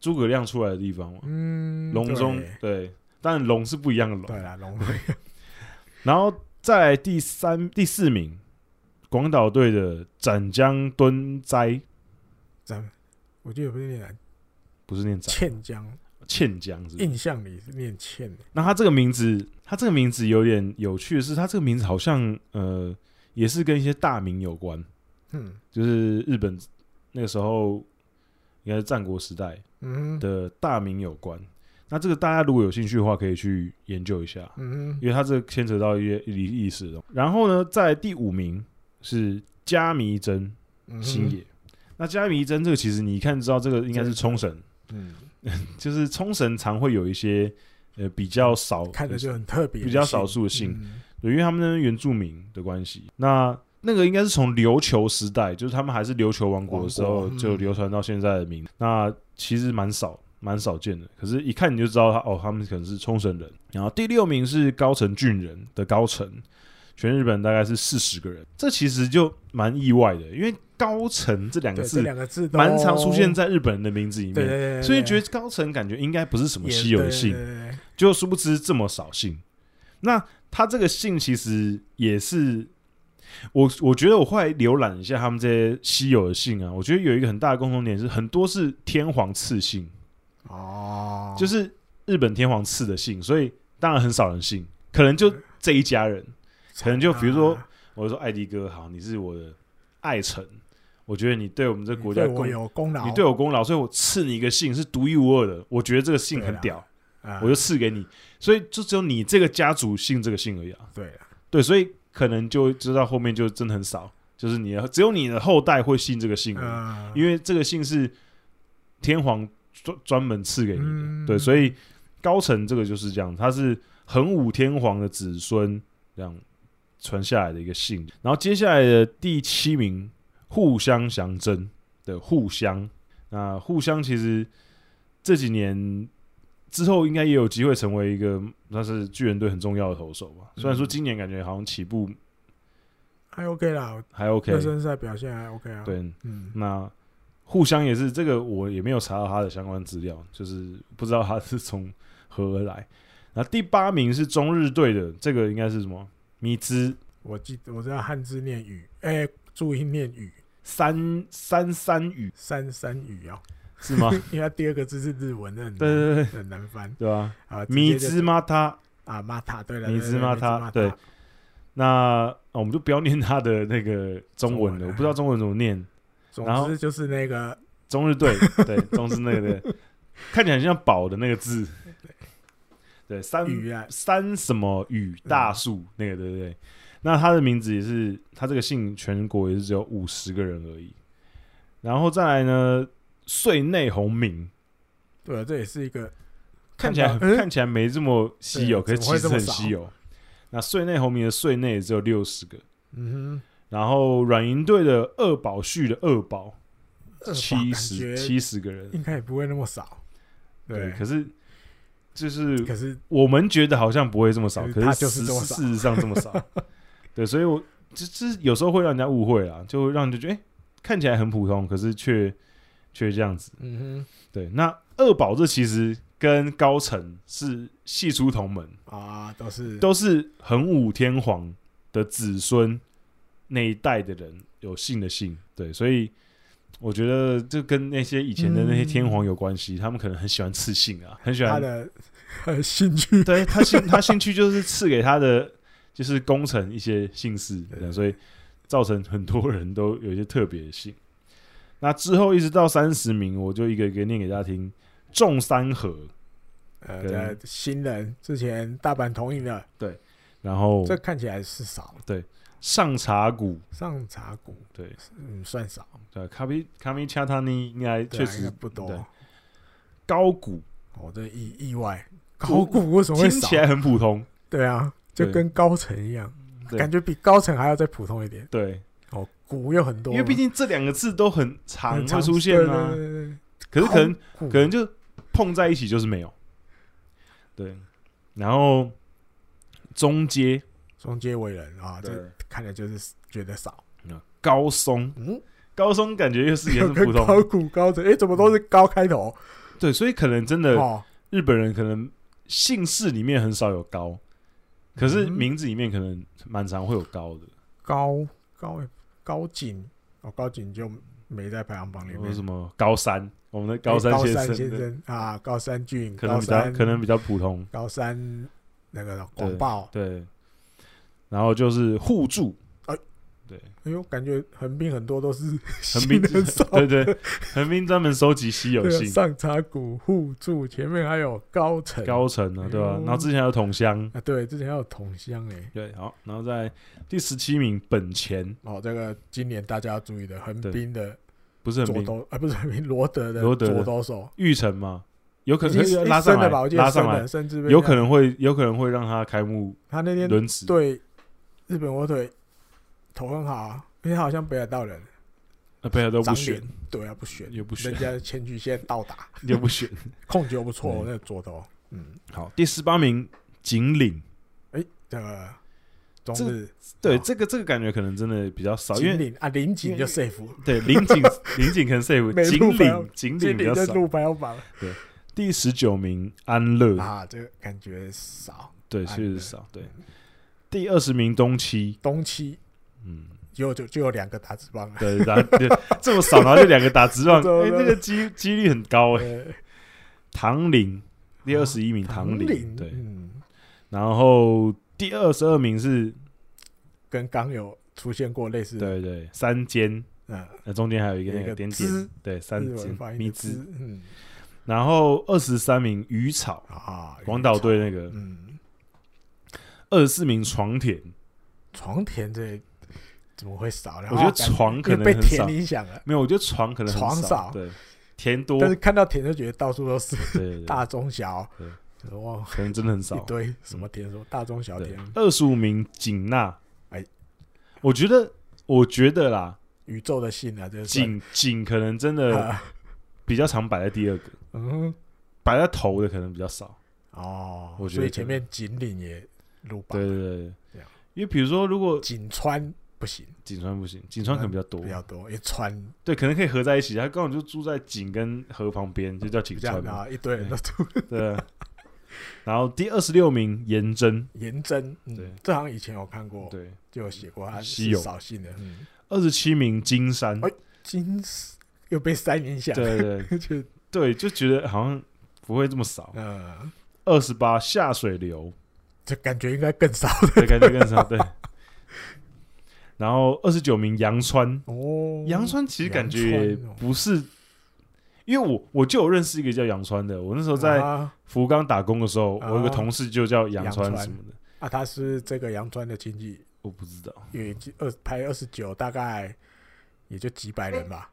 S2: 诸葛亮出来的地方嘛。
S1: 嗯，
S2: 隆中
S1: 对
S2: 对，但龙是不一样的
S1: 对
S2: 龙。
S1: 啦，龙
S2: 然后再来第三、第四名，广岛队的斩江敦哉，
S1: 咱们我记得不是念
S2: 不是念斩，
S1: 欠江，
S2: 欠江是不是
S1: 印象里是念欠的，
S2: 那他这个名字，他这个名字有点有趣的是，他这个名字好像呃，也是跟一些大名有关，
S1: 嗯
S2: 就是日本那个时候应该是战国时代
S1: 嗯哼
S2: 的大名有关。那这个大家如果有兴趣的话，可以去研究一下，
S1: 嗯哼
S2: 因为它这个牵扯到一些历历史的东西。然后呢，在第五名是加弥真
S1: 嗯
S2: 星
S1: 哼，
S2: 野。那加弥真这个其实你一看就知道，这个应该是冲绳，
S1: 嗯，
S2: 就是冲绳常会有一些呃比较少
S1: 看着就很特别的姓，
S2: 比较少数的姓
S1: 嗯
S2: 对，因为他们那边原住民的关系，那那个应该是从琉球时代，就是他们还是琉球王国的时
S1: 王
S2: 候
S1: 国嗯
S2: 就流传到现在的名，那其实蛮少蛮少见的，可是一看你就知道他哦，他们可能是冲绳人。然后第六名是高城郡人的高城，全日本大概是四十个人，这其实就蛮意外的，因为高城这两个
S1: 对，这
S2: 字
S1: 两个字都
S2: 蛮常出现在日本人的名字里
S1: 对对
S2: 面，
S1: 对对，
S2: 所以
S1: 对
S2: 觉得高城感觉应该不是什么
S1: 也
S2: 稀有的
S1: 对
S2: 姓
S1: 对。对对
S2: 就殊不知这么少姓。那他这个姓其实也是我，我觉得我后来浏览一下他们这些稀有的姓啊，我觉得有一个很大的共同点是，很多是天皇赐姓，
S1: 哦，
S2: 就是是日本天皇赐的姓，所以当然很少人姓，可能就这一家人。可能就比如说
S1: 啊
S2: 我就说艾迪哥，好，你是我的爱臣，我觉得你对我们这国家
S1: 对我
S2: 贡，
S1: 有功劳，
S2: 你对我功劳，所以我赐你一个姓是独一无二的，我觉得这个姓很
S1: 对啊
S2: 屌。
S1: 啊，
S2: 我就赐给你，所以就只有你这个家族姓这个姓而已啊。
S1: 对了，
S2: 对，所以可能就知道后面就真的很少，就是你的只有你的后代会姓这个姓而已，
S1: 嗯，
S2: 因为这个姓是天皇专专门赐给你的。
S1: 嗯
S2: 对，所以高层这个就是这样，他是恒武天皇的子孙，这样传下来的一个姓。然后接下来的第七名，互相相争的互相，那互相其实这几年之后应该也有机会成为一个那是巨人队很重要的投手吧。虽然说今年感觉好像起步
S1: 还 OK 啦，
S2: 还 OK，
S1: 热身赛表现还 OK 啊，，
S2: 对，
S1: 嗯，
S2: 那互相也是这个，我也没有查到他的相关资料，就是不知道他是从何而来。然后第八名是中日队的，这个应该是什么？米兹
S1: 我记得我知道汉字念雨，哎，注音念雨，
S2: 三三三羽
S1: 三三雨哦，
S2: 是
S1: [LAUGHS]
S2: 吗？
S1: 因为它第二个字是日文，那很
S2: 对对对，
S1: 很难翻
S2: 对吧？
S1: 啊，直
S2: 米
S1: 接就
S2: 兹马他，
S1: 啊，马塔对了，
S2: 米兹
S1: 兹
S2: 马
S1: 塔
S2: 他，对。那、哦我们就不要念他的那个中文
S1: 中
S2: 了，
S1: 文
S2: 我不知道中文怎么念。然
S1: 总
S2: 后
S1: 之就是那个
S2: 中日
S1: [LAUGHS]
S2: 队，对，中日那个对，看起来很像宝的那个字，对，三
S1: 雨啊，
S2: 三什么雨大树、
S1: 嗯
S2: 那个，对不对？那他的名字也是，他这个姓全国也是只有五十个人而已。然后再来呢，穗内宏明
S1: 对啊，这也是一个
S2: 看起来很、
S1: 到嗯
S2: 看起来没这么稀有，可
S1: 对
S2: 是其实
S1: 怎么会
S2: 很
S1: 这么少
S2: 稀有。那穗内宏明的穗内也只有六十个，
S1: 嗯
S2: 然后软银队的二宝旭的二宝
S1: 哼，
S2: 七十
S1: 七
S2: 七十个人，
S1: 应该也不会那么少，
S2: 对，
S1: 对，
S2: 可是就是
S1: 可是
S2: 我们觉得好像不会这么少，
S1: 可是
S2: 可
S1: 它
S2: 实
S1: 就是这么少
S2: 事实上这么
S1: [LAUGHS]
S2: 少。对，所以我这这有时候会让人家误会啦，就会让人就觉得哎、诶看起来很普通，可是却却这样子。
S1: 嗯
S2: 对，那二宝这其实跟高层是系出同门，
S1: 哼啊，都是
S2: 都是恒武天皇的子孙那一代的人有姓的姓。对，所以我觉得就跟那些以前的那些天皇有关系，他们可能很喜欢赐姓啊，很喜
S1: 他
S2: 欢
S1: 的 [LAUGHS] 兴趣，
S2: [LAUGHS] 对他兴他兴趣就是赐给他的就是功臣一些姓氏，
S1: 对
S2: 这样所以造成很多人都有一些特别的姓。那之后一直到三十名，我就一个一个念给大家听。重三和，
S1: 呃，
S2: 对
S1: 的新人之前大阪同意了，
S2: 然后
S1: 这看起来是少，
S2: 上茶谷，呃
S1: 上茶谷
S2: 对，
S1: 嗯算少，
S2: 对，卡比卡米恰塔尼应该
S1: 对
S2: 确
S1: 啊应该
S2: 实
S1: 不多
S2: 对，高谷，
S1: 哦，这意意外，高谷为什么
S2: 听
S1: 会少
S2: 起？来很普通，
S1: 对啊，就
S2: 对
S1: 跟高层一样，
S2: 对
S1: 感觉比高层还要再普通一点。
S2: 对，
S1: 哦，谷又很多
S2: 因
S1: 嘛，
S2: 为毕竟这两个字都很常
S1: 很
S2: 会
S1: 常
S2: 出现啊
S1: 对，对对对
S2: 可是可能
S1: 高谷
S2: 可能就碰在一起就是没有。对，然后中阶
S1: 中间为人啊，这
S2: 对
S1: 看着就是觉得少。
S2: 高松，
S1: 嗯，
S2: 高松感觉又是也是普
S1: 跟高
S2: 通，
S1: 谷高层，哎，怎么都是高开头？
S2: 对，所以可能真的
S1: 哦，
S2: 日本人可能姓氏里面很少有高，可是
S1: 嗯
S2: 名字里面可能蛮常会有高的，
S1: 高高高井哦，高井就没在排行榜里
S2: 或者
S1: 面。
S2: 哦什么高山，我们的高山
S1: 哎高
S2: 先
S1: 山
S2: 生
S1: 先
S2: 对
S1: 生啊，高山俊，
S2: 可能
S1: 高
S2: 比较
S1: 山
S2: 可能比较普通，
S1: 高山那个
S2: 对
S1: 广报，
S2: 对。然后就是互助，
S1: 哎
S2: 对，
S1: 哎呦，感觉横滨很多都是
S2: 横滨
S1: 新人少
S2: 对 [LAUGHS] 对，横滨专门收集稀有
S1: 对啊
S2: 性
S1: 上茶谷互助，前面还有高层
S2: 高层的，对吧、
S1: 哎呦
S2: 然后之前还有桶香，
S1: 啊，对，之前还有同乡哎，
S2: 对，好，然后在第十七名本钱
S1: 哦，这个今年大家要注意的，横
S2: 对
S1: 滨的
S2: 不是很
S1: 左
S2: 明
S1: 投啊，不是横滨罗德的
S2: 罗德的
S1: 左投手，
S2: 玉成嘛，有可
S1: 已经
S2: 能
S1: 是
S2: 拉
S1: 升
S2: 上来
S1: 了吧？我记得
S2: 拉
S1: 升
S2: 上来
S1: 了，，甚至被
S2: 有可能会有可能会让他开幕
S1: 他那天
S2: 轮值，
S1: 对日本火腿投很好啊，因为他好像北海道人，
S2: 那贝尔都啊不
S1: 张
S2: 选
S1: 脸，对啊，不选，
S2: 又不选 [LAUGHS]
S1: 人，家前局先倒打，
S2: 又不
S1: [LAUGHS]
S2: 选。
S1: 控球不错，
S2: 对
S1: 那个左投，嗯，
S2: 好，第十八名锦岭，
S1: 这个中
S2: 这
S1: 日
S2: 对
S1: 好
S2: 这个这个感觉可能真的比较少，因
S1: 锦
S2: 为
S1: 岭啊，林锦就 safe，
S2: 对林
S1: [LAUGHS]
S2: 锦林锦可能 safe，
S1: 没
S2: 锦
S1: 录吧
S2: 岭锦
S1: 锦
S2: 岭比较
S1: 岭在
S2: 少。
S1: 入排行榜
S2: 第十九名安乐，
S1: 啊，这个感觉少。
S2: 对，
S1: 安
S2: 确实
S1: 乐
S2: 少。对，第二十名东七，
S1: 东七
S2: 嗯，
S1: 就就就有两个打字棒了，
S2: [LAUGHS] 对，然后这么少，然后就两个打直
S1: [LAUGHS]
S2: 棒，
S1: 对啊对
S2: 哎，那
S1: 对
S2: 个几几率很高哎。
S1: 呃
S2: 唐林第
S1: 啊
S2: 二十一名，唐林
S1: 林
S2: 对，
S1: 嗯，
S2: 然后第二十二名是，
S1: 跟刚有出现过类似的，
S2: 对对，三间，
S1: 嗯，
S2: 那中间还有一个
S1: 有一
S2: 那个
S1: 个
S2: 点
S1: 之
S2: 点，对，三
S1: 日
S2: 间
S1: 文发音
S2: 迷
S1: 的
S2: 之
S1: 之，，嗯
S2: 然后二十三名鱼草，
S1: 啊，
S2: 广岛队那
S1: 有
S2: 个
S1: 一场，嗯，
S2: 二十四名床田，
S1: 床田这怎么会少呢？
S2: 我觉得
S1: 哦感
S2: 床可
S1: 因为被
S2: 能很
S1: 田
S2: 少
S1: 影响了，
S2: 没有，我觉得床可能很
S1: 床
S2: 少，
S1: 少
S2: 对，田多，
S1: 但
S2: 对
S1: 是看到田就觉得到处都是
S2: 对对，
S1: 大中小
S2: 对，
S1: 然后
S2: 可能真的很
S1: 一
S2: 少，嗯
S1: 堆什么田，什么大中小
S2: 对
S1: 田，，
S2: 二十五名景娜，
S1: 哎，
S2: 我觉得，我觉得啦，
S1: 宇宙的信啊，这是算
S2: 景景可能
S1: [LAUGHS]
S2: 真 [LAUGHS] 的
S1: 啊
S2: 比较常摆在第二个，
S1: 嗯
S2: 摆在头的可能比较少，
S1: 哦，
S2: 我觉
S1: 所
S2: 得
S1: 以前面锦岭也入榜
S2: 对，对对
S1: 这
S2: 对
S1: 样，
S2: 因为比如说如果
S1: 锦川不行
S2: 景川不行，景川可能比较多
S1: 比，较多，一川
S2: 对，可能可以合在一起，他刚好就住在景跟河旁边，就叫景
S1: 比
S2: 川
S1: 较
S2: 嘛，
S1: 啊，一堆人都出
S2: 对啊。然后第二十六名颜真，
S1: 颜真，嗯
S2: 对
S1: 这好像以前我看过，
S2: 对，
S1: 就有写过，他
S2: 稀有
S1: 是少姓的，嗯，
S2: 二十七名金山，
S1: 哎金丝又被三影响，
S2: 对对
S1: [LAUGHS] 就
S2: 对，就觉得好像不会这么少。
S1: 呃，
S2: 二十八下水流，
S1: 这感觉应该更
S2: [LAUGHS]
S1: 少
S2: 对，感觉更少，
S1: [LAUGHS]
S2: 对。然后二十九名杨川，
S1: 哦。
S2: 杨川其实感觉也
S1: 杨川哦
S2: 不是，因为我我就有认识一个叫杨川的，我那时候在
S1: 啊，
S2: 福冈打工的时候，
S1: 啊
S2: 我有个同事就叫杨川
S1: 杨川
S2: 什么的，
S1: 啊他是这个杨川的亲戚，
S2: 我不知道。
S1: 有一季二排二十九，大概也就几百人吧，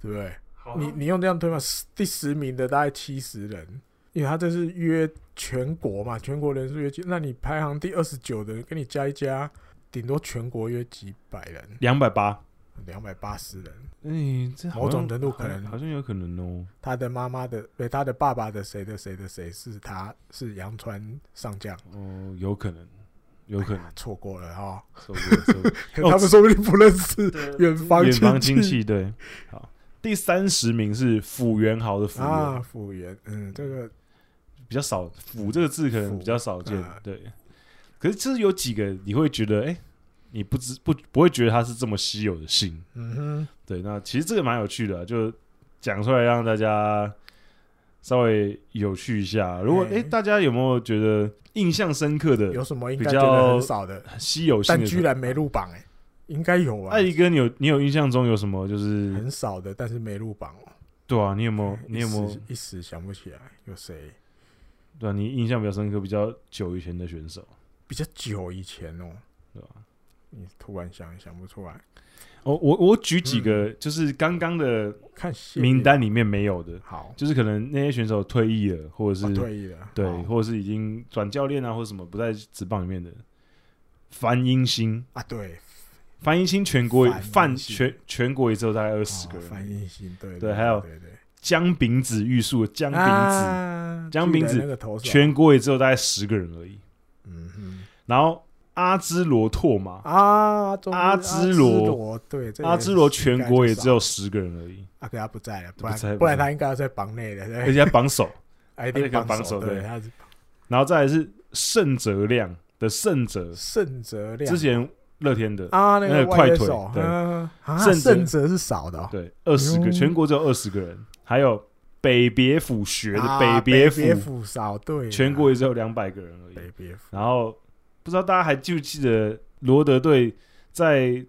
S1: 对不对？你你用这样推嘛，十第十名的大概七十人，因为他这是约全国嘛，全国人数约几，那你排行第二十九的人跟你加一加，顶多全国约几百人，
S2: 两百八，
S1: 两百八十人。
S2: 嗯，这好
S1: 某种
S2: 像
S1: 程度可能
S2: 好像有可能哦。
S1: 他的妈妈的，对，他的爸爸的谁的谁的谁是他是杨川上将，
S2: 哦，有可能，有
S1: [LAUGHS]
S2: 可能，
S1: 错过了哈，
S2: 错过了错过了
S1: 可
S2: 哦
S1: 他们说不定不认识 [LAUGHS] 远方
S2: 远方亲
S1: 戚
S2: 戚，对。好，第三十名是辅元豪的辅、
S1: 啊，辅员，嗯，这个
S2: 比较少，辅这个字可能
S1: 辅
S2: 比较少见，
S1: 啊
S2: 对。可是这有几个你会觉得，哎、你不知不不会觉得它是这么稀有的姓，
S1: 嗯哼。
S2: 对。那其实这个蛮有趣的啊、就讲出来让大家稍微有趣一下。如果哎、
S1: 哎
S2: 大家有没有觉得印象深刻的
S1: 有什么应
S2: 比
S1: 该觉得
S2: 较
S1: 很少的，
S2: 稀有性
S1: 但
S2: 的
S1: 居然没入榜哎、应该有啊
S2: 艾，迪哥，你有你有印象中有什么？就是
S1: 很少的，但是没入榜哦。
S2: 对啊，你有没有你有没
S1: 一
S2: 有
S1: 时一时想不起来有谁
S2: 对啊？你印象比较深刻、比较久以前的选手，
S1: 比较久以前哦，
S2: 对啊吧、
S1: 你突然想想不出来，
S2: 哦，我我举几个，就是刚刚的
S1: 看系列
S2: 名单里面没有的，
S1: 好，
S2: 就是可能那些选手退役了，或者是、
S1: 我退役了，哦
S2: 对
S1: 好
S2: 或者是已经转教练啊，或者什么不在职棒里面的。樊英新，
S1: 啊，对，
S2: 樊英新全国
S1: 樊
S2: 范
S1: 英新
S2: 全全国也只有大概二十
S1: 哦
S2: 个人。
S1: 翻译型，对
S2: 对还有
S1: 对对，
S2: 江丙子玉树，江
S1: 姜
S2: 丙子、
S1: 子
S2: 姜饼子
S1: 那个投手，
S2: 全国也只有大概十个人而已。
S1: 嗯
S2: 然后阿兹罗拓嘛
S1: 哼，，啊，终于
S2: 阿
S1: 阿
S2: 兹罗
S1: 罗，对，这个
S2: 阿兹罗全国也
S1: 应该就
S2: 只有十个人而已，
S1: 少啊，可他不在了，不
S2: 不在不
S1: 然不然
S2: 在
S1: 他应该要在榜内的，对
S2: 而且还榜首。
S1: 啊，一
S2: 他
S1: 定
S2: 那个
S1: 帮
S2: 帮手
S1: 对，
S2: 对
S1: 他是
S2: 然后再来是盛泽亮的盛泽，
S1: 盛泽 [LAUGHS] 亮
S2: 之前乐天的，
S1: 啊，那
S2: 那
S1: 个
S2: 个
S1: 外
S2: 快
S1: 野
S2: 腿
S1: 手，
S2: 对
S1: 嗯啊，
S2: 胜者
S1: 胜者是少的哦，
S2: 对，二十个，
S1: 哟
S2: 全国只有二十个人，还有北别府学的
S1: 啊
S2: 别府，
S1: 别府少对啊，
S2: 全国也只有两百个人而已。
S1: 北别府
S2: 然后不知道大家还记不记得罗德队在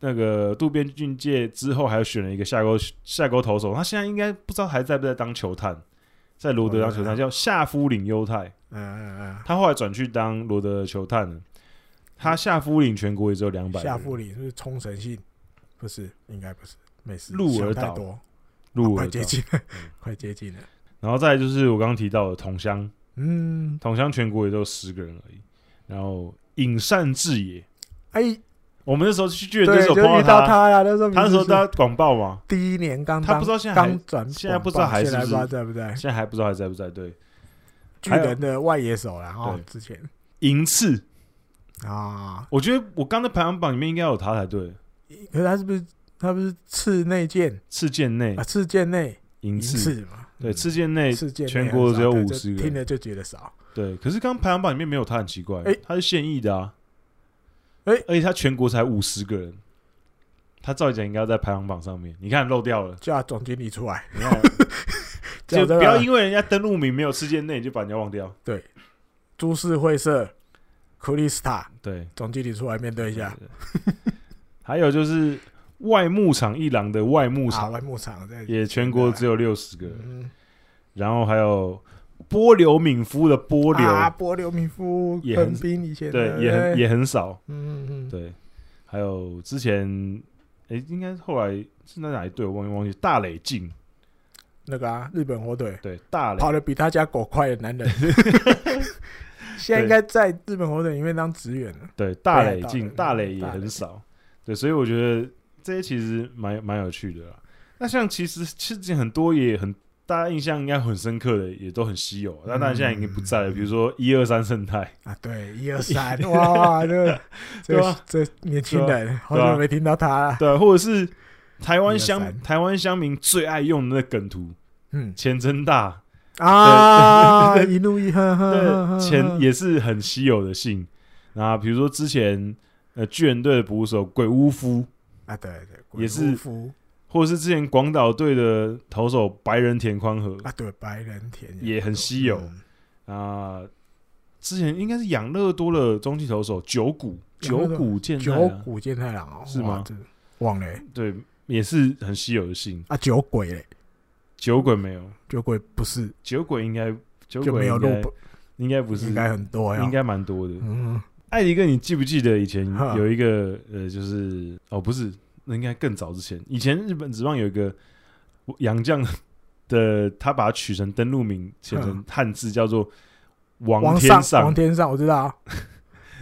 S2: 那个渡边俊介之后，还有选了一个下钩下钩投手，他现在应该不知道还在不在当球探，在罗德当
S1: 哦
S2: 球探，叫夏夫领优太，
S1: 嗯嗯
S2: 他后来转去当罗德的球探了。他夏夫领全国也只有两
S1: 嗯，
S2: 百，
S1: 夏富里是不是冲绳信，不是，应该不是，没事，
S2: 鹿
S1: 想
S2: 儿
S1: 太
S2: 岛
S1: 多，
S2: 入
S1: 快
S2: 围
S1: 接
S2: 的。
S1: 近了
S2: 嗯，
S1: 快接近了，
S2: 然后再来就是我刚刚提到的同乡，
S1: 嗯，
S2: 同乡全国也就十个人而已。然后影善智也，
S1: 哎，
S2: 我们那时候去巨人队
S1: 对，
S2: 的时
S1: 就
S2: 候碰
S1: 遇到
S2: 他，
S1: 他了，那时候
S2: 他那时
S1: 明
S2: 候
S1: 明是
S2: 他广报嘛，
S1: 第一年刚当，
S2: 他不知道现在还
S1: 刚转广报，
S2: 现在不知道还是
S1: 现在
S2: 不
S1: 不
S2: 是
S1: 知道在不在
S2: 现在还不知道还在不在队。
S1: 巨
S2: 还有
S1: 人的外野手了哈
S2: 对，
S1: 之前
S2: 银次，
S1: 啊，
S2: 我觉得我刚才排行榜里面应该有他才对。
S1: 可是他是不是他不是刺内剑
S2: 赤剑内
S1: 啊，刺剑内
S2: 银
S1: 银
S2: 次，
S1: 刺嘛，
S2: 对
S1: 嗯
S2: 赤剑内
S1: 世界
S2: 全
S1: 内
S2: 国
S1: 很少
S2: 只有
S1: 对
S2: 50
S1: 这
S2: 个
S1: 听了就觉得少。
S2: 对，可是刚刚排行榜里面没有他，很奇怪
S1: 哎，
S2: 他是现役的啊，
S1: 哎
S2: 而且他全国才五十个人，他照理讲应该要在排行榜上面，你看漏掉了，
S1: 叫总经理出来，[LAUGHS]
S2: 你看就
S1: 叫这
S2: 不要
S1: 个
S2: 因为人家登录名没有赤剑内你就把人家忘掉，
S1: 株式会社库里斯塔
S2: 对。
S1: 总经理出来面对一下。
S2: 对。对 [LAUGHS] 还有就是外牧场一郎的外牧
S1: 啊，
S2: 场、
S1: 外牧场在
S2: 也全国只有六十个，
S1: 嗯
S2: 然后还有波流敏夫的波流，
S1: 啊，波流民夫
S2: 也很
S1: 横滨以前的哎
S2: 对，也很也很少，
S1: 嗯嗯嗯
S2: 对。还有之前，诶，应该后来是在哪一队？我忘记忘记。大磊进，
S1: 那个啊，日本火腿
S2: 对，大磊
S1: 跑得比他家狗快的男
S2: [LAUGHS]
S1: 人， [LAUGHS] 现在应该在日本火腿里面当职员了。
S2: 对，大
S1: 对
S2: 磊
S1: 大
S2: 进，
S1: 磊嗯
S2: 大磊也
S1: 大磊
S2: 很少，对，所以我觉得这些其实蛮蛮有趣的啦。那像其实其实很多也很大家印象应该很深刻的，也都很稀有，啊那当然现在已经不在了。比如说一二三圣太，
S1: 啊，对，
S2: [LAUGHS]
S1: 一二三，哇，这个这
S2: 对
S1: 个
S2: 啊
S1: 这年轻人，好久没听到他了。
S2: 对啊，或者是台湾乡
S1: 123
S2: 台湾乡民最爱用的那梗图，
S1: 嗯
S2: 钱
S1: [LAUGHS]
S2: 真大，
S1: 啊，一怒一恨，呵呵呵
S2: 对，钱
S1: 呵
S2: 也是很稀有的姓。那比如说之前呃巨人队的捕手鬼屋夫，
S1: 啊，对对，鬼
S2: 也是
S1: 屋夫
S2: 或者是之前广岛队的投手白人田宽和，
S1: 啊，对，白人田
S2: 也很稀有
S1: 嗯
S2: 啊、之前应该是养乐多的中继投手九谷，
S1: 养
S2: 九
S1: 乐多
S2: 谷健
S1: 嗯
S2: 太
S1: 九
S2: 啊、
S1: 谷健太郎哦，
S2: 是
S1: 哇
S2: 吗？
S1: 这忘了欸
S2: 对，也是很稀有的姓。
S1: 啊，酒鬼嘞，
S2: 酒鬼没有，
S1: 酒鬼不是
S2: 酒鬼应该酒
S1: 就
S2: 鬼
S1: 没有
S2: 应该
S1: 入本，
S2: 应该不是，
S1: 应该很多呀，
S2: 应该蛮多的。
S1: 嗯，
S2: 艾迪哥，你记不记得以前
S1: 哈
S2: 有一个呃，就是哦，不是，那应该更早之前，以前日本职棒有一个洋将 [LAUGHS] 的，他把它取成登录名，写成汉字叫做王
S1: 王
S2: 天
S1: 上王
S2: 上，
S1: 天上，我知道
S2: [LAUGHS]
S1: 啊，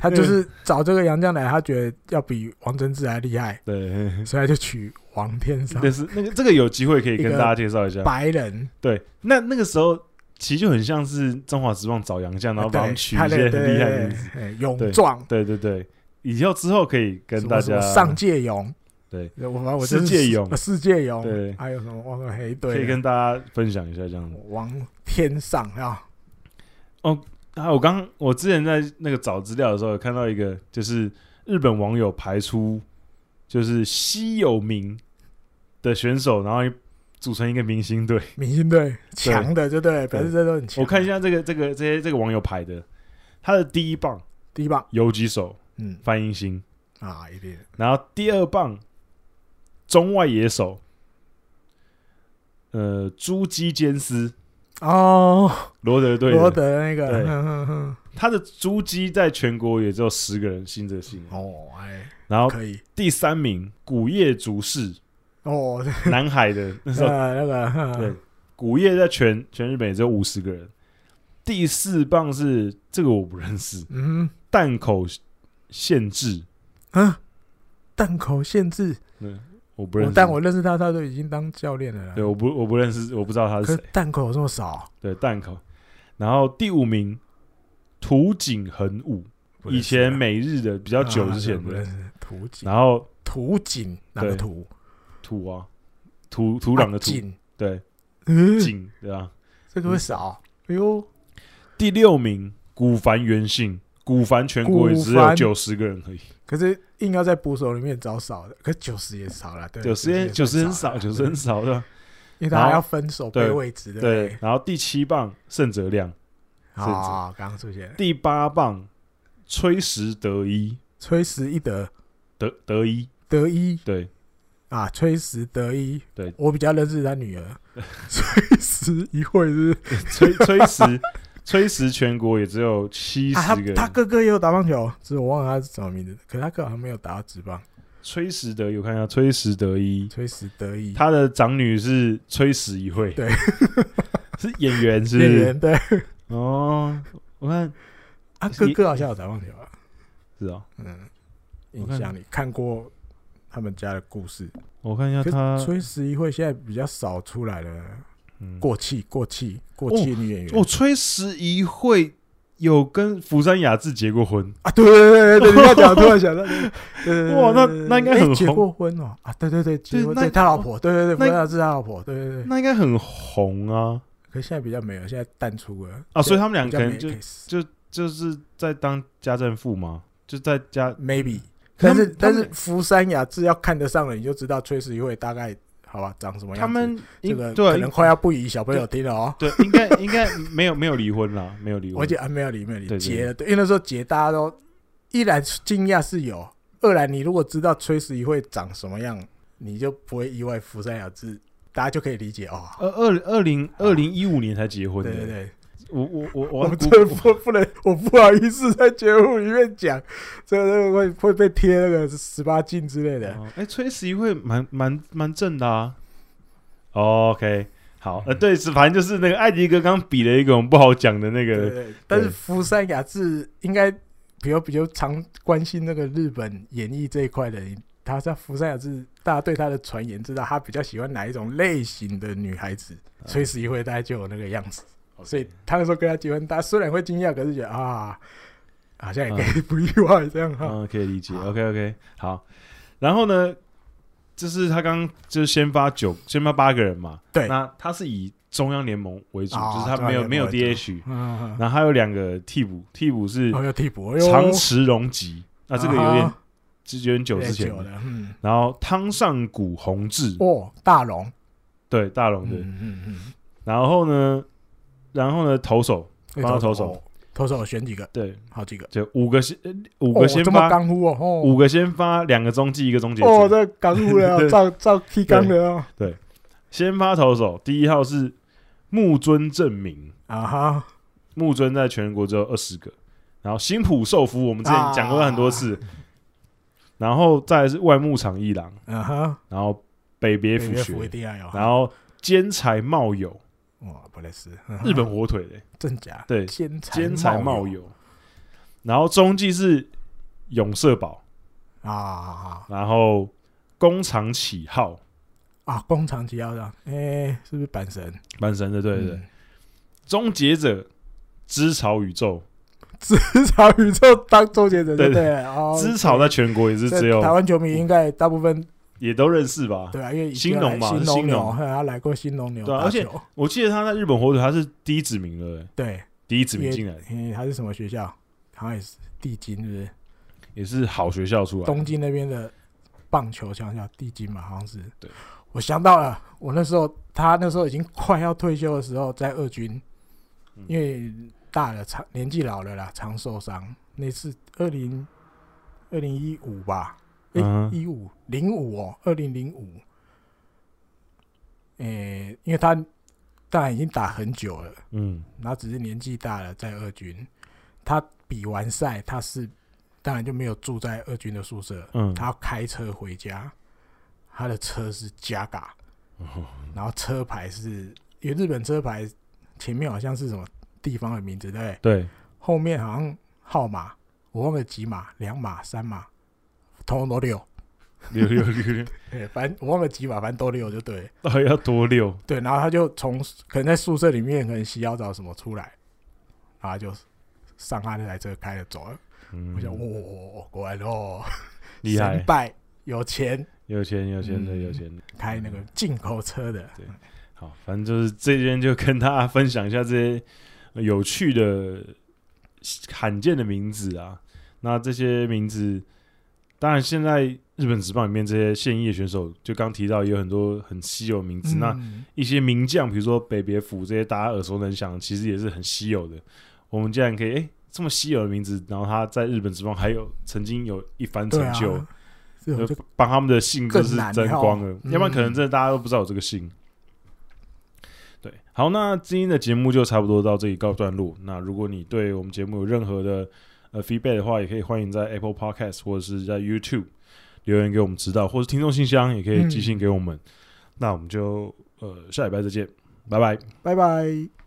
S1: 他
S2: 那
S1: 就
S2: 个
S1: 是找这个杨将来，他觉得要比王贞治还厉害，
S2: 对， [LAUGHS]
S1: 所以他就取王天上
S2: 但，是啊那个这个有机会可以
S1: 一
S2: 跟
S1: 个
S2: 大家介绍一下。
S1: 白人，
S2: 对，那那个时候其实就很像是中华职棒找洋将，然后
S1: 哎对
S2: 帮他们取一
S1: 他
S2: 些
S1: 的
S2: 很厉害的名字。
S1: 对，哎勇
S2: 对
S1: 壮，
S2: 对对对，以后之后可以跟
S1: 什么
S2: 大
S1: 什么
S2: 家
S1: 上界勇，
S2: 对
S1: 我反正我
S2: 世
S1: 真是
S2: 界勇
S1: 啊世界勇，
S2: 对
S1: 还有什么忘了黑
S2: 可以
S1: 队
S2: 跟
S1: 了，
S2: 大家分享一下这样子。
S1: 王天上啊，
S2: 啊，我刚我之前在那个找资料的时候，有看到一个就是日本网友排出就是稀有名的选手，然后组成一个明星队。
S1: 明星队强的，就对了，表示这都很强。
S2: 我看一下这个这个这些这个网友排的，他的第一棒
S1: 第一棒，
S2: 游击手
S1: 嗯
S2: 范英星，
S1: 啊，一定
S2: 然后第二棒中外野手，呃，朱基坚斯
S1: 哦，
S2: 罗德队的，
S1: 罗德那个，
S2: 对
S1: 哼哼哼
S2: 他的朱基在全国也只有十个人信这个姓，
S1: 哦，哎，
S2: 然后
S1: 可以
S2: 第三名古叶竹士。
S1: 哦，
S2: 南海
S1: [LAUGHS]
S2: 的那时候，
S1: 呃，那个，哼
S2: 对，古叶在全全日本也只有五十个人。第四棒是这个我不认识，
S1: 嗯，
S2: 淡口限制，
S1: 啊，档口限制，
S2: 嗯，我不认
S1: 我
S2: 识，
S1: 但我认识他，他都已经当教练了
S2: 对
S1: 啦。
S2: 我不我不认识，我不知道他
S1: 可
S2: 是
S1: 是
S2: 谁。
S1: 档口这么少，啊
S2: 对，淡口。然后第五名土井恒武，
S1: 不
S2: 以
S1: 认识啊
S2: 前每日的比较久之
S1: 啊
S2: 前
S1: 不
S2: 的
S1: 认，识土井，
S2: 然后
S1: 土井哪个
S2: 对
S1: 土？
S2: 土啊，土土壤的
S1: 啊 [LAUGHS]
S2: 土，
S1: 井，
S2: 对
S1: 嗯，
S2: 井对吧？
S1: 这个会少。哎呦，
S2: 第六名古凡元信，古凡全国也只
S1: 古
S2: 有
S1: 凡
S2: 九十个人而已，
S1: 可是硬要在捕手里面找少的，可九十也少了，对，
S2: 九十
S1: 也
S2: 九十
S1: 算
S2: 很少，
S1: 啦
S2: 九十很，少对吧？
S1: 因为他还要分手
S2: 对
S1: 背位置，啊对不
S2: 对，？然后第七棒盛泽亮，甚至
S1: 啊，刚刚出现了
S2: 第八棒崔石德一，
S1: 崔实一得
S2: 德德一，
S1: 得一
S2: 对
S1: 啊，崔实得一，
S2: 对
S1: 我比较认识他女儿 [LAUGHS] 崔实一会
S2: [LAUGHS]
S1: 是
S2: 崔崔石 [LAUGHS] 崔石全国也只有七
S1: 啊，他
S2: 十个人，
S1: 他哥哥也有打棒球，只是我忘了他是什么名字，可是他哥好像没有打到职棒。
S2: 崔石德一，我看一下，崔石德一，
S1: 崔实得一，
S2: 他的长女是崔石一惠，
S1: 对，
S2: [LAUGHS] 是演员是不
S1: 演
S2: 是
S1: 员对，
S2: 哦，我看
S1: 他啊哥哥好像有打棒球啊，
S2: 是哦，
S1: 嗯，
S2: 我
S1: 印
S2: 看
S1: 象里看过他们家的故事。
S2: 我看一下
S1: 可
S2: 他
S1: 是崔十一会现在比较少出来了，
S2: 嗯
S1: 过气过气过气女演员
S2: 哦，崔石一惠有跟福山雅治结过婚，
S1: 啊，对对对对，对，你要讲，
S2: [LAUGHS]
S1: 突然想到，对对对
S2: 哇那
S1: 对对
S2: 那应该
S1: 哎
S2: 很
S1: 结
S2: 红
S1: 过婚哦啊，对对对，结
S2: 对
S1: 婚
S2: 那
S1: 对他老婆，对对对，
S2: 那
S1: 不要是他老婆，对对对，
S2: 那应该很红啊
S1: 可是现在比较没有，现在淡出了
S2: 啊，所以他们俩
S1: 比较
S2: 可
S1: 没
S2: 能就
S1: case
S2: 就是在当家政妇嘛，就在家
S1: maybe，
S2: 可
S1: 但
S2: 他们
S1: 是
S2: 他
S1: 但
S2: 们
S1: 是福山雅治要看得上了，你就知道崔始一会大概好吧长什么样子。
S2: 他们
S1: 这
S2: 应
S1: 个
S2: 对啊
S1: 可能快要不宜小朋友听了哦。
S2: 对，应该应该没有没有离婚啦，没有离
S1: 我
S2: 婚
S1: 记。得啊，没有理没有理
S2: 对对
S1: 结了，对，因为那时候结大家都一来惊讶是有，二来你如果知道崔始一会长什么样，你就不会意外福山雅治，大家就可以理解哦。
S2: 二二二零二零一五年才结婚的，
S1: 对对对，
S2: 我我我
S1: 我
S2: 我
S1: 们
S2: 估
S1: 这不不能，我不好意思在节目里面讲，这个会会被贴那个十八禁之类的。
S2: 哦哎、崔十一会蛮蛮蛮正的啊。哦 OK，好，
S1: 嗯
S2: 呃，对，是反正就是那个艾迪哥刚比了一个我们不好讲的那
S1: 对
S2: 个，
S1: 对，但是福山雅治应该比较比较常关心那个日本演艺这一块的人，他在福山雅治，大家对他的传言知道他比较喜欢哪一种类型的女孩子，
S2: 嗯
S1: 所以十一会大概就有那个样子。哦所以他那时候跟他结婚，大家虽然会惊讶，可是觉得啊，好像也可以不意外这样哈、
S2: 嗯，可以理解。
S1: 好
S2: OK OK，好。然后呢，就是他刚就是先发九，先发八个人嘛。
S1: 对
S2: 那他是以中央联盟为主，
S1: 哦
S2: 就是他没
S1: 中央联
S2: 有
S1: 盟
S2: 没有
S1: 为主
S2: DH，
S1: 嗯，
S2: 然后还有两个替补，替补是
S1: 然后又替补，哎呦
S2: 长池隆吉，那这个有点
S1: 啊
S2: 就有点久之前
S1: 久
S2: 的。
S1: 了，嗯，
S2: 然后汤上谷宏志，
S1: 哦，大龙，
S2: 对大龙
S1: 嗯
S2: 的。
S1: 嗯嗯
S2: 然后呢，然后呢，投手
S1: 嗯，
S2: 帮他投
S1: 投
S2: 手，
S1: 投手哦选几个，
S2: 对，
S1: 好几个，
S2: 就五个先呃五
S1: 哦
S2: 个先
S1: 这么
S2: 发，
S1: 干呼哦，哦
S2: 五个先发，两个中继，一个终结
S1: 哦，
S2: 者。
S1: 这干呼了哦，
S2: [LAUGHS] 对
S1: 照照 K 干了哦
S2: 先发投手第一号是木尊正明，
S1: 啊哈，
S2: 木尊在全国只有二十个。然后新浦寿夫，我们之前讲过很多
S1: 啊
S2: 次。然后再来是外木场一郎，
S1: 啊哈，
S2: 然后北别
S1: 北
S2: 府
S1: 约一
S2: 学，
S1: 定要有，
S2: 然后兼才茂友，
S1: 哇，不类似
S2: 日本火腿的、
S1: [LAUGHS] 真假，
S2: 对
S1: 兼才
S2: 兼才茂
S1: 友
S2: 友。然后中继是永社保，
S1: 啊啊
S2: 然后工厂起号，
S1: 啊，啊工厂级要的，哎，是不是阪神？
S2: 蛮神的，对对对。
S1: 嗯， [LAUGHS]
S2: 终结者之草宇宙，
S1: 至少宇宙当周杰伦
S2: 对
S1: 对对，哦，
S2: 之草在全国也是
S1: 这
S2: 只
S1: 台
S2: 有
S1: 湾球迷应该大部分
S2: 也都认识吧？
S1: 对啊，因为已经
S2: 兴农嘛
S1: 来
S2: 是
S1: 兴
S2: 兴
S1: 牛，
S2: 农
S1: 嘿他来过兴农牛
S2: 对啊
S1: 打
S2: 而且
S1: 球，
S2: 我记得他在日本火腿他是第一指名了、欸，
S1: 对，
S2: 第一指名进来
S1: 嗯，他是什么学校？好像也是地精，是不是？
S2: 也是好学校出来的。
S1: 东京那边的棒球强校，地精嘛，好像是。
S2: 对，
S1: 我想到了，我那时候他那时候已经快要退休的时候，在二军
S2: 嗯，
S1: 因为大了常年纪老了啦，常受伤。那次二零二零一五吧，诶
S2: 嗯
S1: 一五零五哦，二零零五。诶，因为他当然已经打很久了。
S2: 嗯，
S1: 然后只是年纪大了，在二军，他比完赛，他是当然就没有住在二军的宿舍，
S2: 嗯
S1: 他要开车回家，他的车是加嘎，
S2: 哦
S1: 然后车牌是有日本车牌，前面好像是什么地方的名字，对不对？
S2: 对，
S1: 后面好像号码我忘了几码，两码、三码，通通都六，
S2: 六六六六，
S1: 对， [LAUGHS] 反正我忘了几码，反正都六就对了。
S2: 到底要多六？
S1: 对，然后他就从可能在宿舍里面可能洗好澡什么出来，然后他就上他那台车开了走了。
S2: 嗯
S1: 我，想，哇、哦，果然哦，
S2: 厉害
S1: 神，败有钱
S2: 有钱有钱的
S1: 嗯
S2: 有钱的。
S1: 开那个进口车的，
S2: 好，反正就是这边就跟大家分享一下这些呃有趣的、罕见的名字啊。那这些名字，当然现在日本职棒里面这些现役的选手，就刚提到也有很多很稀有的名字。那
S1: 嗯
S2: 一些名将，比如说北别府这些大家耳熟能详，其实也是很稀有的。我们竟然可以诶这么稀有的名字，然后他在日本职棒还有曾经有一番成
S1: 对啊
S2: 就，，
S1: 这种
S2: 呃
S1: 就
S2: 帮他们的姓
S1: 更
S2: 就是
S1: 难
S2: 争
S1: 哦
S2: 光了，要不然可能
S1: 嗯
S2: 真的大家都不知道有这个姓。对，好，那今天的节目就差不多到这里告段落。那如果你对我们节目有任何的呃 feedback 的话，也可以欢迎在 Apple Podcast 或者是在 YouTube 留言给我们知道，或是听众信箱也可以寄信给我们。那我们就呃下礼拜再见，拜拜。
S1: 拜拜。